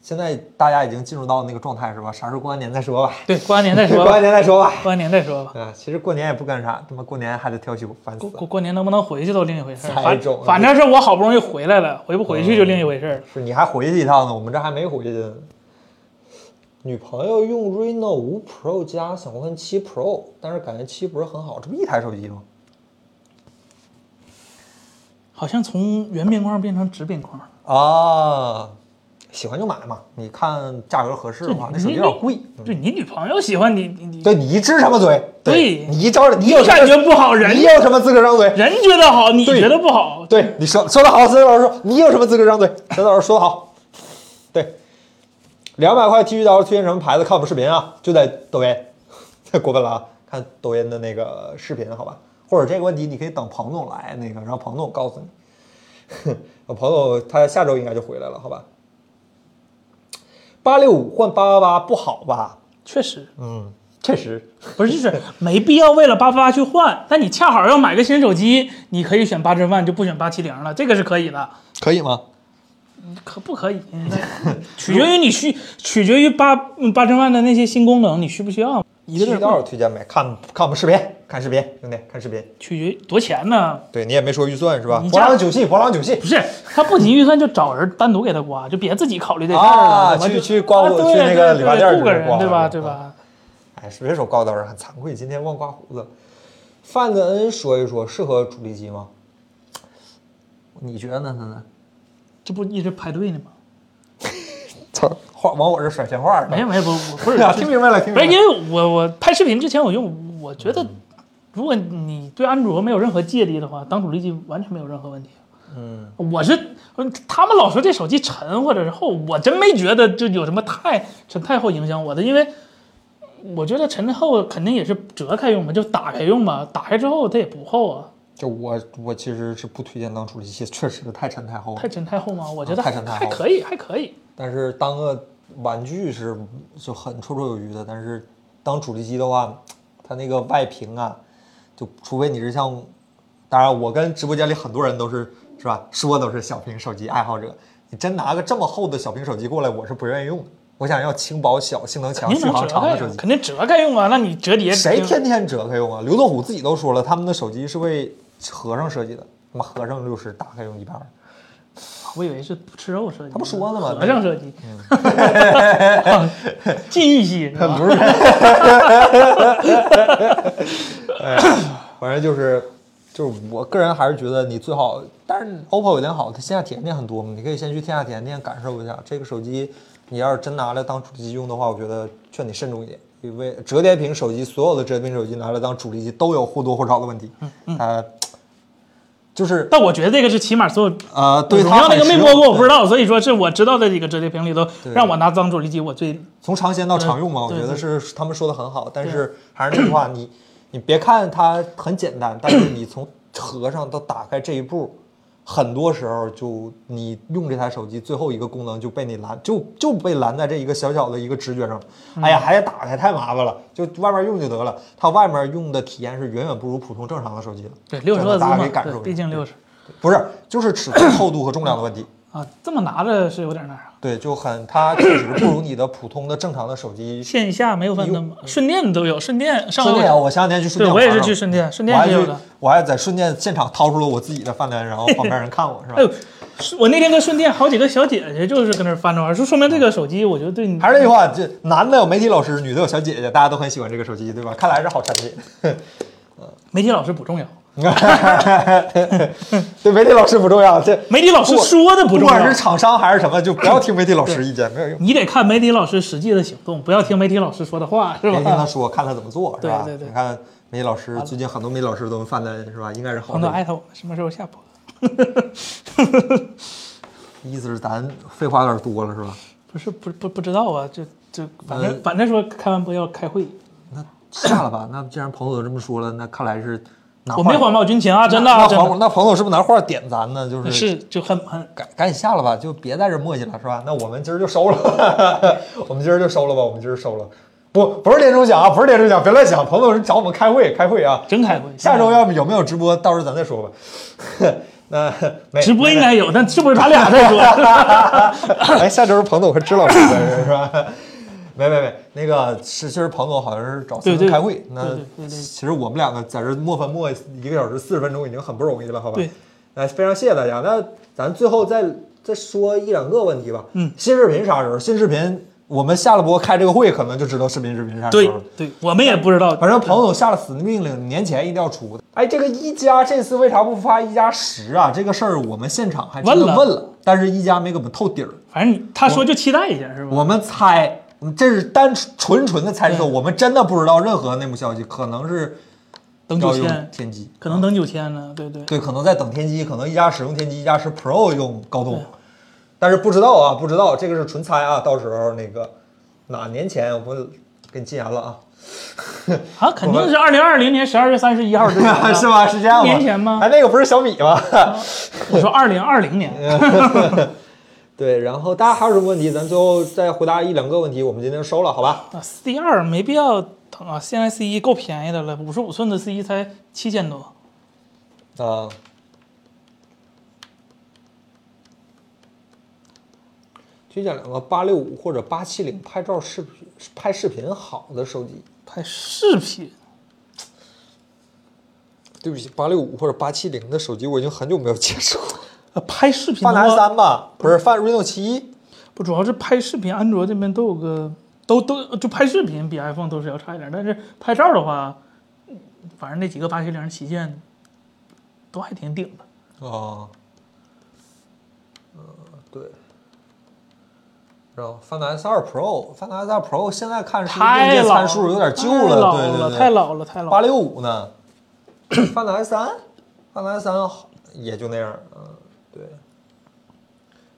S1: 现在大家已经进入到那个状态是吧？啥时候过完年再说吧，
S2: 对，过完年再说
S1: 过
S2: 吧
S1: 完，年再说吧。
S2: 过完年再说吧。
S1: 啊，其实过年也不干啥，他妈过年还得挑休，烦死
S2: 过
S1: 了。
S2: 过过年能不能回去都另一回事儿，
S1: 才
S2: 反
S1: 中啊
S2: 反正是我好不容易回来了，回不回去就另一回事儿了。
S1: 是你还回去一趟呢，我们这还没回去呢。女朋友用 Reno 五 Pro 加想换七 Pro，但是感觉七不是很好，这不一台手机吗？
S2: 好像从圆边框变成直边框，
S1: 啊，喜欢就买嘛，你看价格合适
S2: 这
S1: 的
S2: 你
S1: 话，那手机有点贵。
S2: 对你女朋友喜欢你，你你
S1: 对你一支什么嘴？
S2: 对
S1: 你一招，你有
S2: 你
S1: 什么
S2: 感觉不好，人
S1: 你有什么资格张嘴？
S2: 人觉得好，你
S1: 对
S2: 觉得不好，
S1: 对，你说说的好，陈老师说你有什么资格张嘴？陈老师说的好，对，两百块剃须刀推荐什么牌子？看我们视频啊，就在抖音， 在国本了啊，看抖音的那个视频，好吧？或者这个问题你可以等彭总来那个，让彭总告诉你。 彭总他下周应该就回来了，好吧？八六五换八八八不好吧？
S2: 确实
S1: 嗯，确实，
S2: 不是就是没必要为了八八八去换。但你恰好要买个新手机，你可以选八千万，就不选八七零了，这个是可以的。
S1: 可以吗？
S2: 可不可以？
S1: 嗯
S2: 取决于你需，取决于八嗯八千万的那些新功能，你需不需要？一
S1: 剃
S2: 个
S1: 须
S2: 人
S1: 刀有推荐没？看看我们视频，看视频，兄弟，看视频。
S2: 取决于多钱呢？
S1: 对你也没说预算是吧？
S2: 你
S1: 博
S2: 家
S1: 朗九系，博朗九系
S2: 不。是，他不仅预算就找人单独给他刮，就别自己考虑这事儿
S1: 啊
S2: 了。对吧
S1: 去
S2: 就
S1: 去刮
S2: 啊
S1: 胡
S2: 对
S1: 去那个理发
S2: 对
S1: 店儿
S2: 雇个
S1: 去刮
S2: 人，对吧？
S1: 嗯
S2: 对吧？
S1: 哎，别说高刀人，很惭愧，今天忘刮胡子了。范子恩说一说，适合主力机吗？你觉得呢？呢？
S2: 这不一直排队呢吗？
S1: 操，话往我这甩闲话呢
S2: 没有没有，不我不是
S1: 啊 听明白了，听
S2: 不是
S1: 明
S2: 因
S1: 白了。
S2: 为我我拍视频之前我用，我觉得如果你对安卓没有任何芥蒂的话，当主力机完全没有任何问题。
S1: 嗯，
S2: 我是嗯他们老说这手机沉或者是厚，我真没觉得就有什么太沉太厚影响我的，因为我觉得沉厚肯定也是折开用嘛，就打开用嘛，打开之后它也不厚啊。
S1: 就我我其实是不推荐当主力机，确实太沉太厚了
S2: 太。沉太厚吗？我觉得
S1: 哦啊太
S2: 还
S1: 沉太厚
S2: 还可以，还可以。
S1: 但是当个玩具是就很绰绰有余的，但是当主力机的话，它那个外屏啊，就除非你是像，当然我跟直播间里很多人都是是吧，说都是小屏手机爱好者，你真拿个这么厚的小屏手机过来，我是不愿意用的，我想要轻薄小、性能强、
S2: 肯定
S1: 续
S2: 能
S1: 航
S2: 折
S1: 长
S2: 开
S1: 的手
S2: 用，
S1: 机。
S2: 肯定折开用啊。那你折叠
S1: 谁天天折开用啊？刘作虎自己都说了，他们的手机是为合上设计的，他妈合上六十，打开用一百二。
S2: 我以为是不吃肉设计，
S1: 他不说了吗
S2: 和尚 设计，禁欲系是吧？
S1: 不是， 哎，反正就是，就是我个人还是觉得你最好，但是 OPPO 有点好，它线下体验店很多嘛，你可以先去线下体验店感受一下这个手机。你要是真拿来当主力机用的话，我觉得劝你慎重一点，因为折叠屏手机所有的折叠屏手机拿来当主力机都有或多或少的问题，
S2: 嗯
S1: 它就是
S2: 但我觉得这个是起码所有
S1: 呃，对
S2: 荣
S1: 它
S2: 耀那个
S1: 很
S2: 没
S1: 实
S2: 摸
S1: 用
S2: 过，我不知道，所以说是我知道的这个折叠屏里头，让我拿当主力机，我最
S1: 从尝鲜到常用嘛，我
S2: 对
S1: 觉得是
S2: 对
S1: 他们说的很好，但是还是那句话，你你别看它很简单，但是你从合上到打开这一步，很多时候就你用这台手机最后一个功能就被你拦，就就被拦在这一个小小的一个直觉上。
S2: 嗯
S1: 哎呀，还得打开，太麻烦了，就外面用就得了。它外面用的体验是远远不如普通正常的手机的。
S2: 对六十
S1: 这个
S2: 赫兹
S1: 大家
S2: 嘛
S1: 可以，感受一
S2: 对
S1: 下
S2: 毕竟六十。
S1: 不是，就是尺寸、厚度和重量的问题。
S2: 啊，这么拿着是有点那啊啥。
S1: 对，就很它确实不如你的普通的正常的手机。
S2: 线下没有办那么，顺电都有，顺电上
S1: 顺
S2: 回
S1: 电，啊我前两天去顺
S2: 对
S1: 电
S2: 我
S1: 玩
S2: 也
S1: 了，
S2: 是去顺电，顺
S1: 我
S2: 电
S1: 还
S2: 是
S1: 去
S2: 有的。，
S1: 我还在顺电现场掏出了我自己的饭单，然后旁边人看 我是吧
S2: 哎？呦，是我那天跟顺电好几个小姐姐就是跟那儿翻着玩，就说明这个手机，我觉得对你
S1: 还是那句话，这男的有媒体老师，女的有小姐姐，大家都很喜欢这个手机，对吧？看来是好产品。
S2: 媒体老师不重要，
S1: 对，媒体老师不重要，这
S2: 媒体老师
S1: 不
S2: 说的 不重
S1: 管
S2: 要
S1: 是，厂商还是什么，就不要听媒体老师意见，没有用。
S2: 你得看媒体老师实际的行动，不要听媒体老师说的话，是
S1: 别听他
S2: 吧？
S1: 说，看他怎么做，是吧？
S2: 对对对
S1: 你看媒体老师，最近很多媒体老师都犯的是吧？应该是好
S2: 彭总
S1: 的。
S2: 艾特我们什么时候下播？
S1: 意思是咱废话有点多了，是吧？
S2: 不是不不不知道啊，就就反
S1: 呃
S2: 正反正说开完播要开会，
S1: 那下了吧。那既然彭总这么说了，那看来是拿
S2: 我
S1: 话
S2: 没谎报军情啊， 真的啊
S1: 那
S2: 真
S1: 彭
S2: 的
S1: 总那彭总是不是拿话点咱呢？就是
S2: 是就很很
S1: 赶赶紧下了吧，就别在这磨叽了，是吧？那我们今儿就收了， 我们今儿就收了吧，我们今儿收了。不，不是年终奖啊，不是年终奖，别乱想。彭总是找我们开会，开会啊。
S2: 真开会。
S1: 下周要有没有直播，到时候咱再说吧。 那没
S2: 嗯直播应该有，但是不是他俩 在说？
S1: 哎，下周是彭总和支老师的是吧？ 没没没，那个是，其实彭总好像是找
S2: 对
S1: 私
S2: 对
S1: 人开会。那
S2: 对对对对
S1: 其实我们两个在这磨翻磨一个小时四十分钟已经很不容易了，好吧？
S2: 对，
S1: 那非常谢谢大家。那咱最后再再说一两个问题吧。
S2: 嗯，
S1: 新视频啥时候？新视频我们下了播开这个会，可能就知道视频视频啥时候
S2: 对
S1: 了。
S2: 对，我们也不知道。
S1: 反正彭总下了死命令，年前一定要出。哎，这个一加这次为啥不发一加十啊？这个事儿我们现场还真的
S2: 问了
S1: 问了，但是一加没给我们透底儿。
S2: 反正你他说就期待一下是吧？
S1: 我们猜，嗯这是单纯纯纯的猜测，
S2: 对
S1: 我们真的不知道任何内幕消息，可能是
S2: 等
S1: 要
S2: 九
S1: 用
S2: 千，
S1: 天玑，
S2: 可能等九千呢，对对。
S1: 对，可能在等天玑，可能一加十用天玑，一加十 Pro 用高通，但是不知道啊，不知道，这个是纯猜啊，到时候那个哪年前我们给你禁言了 啊，
S2: 啊，肯定是二零二零年十二月三十一号之前 啊
S1: 是？吧？是这样吗？
S2: 年前吗
S1: 哎，那个不是小米吗？
S2: 我说二零二零年，
S1: 对，然后大家还有什么问题，咱最后再回答一两个问题，我们今天收了，好吧？
S2: 啊，C 二没必要等啊，现在 C 一够便宜的了，五十五寸的 C 一才七千多，
S1: 啊、推荐两个八六五或者八七零拍照视频拍视频好的手机。
S2: 拍视频
S1: 对不起，八六五或者八七零的手机我已经很久没有接触过。
S2: 啊，拍视频
S1: 泛
S2: 的
S1: 蓝
S2: 话，
S1: 三吧，不是泛 Reno 七，
S2: 不主要是拍视频，安卓这边都有个都都就拍视频比 iPhone 都是要差一点，但是拍照的话，嗯反正那几个八七零旗舰都还挺顶的。
S1: 哦，嗯、对。然后泛蓝 S 二 Pro，泛蓝 S 二 Pro 现在看是硬
S2: 太
S1: 件
S2: 老
S1: 参数有点旧
S2: 太老
S1: 对对对，
S2: 太老了，太老
S1: 八
S2: 了。
S1: 六五呢，泛蓝三，泛蓝三好也就那样，嗯，对。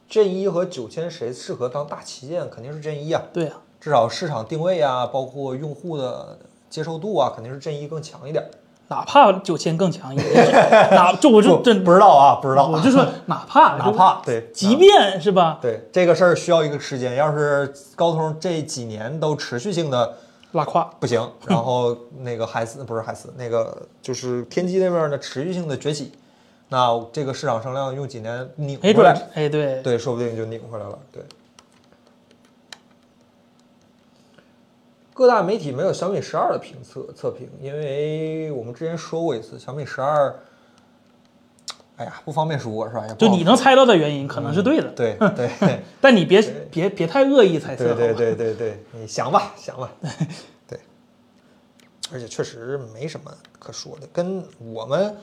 S1: Gen 一和九千谁适合当大旗舰？肯定是 Gen 一啊，
S2: 对啊，
S1: 至少市场定位啊，包括用户的接受度啊，肯定是 Gen 一更强一点。
S2: 哪怕九千更强也， 哪就我就
S1: 不
S2: 真
S1: 不知道啊，不知道，
S2: 我 就说哪怕
S1: 哪怕对，
S2: 即便是吧，
S1: 对这个事儿需要一个时间。要是高通这几年都持续性的
S2: 拉胯，
S1: 不行，然后那个海思不是海思，那个就是天玑那边的持续性的崛起，那这个市场声量用几年拧
S2: 没
S1: 回
S2: 准
S1: 来
S2: 儿，，哎，对，
S1: 对，说不定就拧回来了。对，各大媒体没有小米十二的评测测评，因为我们之前说过一次，小米十二，哎呀，不方便说是吧？也不
S2: 就
S1: 好
S2: 你能猜到的原因可能是对的，
S1: 对嗯 对
S2: 但你别别别太恶意猜测，
S1: 对对
S2: 好吧，
S1: 对对对，你想吧想吧，对，而且确实没什么可说的，跟我们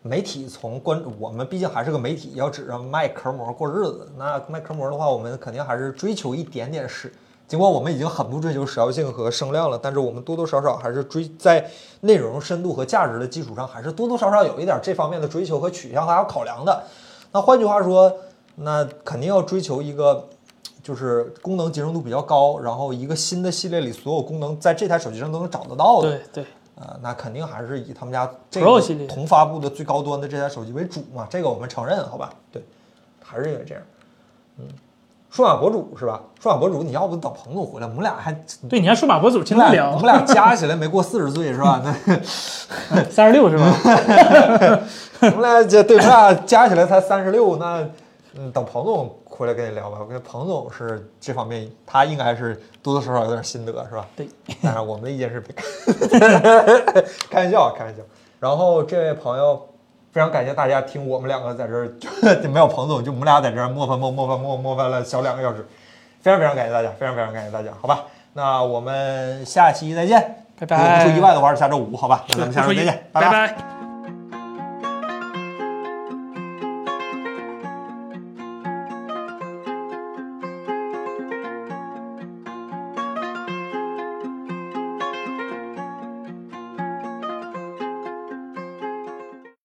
S1: 媒体从关，我们毕竟还是个媒体，要指着卖壳膜过日子，那卖壳膜的话，我们肯定还是追求一点点实。尽管我们已经很不追求时效性和声量了，但是我们多多少少还是追在内容深度和价值的基础上，还是多多少少有一点这方面的追求和取向还有考量的。那换句话说，那肯定要追求一个就是功能集中度比较高，然后一个新的系列里所有功能在这台手机上都能找得到的。
S2: 对对，
S1: 呃，那肯定还是以他们家这
S2: Pro
S1: 个
S2: 系列
S1: 同发布的最高端的这台手机为主嘛，这个我们承认，好吧？对，还是因为这样。嗯，数码博主是吧？数码博主，你要不等彭总回来，我们俩还
S2: 对，你看数码博主
S1: 我
S2: 挺
S1: 们
S2: 无
S1: 俩我们
S2: 聊，
S1: 俩加起来没过四十岁是吧？那嗯
S2: 三十六是吧？
S1: 我们俩这对我们俩加起来才三十六，那嗯，等彭总回来跟你聊吧。我觉得彭总是这方面，他应该是多多少少有点心得，是吧？
S2: 对。
S1: 当然，我们的意见是别 开玩笑，开玩笑。然后这位朋友，非常感谢大家听我们两个在这儿， 就没有彭总，就我们俩在这儿磨翻磨磨翻磨磨翻了小两个小时，非常非常感谢大家，非常非常感谢大家，好吧？那我们下期再见。如
S2: 拜
S1: 果
S2: 拜。
S1: 不出意外的话是下周五，好吧？那咱们下周再
S2: 不出意
S1: 见，
S2: 拜
S1: 拜。
S2: 拜